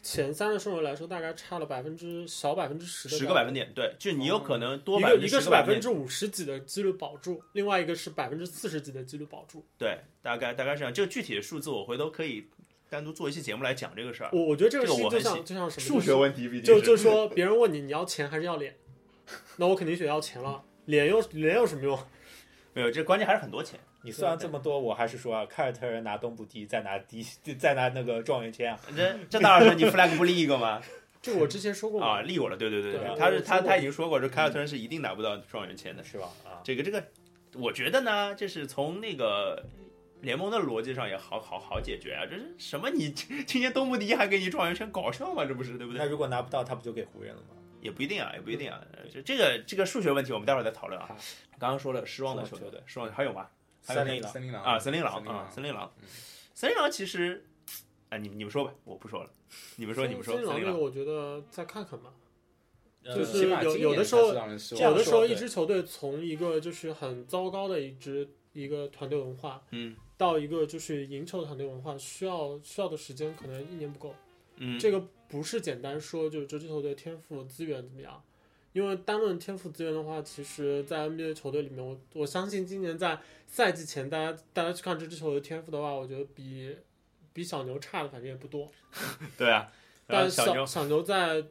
Speaker 3: 前三的顺位来说，大概差了百分之小百分之十的
Speaker 1: 十个百分点，对，就你有可能多
Speaker 3: 一
Speaker 1: 百
Speaker 3: 个
Speaker 1: 分之
Speaker 3: 一
Speaker 1: 十
Speaker 3: 个
Speaker 1: 个
Speaker 3: 是
Speaker 1: 百
Speaker 3: 百
Speaker 1: 分
Speaker 3: 分
Speaker 1: 点
Speaker 3: 之五十几的几率保住，另外一个是百分之四十几的几率保住。
Speaker 1: 对，大概大概是这样。这个具体的数字我回头可以单独做一期节目来讲这个事儿。
Speaker 3: 我我觉得这个
Speaker 1: 这个我
Speaker 3: 事情就
Speaker 1: 很
Speaker 3: 像
Speaker 1: 喜
Speaker 3: 就像什么
Speaker 1: 数学问题毕
Speaker 3: 就
Speaker 1: 竟
Speaker 3: 是就就说别人问你你要钱还是要脸，那我肯定选要钱了，脸又脸有什么用？
Speaker 1: 没有，这关键还是很多钱。
Speaker 4: 你算了这么多，我还是说啊，凯尔特人拿东部第一，再拿第一，再拿那个状 元签啊，
Speaker 1: 这这当然是你 flag 不立一个 吗？
Speaker 3: 这个我之前说过嘛
Speaker 1: 啊，立我了，对对对
Speaker 3: 哦对
Speaker 1: 对
Speaker 3: 啊，
Speaker 1: 他是
Speaker 3: 我
Speaker 1: 他
Speaker 3: 说过
Speaker 1: 他已经说过，这凯尔特人是一定拿不到状元签的。
Speaker 4: 是吧？啊，
Speaker 1: 这个这个，我觉得呢，这是从那个。联盟的逻辑上也好好好解决啊，这是什么你？今年东部第一还给你状元签，搞笑吗？这不是对不对
Speaker 4: 那？如果拿不到，他不就给湖人了吗？
Speaker 1: 也不一定啊，也不一定啊。呃这这个这个数学问题，我们待会儿再讨论啊
Speaker 2: 好。
Speaker 1: 刚刚说了失望的球
Speaker 4: 失望
Speaker 1: 队，失望还有吗？还有
Speaker 4: 三
Speaker 1: 谁
Speaker 4: 零了，
Speaker 2: 森林狼
Speaker 1: 啊，森林狼
Speaker 2: 森林
Speaker 1: 啊，
Speaker 2: 狼
Speaker 1: 森林狼
Speaker 2: 嗯，
Speaker 1: 森林狼其实，啊，你你们说吧，我不说了，你们说你们说
Speaker 3: 森林
Speaker 1: 森
Speaker 3: 狼
Speaker 1: 林
Speaker 3: 那个，
Speaker 1: 狼
Speaker 3: 我觉得再看看吧。
Speaker 4: 呃
Speaker 3: 就
Speaker 2: 起
Speaker 3: 是
Speaker 2: 码
Speaker 3: 有
Speaker 2: 今
Speaker 3: 有
Speaker 2: 年
Speaker 3: 的
Speaker 2: 他
Speaker 3: 时候
Speaker 2: 是让人失
Speaker 4: 这样
Speaker 3: 有
Speaker 2: 望
Speaker 3: 的
Speaker 4: 说
Speaker 3: 时候，
Speaker 4: 对
Speaker 3: 一支球队从一个就是很糟糕的一支一个团队文化，
Speaker 1: 嗯，
Speaker 3: 到一个就是赢球的团队文化，需要需要的时间可能一年不够。
Speaker 1: 嗯，
Speaker 3: 这个不是简单说就是这支球队天赋资源怎么样，因为单论天赋资源的话，其实，在 NBA 球队里面，我我相信今年在赛季前，大家大家去看这支球队天赋的话，我觉得比比小牛差的反正也不多。
Speaker 1: 对啊，然后
Speaker 3: 但
Speaker 1: 小
Speaker 3: 小
Speaker 1: 牛
Speaker 3: 小牛在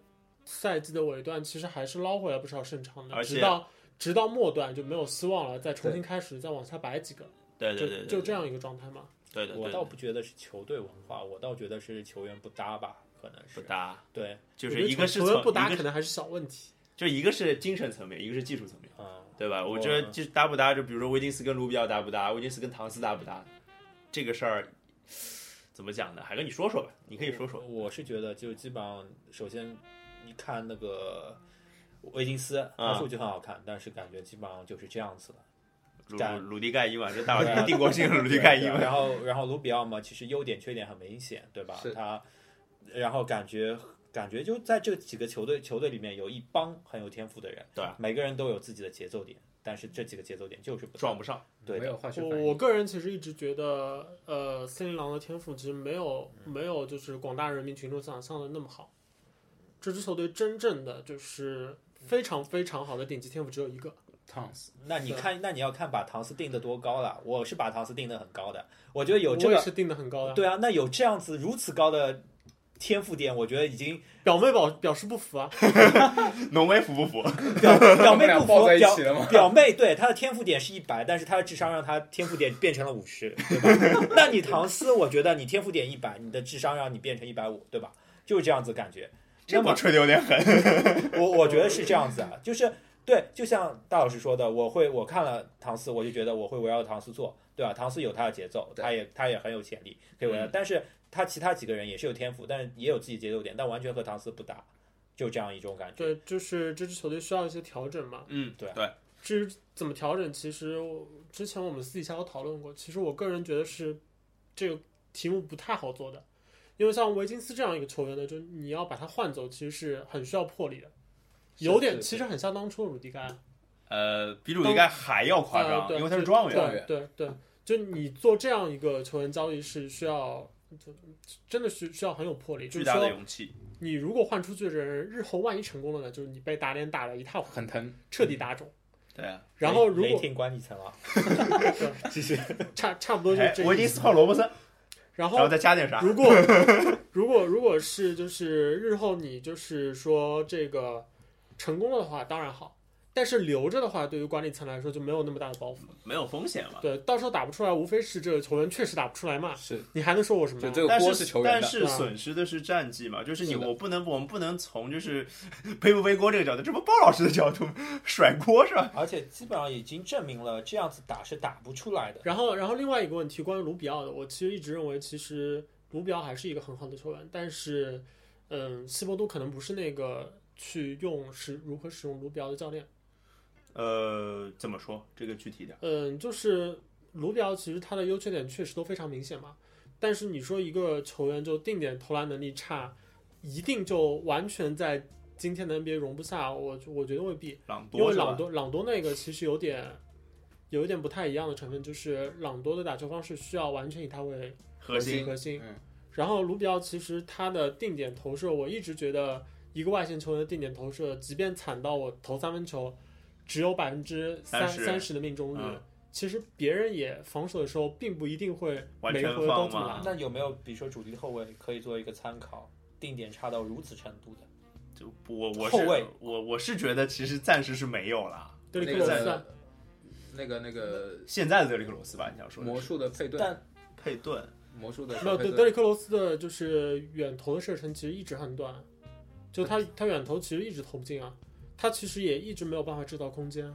Speaker 3: 赛季的尾段其实还是捞回来不少胜场的，
Speaker 1: 而且
Speaker 3: 直到直到末段就没有希望了，再重新开始，再往下摆几个，
Speaker 1: 对对对，
Speaker 3: 就
Speaker 1: 对
Speaker 3: 就这，样一个状态嘛。
Speaker 1: 对对对，
Speaker 4: 我
Speaker 1: 对
Speaker 4: 倒不觉得是球队文化，我倒觉得是球员不搭吧，可能
Speaker 1: 不
Speaker 4: 是。
Speaker 1: 搭，
Speaker 4: 对，
Speaker 1: 就
Speaker 3: 我
Speaker 1: 是
Speaker 3: 觉得
Speaker 1: 一个是
Speaker 3: 球员
Speaker 1: 从
Speaker 3: 不搭，
Speaker 1: 一
Speaker 3: 可
Speaker 1: 个
Speaker 3: 能还是小问题。
Speaker 1: 就一个是精神层面，一个是技术层面，
Speaker 4: 嗯，
Speaker 1: 对吧？
Speaker 4: 我
Speaker 1: 我觉得就搭不搭，就比如说威金斯跟卢比奥搭不搭，威金斯跟唐斯搭不搭，这个事儿怎么讲呢？海哥，你说说吧，你可以说说，
Speaker 4: 我是觉得，就基本上，首先你看那个维金斯，
Speaker 1: 啊
Speaker 4: 他数据很好看，但是感觉基本上就是这样子的。
Speaker 1: 鲁
Speaker 4: 展
Speaker 1: 鲁迪盖伊嘛，这大
Speaker 4: 对
Speaker 1: 伙
Speaker 4: 啊
Speaker 1: 定国性鲁迪盖伊
Speaker 4: 对
Speaker 1: 嘛，
Speaker 4: 然后，然后卢比奥嘛，其实优点缺点很明显，对吧
Speaker 2: 是？
Speaker 4: 他，然后感觉感觉就在这几个球队球队里面有一帮很有天赋的人，
Speaker 1: 对，啊
Speaker 4: 每个人都有自己的节奏点，但是这几个节奏点就是不
Speaker 1: 撞
Speaker 4: 到
Speaker 1: 不上。
Speaker 4: 对
Speaker 2: 没
Speaker 4: 的
Speaker 2: 有化学
Speaker 3: 我
Speaker 2: 反应。
Speaker 3: 我个人其实一直觉得，呃，森林狼的天赋其实没有没有就是广大人民群众想象的那么好。这支球队真正的就是非常非常好的顶级天赋只有一个。
Speaker 2: Tons，
Speaker 4: 那你
Speaker 3: 是
Speaker 4: 看，那你要看把唐斯定的多高了。我是把唐斯定的很高的，我觉得有这
Speaker 3: 我也
Speaker 4: 个，
Speaker 3: 是定的很高的。
Speaker 4: 对啊，那有这样子如此高的天赋点，我觉得 已经
Speaker 3: 表妹表表示不服啊，
Speaker 1: 浓眉服不服？
Speaker 4: 表表
Speaker 2: 我们
Speaker 4: 妹
Speaker 2: 俩
Speaker 4: 不
Speaker 2: 抱
Speaker 4: 服，
Speaker 2: 在一
Speaker 4: 表
Speaker 2: 起了吗？
Speaker 4: 表妹对她的天赋点是一百，但是她的智商让她天赋点变成了五十，对 吧？那你唐斯，我觉得你天赋点一百，你的智商让你变成一百五，对吧？就是这样子感觉。
Speaker 1: 这
Speaker 4: 那
Speaker 1: 么
Speaker 4: 么
Speaker 1: 吹的有点狠。
Speaker 4: 我我觉得是这样子啊，就是对，就像大老师说的，我会我看了唐斯，我就觉得我会围绕唐斯做，对吧？唐斯有他的节奏，
Speaker 2: 对
Speaker 4: 他也他也很有潜力可以围绕，
Speaker 1: 嗯
Speaker 4: 但是他其他几个人也是有天赋，但是也有自己节奏点，但完全和唐斯不搭，就这样一种感觉。
Speaker 3: 对，就是这支球队需要一些调整嘛。
Speaker 1: 嗯，
Speaker 4: 对
Speaker 1: 对，
Speaker 3: 至于怎么调整，其实我之前我们私底下有讨论过。其实我个人觉得是这个题目不太好做的，因为像维金斯这样一个球员呢，就你要把他换走，其实是很需要魄力的，有点
Speaker 2: 是是
Speaker 3: 其实很像当初的鲁迪盖。
Speaker 1: 呃，比鲁迪盖还要嗯夸
Speaker 3: 呃
Speaker 1: 张，
Speaker 3: 对
Speaker 1: 因为他是状元。
Speaker 2: 状元
Speaker 3: 对对对，
Speaker 1: 嗯
Speaker 3: 就你做这样一个球员交易是需要，就真的是需要很有魄力。就
Speaker 1: 巨
Speaker 3: 是
Speaker 1: 大的
Speaker 3: 说，
Speaker 1: 勇气，
Speaker 3: 你如果换出去的人，日后万一成功了呢，就是你被打脸打的一塌糊涂，
Speaker 2: 很疼，
Speaker 3: 彻
Speaker 1: 嗯
Speaker 3: 底打肿。
Speaker 1: 对啊，
Speaker 3: 然后如
Speaker 4: 雷雷
Speaker 3: 果
Speaker 4: 霆管理层啊，
Speaker 3: 继续，差差不多就是
Speaker 1: 哎
Speaker 3: 这，个
Speaker 1: 我已
Speaker 3: 意
Speaker 1: 经
Speaker 3: 思
Speaker 1: 思考罗伯森，
Speaker 3: 然后
Speaker 1: 然后再加点啥？
Speaker 3: 如果 如果如果是就是日后你就是说这个成功了的话，当然好。但是留着的话，对于管理层来说就没有那么大的包袱。
Speaker 1: 没有风险嘛？
Speaker 3: 对，到时候打不出来，无非是这个球员确实打不出来嘛，
Speaker 2: 是
Speaker 3: 你还能说我什么
Speaker 2: 就嗯
Speaker 3: 呀？
Speaker 2: 这个
Speaker 1: 但
Speaker 2: 锅
Speaker 1: 是
Speaker 2: 球员
Speaker 1: 但
Speaker 2: 的，
Speaker 1: 是
Speaker 3: 啊
Speaker 1: 损失的是战绩嘛，就是你
Speaker 2: 是的
Speaker 1: 我不能我们不能从就是 背不背锅这个角度，这不鲍老师的角度甩锅是吧？
Speaker 4: 而且基本上已经证明了这样子打是打不出来的。
Speaker 3: 然后，然后另外一个问题，关于卢比奥的，我其实一直认为，其实卢比奥还是一个很好的球员，但是，嗯，西伯都可能不是那个去用使如何使用卢比奥的教练。
Speaker 1: 呃，怎么说？这个具体点，
Speaker 3: 嗯，就是卢比奥其实他的优缺点确实都非常明显嘛，但是你说一个球员就定点投篮能力差，一定就完全在今天的 NBA 容不下，我我觉得未必。
Speaker 1: 朗
Speaker 3: 因
Speaker 1: 多
Speaker 3: 为
Speaker 1: 是
Speaker 3: 朗
Speaker 1: 吧？
Speaker 3: 多朗多那个其实有点有一点不太一样的成分，就是朗多的打球方式需要完全以他为
Speaker 1: 核心
Speaker 3: 核心。
Speaker 2: 嗯
Speaker 3: 然后卢比奥其实他的定点投射，我一直觉得一个外线球员的定点投射，即便惨到我投三分球只有百分之三
Speaker 1: 30%
Speaker 3: 三十的命中率。
Speaker 1: 嗯
Speaker 3: 其实别人也防守的时候，并不一定会
Speaker 1: 完
Speaker 3: 每
Speaker 1: 全
Speaker 3: 个回合都
Speaker 1: 放
Speaker 3: 这么
Speaker 1: 嘛
Speaker 3: 来。
Speaker 4: 那有没有比如说主力后卫可以做一个参考，定点差到如此程度的？
Speaker 1: 就我我
Speaker 4: 后
Speaker 1: 是
Speaker 4: 卫
Speaker 1: 我我是觉得其实暂时是没有了。
Speaker 3: 对
Speaker 2: 那
Speaker 3: 克罗斯啊
Speaker 2: 个那个那个
Speaker 1: 现在的德里克罗斯吧，你想说的
Speaker 2: 魔
Speaker 1: 是
Speaker 2: 术的配对，
Speaker 4: 但
Speaker 1: 佩顿，
Speaker 2: 魔术的
Speaker 3: 没有
Speaker 2: 配
Speaker 3: 德德里克罗斯的就是远投的射程其实一直很短，就他他远投其实一直投不进啊，他其实也一直没有办法制造空间。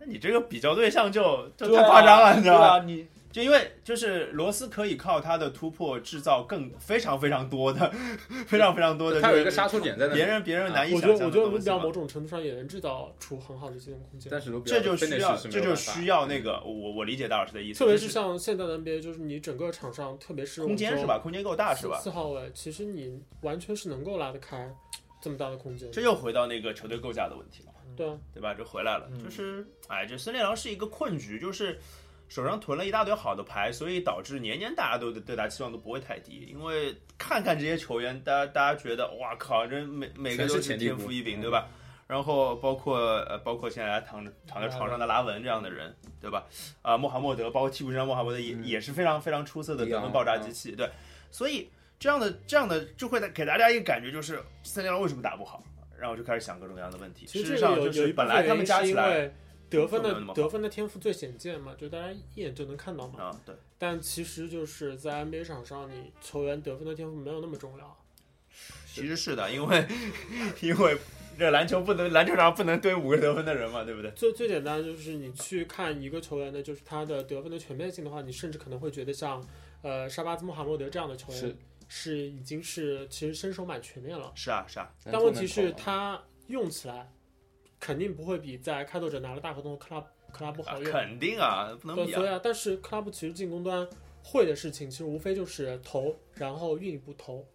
Speaker 1: 那你这个比较对象就就
Speaker 4: 对啊
Speaker 1: 太夸张了，你知
Speaker 4: 对
Speaker 1: 道吧？
Speaker 4: 啊，你
Speaker 1: 就因为就是罗斯可以靠他的突破制造更非常非常多的、 非常非常多的，
Speaker 2: 他有一个
Speaker 1: 就是
Speaker 2: 杀手锏在那
Speaker 1: 别
Speaker 2: 里，
Speaker 1: 人别人难以
Speaker 3: 我
Speaker 1: 想
Speaker 3: 觉
Speaker 1: 象
Speaker 3: 得我
Speaker 1: 的
Speaker 3: 觉得卢
Speaker 1: 东
Speaker 3: 比
Speaker 1: 西
Speaker 3: 奥
Speaker 1: 嘛
Speaker 3: 某。种程度上也能制造出很好的机动空间
Speaker 2: 但，是卢比奥
Speaker 1: 这就
Speaker 2: 的
Speaker 1: 需
Speaker 2: finish
Speaker 1: 要，
Speaker 2: 是没
Speaker 1: 这
Speaker 2: 有
Speaker 1: 就
Speaker 2: 办法嗯
Speaker 1: 需要那个我我理解大老师的意思，
Speaker 3: 特别
Speaker 1: 就是
Speaker 3: 像现在的 NBA，就是你整个场上，特别是
Speaker 1: 空间是吧？空间够大是
Speaker 3: 四
Speaker 1: 吧？
Speaker 3: 四号位，其实你完全是能够拉得开这么大的空间。
Speaker 1: 这又回到那个球队构架的问题了，
Speaker 3: 对啊，
Speaker 1: 对吧？这回来了，
Speaker 4: 嗯
Speaker 1: 就是哎，这森林狼是一个困局，就是手上囤了一大堆好的牌，所以导致年年大家都对他期望都不会太低，因为看看这些球员，大家大家觉得哇靠，这每每个
Speaker 2: 全
Speaker 1: 都
Speaker 2: 是
Speaker 1: 是
Speaker 2: 潜力
Speaker 1: 天
Speaker 2: 股
Speaker 1: 赋异禀，
Speaker 2: 嗯
Speaker 1: 对吧？然后包括呃，包括现在躺着躺在床上的拉文这样的人，对吧？啊、穆罕默德，包括替补上穆罕默德也、
Speaker 2: 嗯
Speaker 1: 也是非常非常出色的
Speaker 2: 一
Speaker 1: 得
Speaker 2: 样
Speaker 1: 分爆炸
Speaker 2: 嗯
Speaker 1: 机器，对。所以这样的这样的就会给大家一个感觉，就是森林狼为什么打不好？然后就开始想各种各样的问题。
Speaker 3: 其
Speaker 1: 事
Speaker 3: 实
Speaker 1: 实
Speaker 3: 这个
Speaker 1: 上
Speaker 3: 有
Speaker 1: 就
Speaker 3: 有
Speaker 1: 是
Speaker 3: 一部
Speaker 1: 本
Speaker 3: 分
Speaker 1: 来他们加
Speaker 3: 原因
Speaker 1: 起
Speaker 3: 是因
Speaker 1: 来
Speaker 3: 为得分
Speaker 1: 就没有那
Speaker 3: 的
Speaker 1: 么好
Speaker 3: 得分的天赋最显见嘛，就大家一眼就能看到嘛。
Speaker 1: 啊，对，
Speaker 3: 但其实就是在 NBA 场上，你球员得分的天赋没有那么重要。
Speaker 1: 其实是的，因 为因为这篮球不能篮球场不能堆五个得分的人嘛，对不对？
Speaker 3: 最最简单就是你去看一个球员的，就是他的得分的全面性的话，你甚至可能会觉得像呃沙巴兹、穆罕默德这样的球员
Speaker 2: 是
Speaker 3: 是已经是其实身手蛮全面了。
Speaker 1: 是啊，是啊，
Speaker 2: 能
Speaker 3: 但
Speaker 2: 做
Speaker 3: 问
Speaker 2: 能
Speaker 3: 题是，
Speaker 2: 投
Speaker 3: 他用起来肯定不会比在开拓者拿了大合同的克拉克拉布
Speaker 1: 啊
Speaker 3: 好用。
Speaker 1: 肯定啊，不能
Speaker 3: 对，
Speaker 1: 比
Speaker 3: 所以
Speaker 1: 啊。
Speaker 3: 啊，但是克拉布其实进攻端会的事情，其实无非就是投，然后运一步投。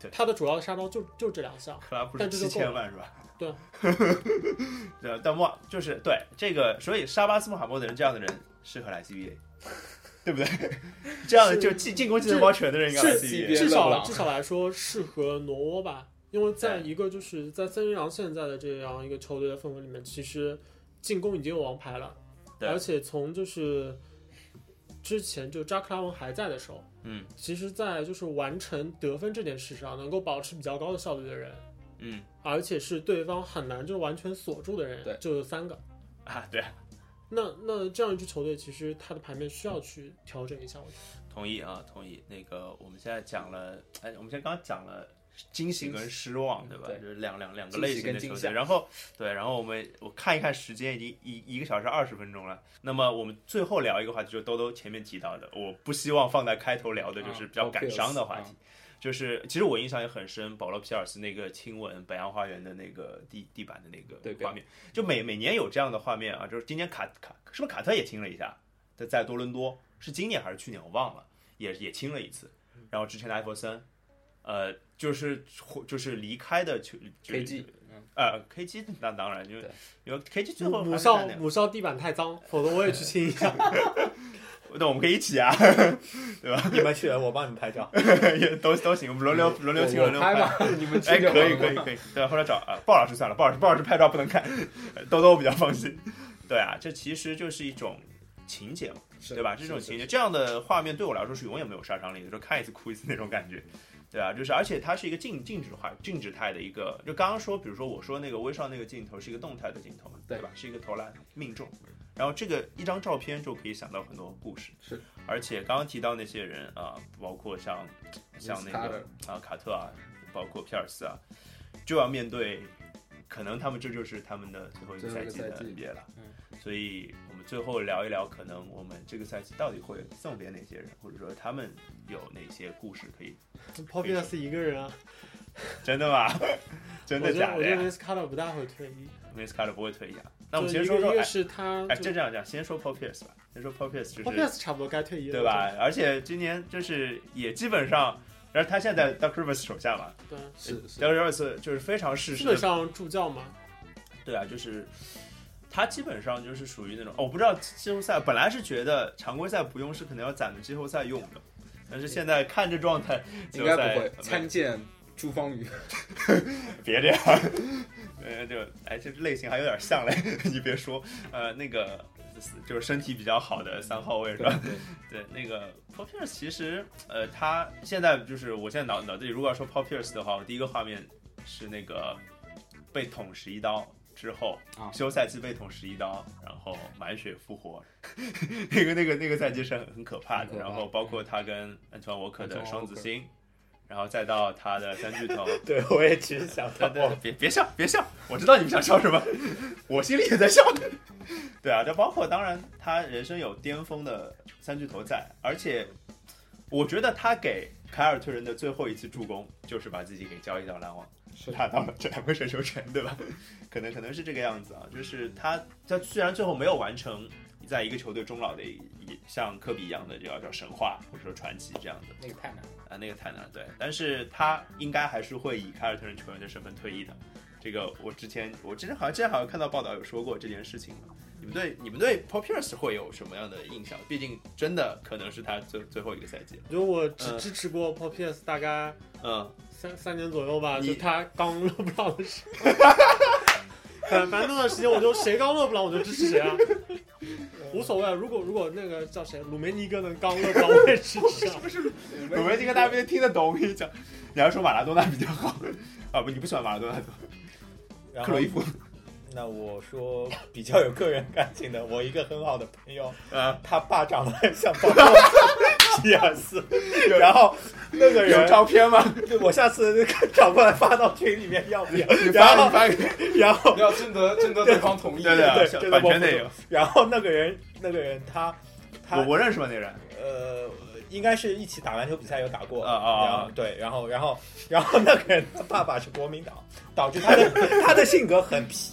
Speaker 1: 对
Speaker 3: 他的主要的杀招就就这两项。
Speaker 1: 克拉布是
Speaker 3: 但这就
Speaker 1: 七
Speaker 3: 够
Speaker 1: 千万是吧？
Speaker 3: 对，
Speaker 1: 对，但莫就是对这个，所以沙巴斯穆罕默德人这样的人适合来 CBA，对不对？ 这样的就进进攻技能
Speaker 3: 是
Speaker 1: 高全的人应该来 E
Speaker 3: 是
Speaker 1: CBA。
Speaker 2: 别
Speaker 3: 至
Speaker 2: 愣
Speaker 3: 少
Speaker 2: 了
Speaker 3: 至少来说适合挪窝吧，因为在一个就是在森林狼现在的这样一个球队的氛围里面，其实进攻已经有王牌了，
Speaker 1: 对
Speaker 3: 而且从就是之前就扎克拉文还在的时候，
Speaker 1: 嗯
Speaker 3: 其实，在就是完成得分这件事上能够保持比较高的效率的人，
Speaker 1: 嗯
Speaker 3: 而且是对方很难就完全锁住的人，
Speaker 2: 对
Speaker 3: 就有三个。
Speaker 1: 啊，对，
Speaker 3: 那那这样一支球队，其实它的牌面需要去调整一下，我觉得
Speaker 1: 同意啊，同意。那个我们现在讲了，哎，我们现在刚刚讲了惊喜跟失望，对吧？
Speaker 2: 嗯对
Speaker 1: 就是两两两个
Speaker 2: 惊
Speaker 1: 类
Speaker 2: 喜
Speaker 1: 型的
Speaker 2: 跟惊
Speaker 1: 球队。
Speaker 2: 吓
Speaker 1: 然后对，然后我们我看一看时间，已经一一个小时二十分钟了。那么我们最后聊一个话题，就是兜兜前面提到的，我不希望放在开头聊的，就是比较感伤的话题。就是，其实我印象也很深，保罗·皮尔斯那个亲吻北洋花园的那个地地板的那
Speaker 2: 对
Speaker 1: 个
Speaker 2: 标
Speaker 1: 画面，就每每年有这样的画面啊，就是今年卡卡是不是卡特也亲了一下，在在多伦多是今年还是去年我忘了，也也亲了一次，
Speaker 2: 嗯
Speaker 1: 然后之前的艾弗森，呃，就是就是离开的球就是
Speaker 2: KG，嗯，
Speaker 1: 呃 KG 那当然因为
Speaker 2: 对
Speaker 1: 因为 KG 最后
Speaker 3: 母
Speaker 1: 还是
Speaker 3: 校
Speaker 1: 在那
Speaker 3: 母校地板太脏，否则我也去清一下。
Speaker 1: 那我们可以一起啊，
Speaker 4: 你们选，我帮你们拍照。
Speaker 1: 也都都行，我们轮流轮流
Speaker 2: 我
Speaker 1: 亲轮
Speaker 2: 我
Speaker 1: 流
Speaker 2: 拍
Speaker 1: 拍。
Speaker 2: 吧，你们
Speaker 1: 哎，
Speaker 2: 听就好
Speaker 1: 可以
Speaker 2: 了
Speaker 1: 可以可以，对，后来找啊鲍老师算了，鲍老师鲍老师拍照不能看， 兜兜我比较放心。对啊，这其实就是一种情节嘛，
Speaker 2: 是
Speaker 1: 对吧？这种情节，这样的画面对我来说是永远没有杀伤力的，就看一次哭一次那种感觉，对啊，就是而且它是一个静静止化、静止态的一个，就刚刚说，比如说我说那个威少那个镜头是一个动态的镜头嘛，
Speaker 2: 对
Speaker 1: 对吧？是一个投篮命中，然后这个一张照片就可以想到很多故事，
Speaker 2: 是，
Speaker 1: 而且刚刚提到那些人啊、包括像像那个啊卡特啊，包括皮尔斯啊，就要面对，可能他们这就是他们的最后一个赛季
Speaker 2: 最
Speaker 1: 的
Speaker 2: 后一个赛季
Speaker 1: NBA 了。所以我们最后聊一聊，可能我们这个赛季到底会送别哪些人，或者说他们有哪些故事可以？
Speaker 3: Poppy 是一个人啊，
Speaker 1: 真的吗？ 真
Speaker 3: 我
Speaker 1: 的
Speaker 3: 觉得
Speaker 1: 假
Speaker 3: 我
Speaker 1: 的
Speaker 3: 觉
Speaker 1: 呀
Speaker 3: 得 v i s c a r 不大会退役。
Speaker 1: m i s c a r 不会退役啊。那我们先
Speaker 3: 就一
Speaker 1: 说
Speaker 3: 个
Speaker 1: 说，
Speaker 3: 一个
Speaker 1: 哎
Speaker 3: 是他，
Speaker 1: 哎，就这样讲，先说 Paul Pierce 吧，先说 Paul Pierce 就
Speaker 3: p o p
Speaker 1: 是
Speaker 3: p 差不多该退役了，
Speaker 1: 对吧？而且今年就是也基本上，然后他现在在 Doc Rivers 手下嘛
Speaker 3: 对？
Speaker 2: 是是，
Speaker 1: ，Doc Rivers 就是非常适
Speaker 3: 基
Speaker 1: 时
Speaker 3: 本
Speaker 1: 的
Speaker 3: 上助教嘛，
Speaker 1: 对啊，就是他基本上就是属于那种，哦我不知道季后赛本来是觉得常规赛不用是可能要攒着季后赛用的，但是现在看这状态，
Speaker 2: 应该不会
Speaker 1: 季后赛。
Speaker 2: 参见朱芳雨，
Speaker 1: 别这样， 呃，就哎，这类型还有点像嘞， 你别说，呃，那个就是身体比较好的三号位是
Speaker 2: 对
Speaker 1: 吧？
Speaker 2: 对，
Speaker 1: 对，那个 Paul Pierce 其实，呃，他现在就是我现在脑脑子里如果要说 Paul Pierce 的话，我第一个画面是那个被捅十一刀之后，
Speaker 2: 啊
Speaker 1: 休赛期被捅十一刀，然后满血复活， 那个那个那个赛季是很很可怕的。
Speaker 2: 很可怕
Speaker 1: 然后包括他跟安川沃克的
Speaker 2: Antoine
Speaker 1: 双子星，然后再到他的三巨头，
Speaker 4: 对，我也只是想
Speaker 1: 对
Speaker 4: 到
Speaker 1: 对，对别别笑，别笑，我知道你们想笑什么，我心里也在笑。 对啊，这包括当然他人生有巅峰的三巨头在，而且我觉得他给凯尔特人的最后一次助攻就是把自己给交易到篮网，
Speaker 2: 是
Speaker 1: 拿到了这两个选秀权，对吧？ 可能可能是这个样子啊，就是他他虽然最后没有完成在一个球队终老的一一像科比一样的叫叫神话或者说传奇这样的。
Speaker 2: 那个太难了，
Speaker 1: 啊，那个太难了，对。但是他应该还是会以凯尔特人球员的身份退役的。这个我之前我之前好像之前好像看到报道有说过这件事情嘛。你们对你们对 Paul Pierce 会有什么样的印象？毕竟真的可能是他最最后一个赛季了。
Speaker 3: 我觉得我只
Speaker 1: 嗯
Speaker 3: 支持过 p o p p 大概
Speaker 1: 嗯，
Speaker 3: 三三年左右吧，
Speaker 1: 你
Speaker 3: 就他刚勒布朗的时候。 反反正那段时间，我就谁刚勒布朗我就支持 谁啊，无所谓。啊如果如果那个叫谁鲁梅尼哥能刚勒布朗，我也支持啊。
Speaker 1: 鲁梅尼克大兵听得懂，我跟你讲，你还说马拉多纳比较好啊？不，你不喜欢马拉多纳，
Speaker 4: 然
Speaker 1: 克
Speaker 4: 后
Speaker 1: 洛伊夫
Speaker 4: 那我说比较有个人感情的，我一个很好的朋友，
Speaker 1: 啊，
Speaker 4: 他爸长得很像保罗 皮尔斯，然后那个
Speaker 1: 有
Speaker 4: 人，
Speaker 1: 照片吗？
Speaker 4: 我下次找过来发到群里面要不要？
Speaker 1: 你
Speaker 4: 然
Speaker 1: 发你
Speaker 4: 后，
Speaker 1: 发给，
Speaker 4: 然后
Speaker 2: 要征得征得对方同意，
Speaker 1: 对对
Speaker 4: 对对
Speaker 1: 版权
Speaker 4: 我
Speaker 1: 得有。
Speaker 4: 然后那个人，那个人他他
Speaker 1: 我我认识吗？那人
Speaker 4: 呃，应该是一起打篮球比赛有打过
Speaker 1: 啊啊啊
Speaker 4: 然后对，然后然后然后那个人他爸爸是国民党，导致他 的他的性格很痞，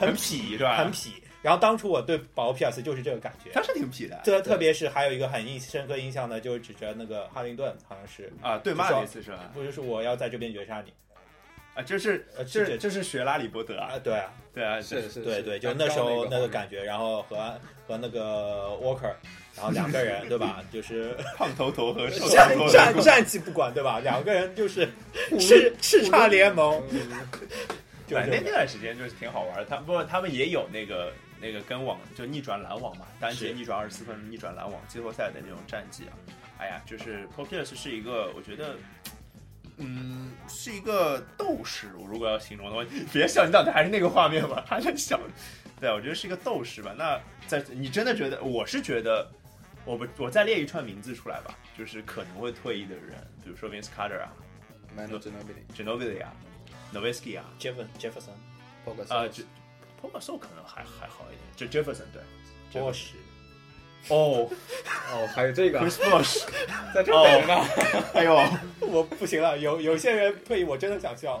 Speaker 4: 很痞，
Speaker 1: 痞是吧？
Speaker 4: 很，痞。然后当初我对保罗皮尔斯就是这个感觉。
Speaker 1: 他是挺痞的
Speaker 4: 这特别是还有一个很印深刻印象的，就是指着那个哈林顿，好像是
Speaker 1: 啊。对骂了一次是吧？
Speaker 4: 不就是我要在这边绝杀你，
Speaker 1: 啊，就是
Speaker 4: 呃
Speaker 1: 这
Speaker 4: 是这
Speaker 1: 这是学拉里伯德啊，
Speaker 4: 啊，对啊，
Speaker 1: 对啊，
Speaker 2: 是是，
Speaker 4: 对
Speaker 2: 是
Speaker 4: 对，就
Speaker 2: 刚
Speaker 4: 那时候
Speaker 2: 刚
Speaker 4: 那
Speaker 2: 那
Speaker 4: 个感觉，然后和和那个 Walker，然后两个人对吧，就是
Speaker 1: 胖头头和瘦
Speaker 4: 站
Speaker 1: 头头
Speaker 4: 站站起不管对吧，两个人就是叱叱咤联盟，就
Speaker 1: 哎对，那那
Speaker 4: 是
Speaker 1: 段时间就是挺好玩的。他不过他们也有那个那个跟网就逆转篮网嘛，单节
Speaker 4: 是
Speaker 1: 逆转二十四分、逆转篮网季后赛的那种战绩啊。哎呀，就是 p o p i r c 是一个，我觉得。嗯，是一个斗士。我如果要形容的话，别笑，你脑袋还是那个画面吧，还在笑。对，我觉得是一个斗士吧。那在你真的觉得，我是觉得，我不，我再列一串名字出来吧，就是可能会退役的人，比如说 Vince Carter 啊
Speaker 2: Man of Ginobili
Speaker 1: ，Ginobili 啊，Nowitzki 啊，
Speaker 4: Jeff Jefferson
Speaker 2: ，Pogba
Speaker 1: 啊，这 p o m a s o 可能还还好一点，这 Jefferson 对，
Speaker 4: 波什，
Speaker 1: 哦
Speaker 2: 哦，还有这个啊
Speaker 1: ，Chris Bosh，
Speaker 2: 在这
Speaker 1: 哦
Speaker 2: 等呢，
Speaker 1: 哎呦
Speaker 4: 我不行了，有有些人退役我真的想笑，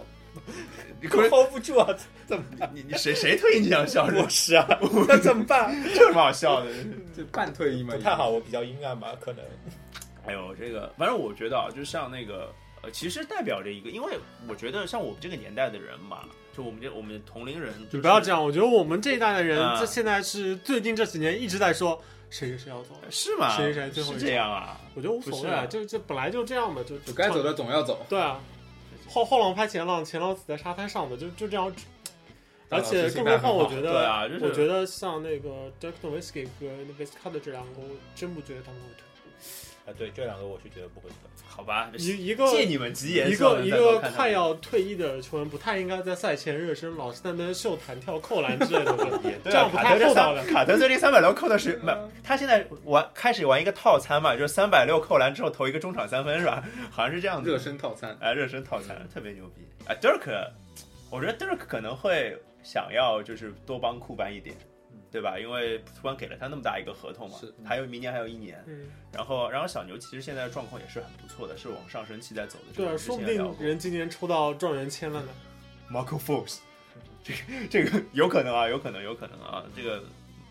Speaker 1: 你
Speaker 4: 我
Speaker 1: Chris，
Speaker 4: hold 不住啊，怎么办？
Speaker 1: 你你谁谁推你想笑？
Speaker 4: 波什啊，那怎么办？
Speaker 1: 这有什么好笑的？
Speaker 2: 就半退役嘛，
Speaker 4: 不太好，我比较阴暗吧，可能
Speaker 1: 哎呦，这个反正我觉得啊，就像那个呃，其实代表着一个，因为我觉得像我们这个年代的人嘛，就我们这我们同龄人，
Speaker 3: 你不要这
Speaker 1: 样，
Speaker 3: 样，我觉得我们这一代的人，
Speaker 1: 啊
Speaker 3: 这现在是最近这几年一直在说谁谁谁要走，
Speaker 1: 是吗？
Speaker 3: 谁谁最后一
Speaker 1: 是
Speaker 3: 个
Speaker 1: 这样啊？
Speaker 3: 我觉得无所
Speaker 1: 哎不
Speaker 3: 谓
Speaker 1: 是啊
Speaker 3: 啊，就这本来就这样嘛，就
Speaker 2: 就该走的总要走，
Speaker 3: 对啊，
Speaker 1: 嗯
Speaker 3: 后后浪拍前浪，前浪死在沙滩上的，就就这样。而且更何况，我
Speaker 1: 对
Speaker 3: 觉得，
Speaker 1: 啊，就是
Speaker 3: 我觉得像那个 Dirk Nowitzki 和那 v i s c a 的这两个，我真不觉得他们会退。
Speaker 4: 啊，对这两个我是觉得不会退。
Speaker 1: 好吧，
Speaker 3: 一一个
Speaker 1: 哎借你们吉言，
Speaker 3: 一
Speaker 1: 算
Speaker 3: 个
Speaker 1: 了
Speaker 3: 一
Speaker 1: 再多
Speaker 3: 个
Speaker 1: 看看，
Speaker 3: 快要退役的球员，不太应该在赛前热身，老是在那边秀弹跳、扣篮之类的问题 这
Speaker 1: 对啊
Speaker 3: 样不太厚道的。
Speaker 1: 卡特最近三百六扣的是，没，他现在玩开始玩一个套餐嘛，就是三百六扣篮之后投一个中场三分是吧？好像是这样子。
Speaker 2: 热身套餐，
Speaker 1: 哎，热身套餐特别牛逼。哎，Dirk，我觉得 Dirk 可能会想要就是多帮库班一点，对吧？因为库班给了他那么大一个合同嘛
Speaker 2: 嗯是，
Speaker 1: 还有明年还有一年。
Speaker 3: 嗯，
Speaker 1: 然后，然后小牛其实现在状况也是很不错的，是往上升期在走的。
Speaker 3: 对啊，说不定人今年抽到状元签了呢。
Speaker 1: Marco Fox，这个这 个有可能啊，有可能，有可能啊，这个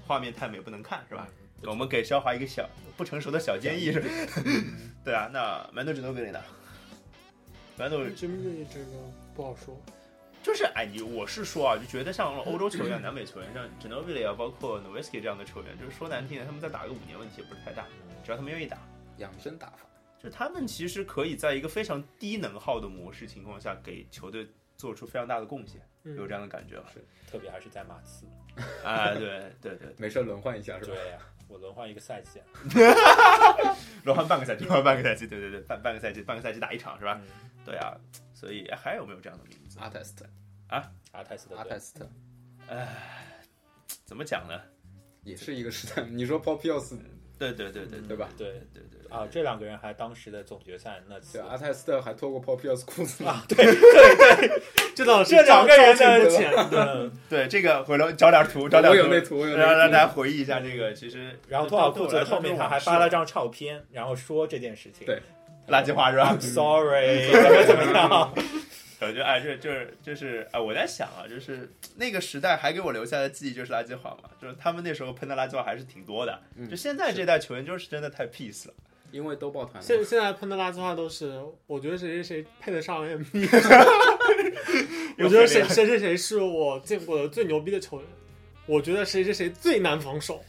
Speaker 1: 画面太美不能看是吧？我们给肖华一个小不成熟的嗯小建议是吧， 对啊，那馒头只能给你呢，馒头
Speaker 3: 真的这个不好说。
Speaker 1: 就是哎，你我是说啊，就觉得像欧洲球员、南美球员，像 Ginobili 啊，包括 Nowitzki 这样的球员，就是说难听点，他们再打个五年问题也不是太大，只要他们愿意打，
Speaker 2: 养生打法，
Speaker 1: 就他们其实可以在一个非常低能耗的模式情况下，给球队做出非常大的贡献，有
Speaker 3: 嗯，
Speaker 1: 这样的感觉吧？
Speaker 4: 特别还是在马刺。
Speaker 1: 哎，对对对，
Speaker 2: 没事儿轮换一下是吧
Speaker 4: 对？呀、我轮换一个赛季啊，
Speaker 1: 轮换半个赛季，轮换半个赛季，对对对，半半个赛季，半个赛季打一场是吧？
Speaker 4: 嗯
Speaker 1: 对啊，所以哎还有没有这样的名字？
Speaker 2: 阿泰斯特，
Speaker 4: 阿泰斯的
Speaker 2: 阿
Speaker 4: 队
Speaker 2: 泰斯特
Speaker 1: 怎么讲呢？
Speaker 2: 也是一个时代。你说 Popios
Speaker 1: 对对对对对
Speaker 2: 对吧？
Speaker 4: 对
Speaker 1: 对对对，
Speaker 4: 啊，这两个人还当时的总决赛那次
Speaker 2: 对，阿泰斯特还脱过 Popios 裤子 啊，
Speaker 3: 这倒是
Speaker 4: 这两个人的
Speaker 3: 招进不浅
Speaker 4: 嗯，
Speaker 1: 对这个回头找点图，找点
Speaker 2: 我有那图我有那
Speaker 1: 让
Speaker 2: 图
Speaker 1: 让大家回忆一下这个。其实
Speaker 4: 然后托尔库泽后面他还发了张照片，然后说这件事情。
Speaker 2: 对
Speaker 1: 垃圾话是吧？
Speaker 4: ，I'm sorry，怎么怎么样？
Speaker 1: 我觉得哎，这这这是哎，我在想啊，就是那个时代还给我留下的记忆就是垃圾话嘛，就是他们那时候喷的垃圾话还是挺多的。就现在这代球员就是真的太 peace 了，
Speaker 2: 因为都抱团了。
Speaker 3: 现现在喷的垃圾话都是，我觉得谁谁谁配得上 M V，我觉得谁谁谁谁是我见过的最牛逼的球员，我觉得谁谁谁最难防守。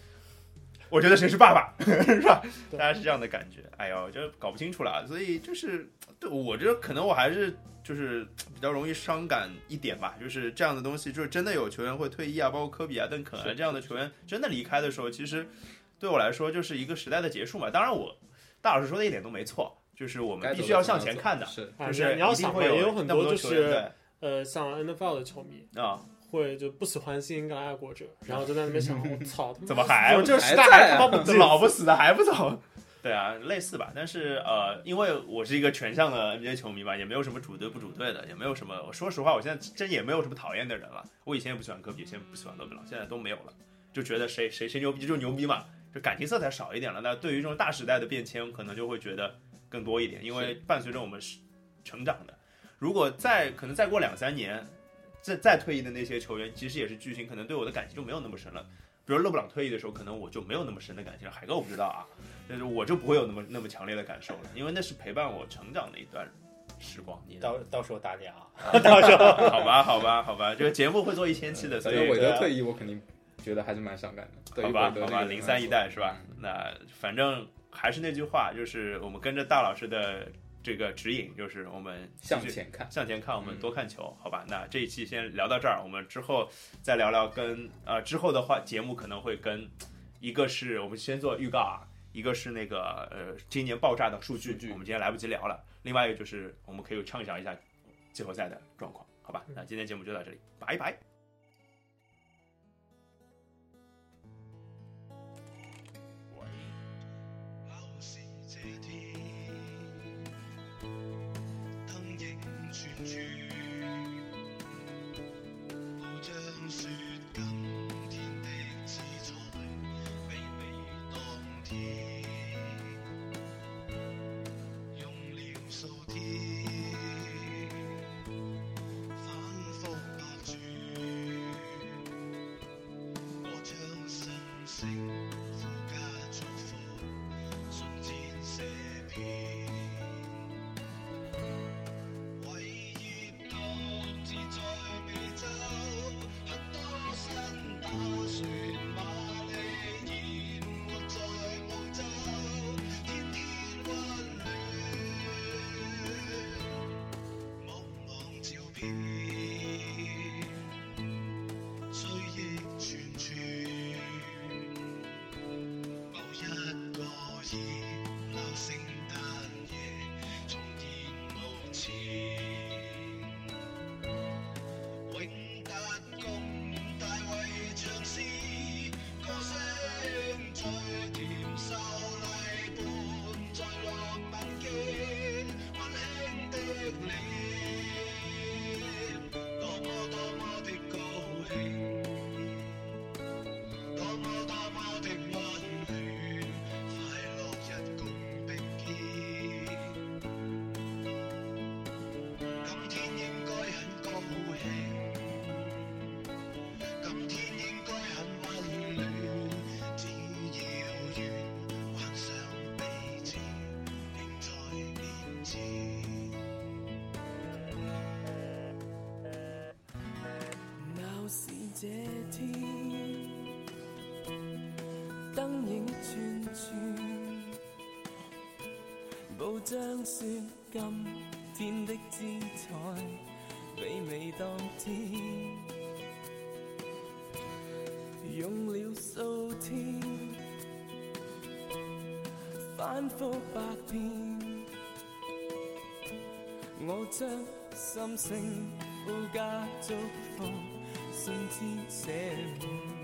Speaker 1: 我觉得谁是爸爸 是吧？大
Speaker 3: 对
Speaker 1: 家是这样的感觉，哎呦，就搞不清楚了。所以就是对我觉得可能我还是就是比较容易伤感一点吧，就是这样的东西，就是真的有球员会退役啊，包括科比啊、邓肯啊
Speaker 4: 是
Speaker 1: 这样的球员真的离开的时候，其实对我来说就是一个时代的结束嘛。当然我，大老师说的一点都没错，就是我
Speaker 2: 该
Speaker 1: 们
Speaker 2: 走的
Speaker 1: 必须要向前看的，
Speaker 2: 是
Speaker 3: 啊
Speaker 1: 就是
Speaker 3: 你要
Speaker 1: 一定
Speaker 3: 想嘛，
Speaker 1: 会
Speaker 3: 也
Speaker 1: 有
Speaker 3: 很
Speaker 1: 那么
Speaker 3: 就
Speaker 1: 球员
Speaker 3: 是
Speaker 1: 在
Speaker 3: 呃，像 N F L 的球迷
Speaker 1: 啊，
Speaker 3: 会就不喜欢新英格兰爱国者，然后就在那 边想，我操，他妈
Speaker 1: 怎么还
Speaker 3: 我这时代
Speaker 2: 还在啊
Speaker 3: 还他妈 不
Speaker 1: 这
Speaker 3: 进，
Speaker 1: 老不死的还不走。对啊，类似吧，但是呃，因为我是一个全向的 NBA 球迷嘛，也没有什么主队不主队的，也没有什么，我说实话，我现在真也没有什么讨厌的人了。我以前也不喜欢科比，以前不喜欢勒布朗，现在都没有了，就觉得谁谁谁牛逼就牛逼嘛，就感情色彩少一点了。那对于这种大时代的变迁，可能就会觉得更多一点，因为伴随着我们是成长的。如果再可能再过两三年，再再退役的那些球员，其实也是巨星，可能对我的感情就没有那么深了。比如勒布朗退役的时候，可能我就没有那么深的感情了。海哥我不知道啊，但是我就不会有那么那么强烈的感受了，因为那是陪伴我成长的一段时光。你呢
Speaker 4: 到到时候打脸啊，到 时候
Speaker 1: 好吧，好吧，好吧，这个节目会做一千期的，所
Speaker 2: 所
Speaker 1: 以
Speaker 2: 以韦
Speaker 4: 对
Speaker 2: 德
Speaker 4: 啊
Speaker 2: 退役，嗯我肯定觉得还是蛮伤感的。对于
Speaker 1: 好吧
Speaker 2: 韦，德
Speaker 1: 好吧，
Speaker 2: 那个人
Speaker 1: 零
Speaker 2: 来
Speaker 1: 三一
Speaker 2: 说
Speaker 1: 代是吧
Speaker 2: 嗯？
Speaker 1: 那反正还是那句话，就是我们跟着大老师的这个指引，就是我们
Speaker 2: 向
Speaker 1: 继续
Speaker 2: 前看，
Speaker 1: 向前看，我们
Speaker 2: 嗯
Speaker 1: 多看球，好吧？那这一期先聊到这儿，我们之后再聊聊跟呃之后的话，节目可能会跟一个是我们先做预告啊，一个是那个呃今年爆炸的数据，
Speaker 2: 数据
Speaker 1: 我们今天来不及聊了，另外一个就是我们可以畅想一下季后赛的状况，好
Speaker 2: 嗯
Speaker 1: 吧？那今天节目就到这里，拜拜。
Speaker 7: 考是這天，燈影串串，報章說今天的姿彩，娓娓當天，用了數天，反覆百轉，我將心聲附加祝福。瞬間寫篇，偉業獨自在美洲，很多新打算馬利延活在澳洲，天天溫暖，望望照片，追憶串串。某一個熱鬧聖誕夜，重現舞池，永達共大衛唱詩，歌聲最甜，秀麗伴在浪漫間，溫馨的臉，多麼多麼的高興。多麼多麼的溫暖，快樂日共並肩。今天應該很高興，今天應該很溫暖。只要願幻想彼此，仍在面前。
Speaker 6: 鬧市這天，燈影串串，報章說今天的姿彩，娓娓當天，用了數天，反覆百遍。我將心聲附加祝福，信笺寫滿。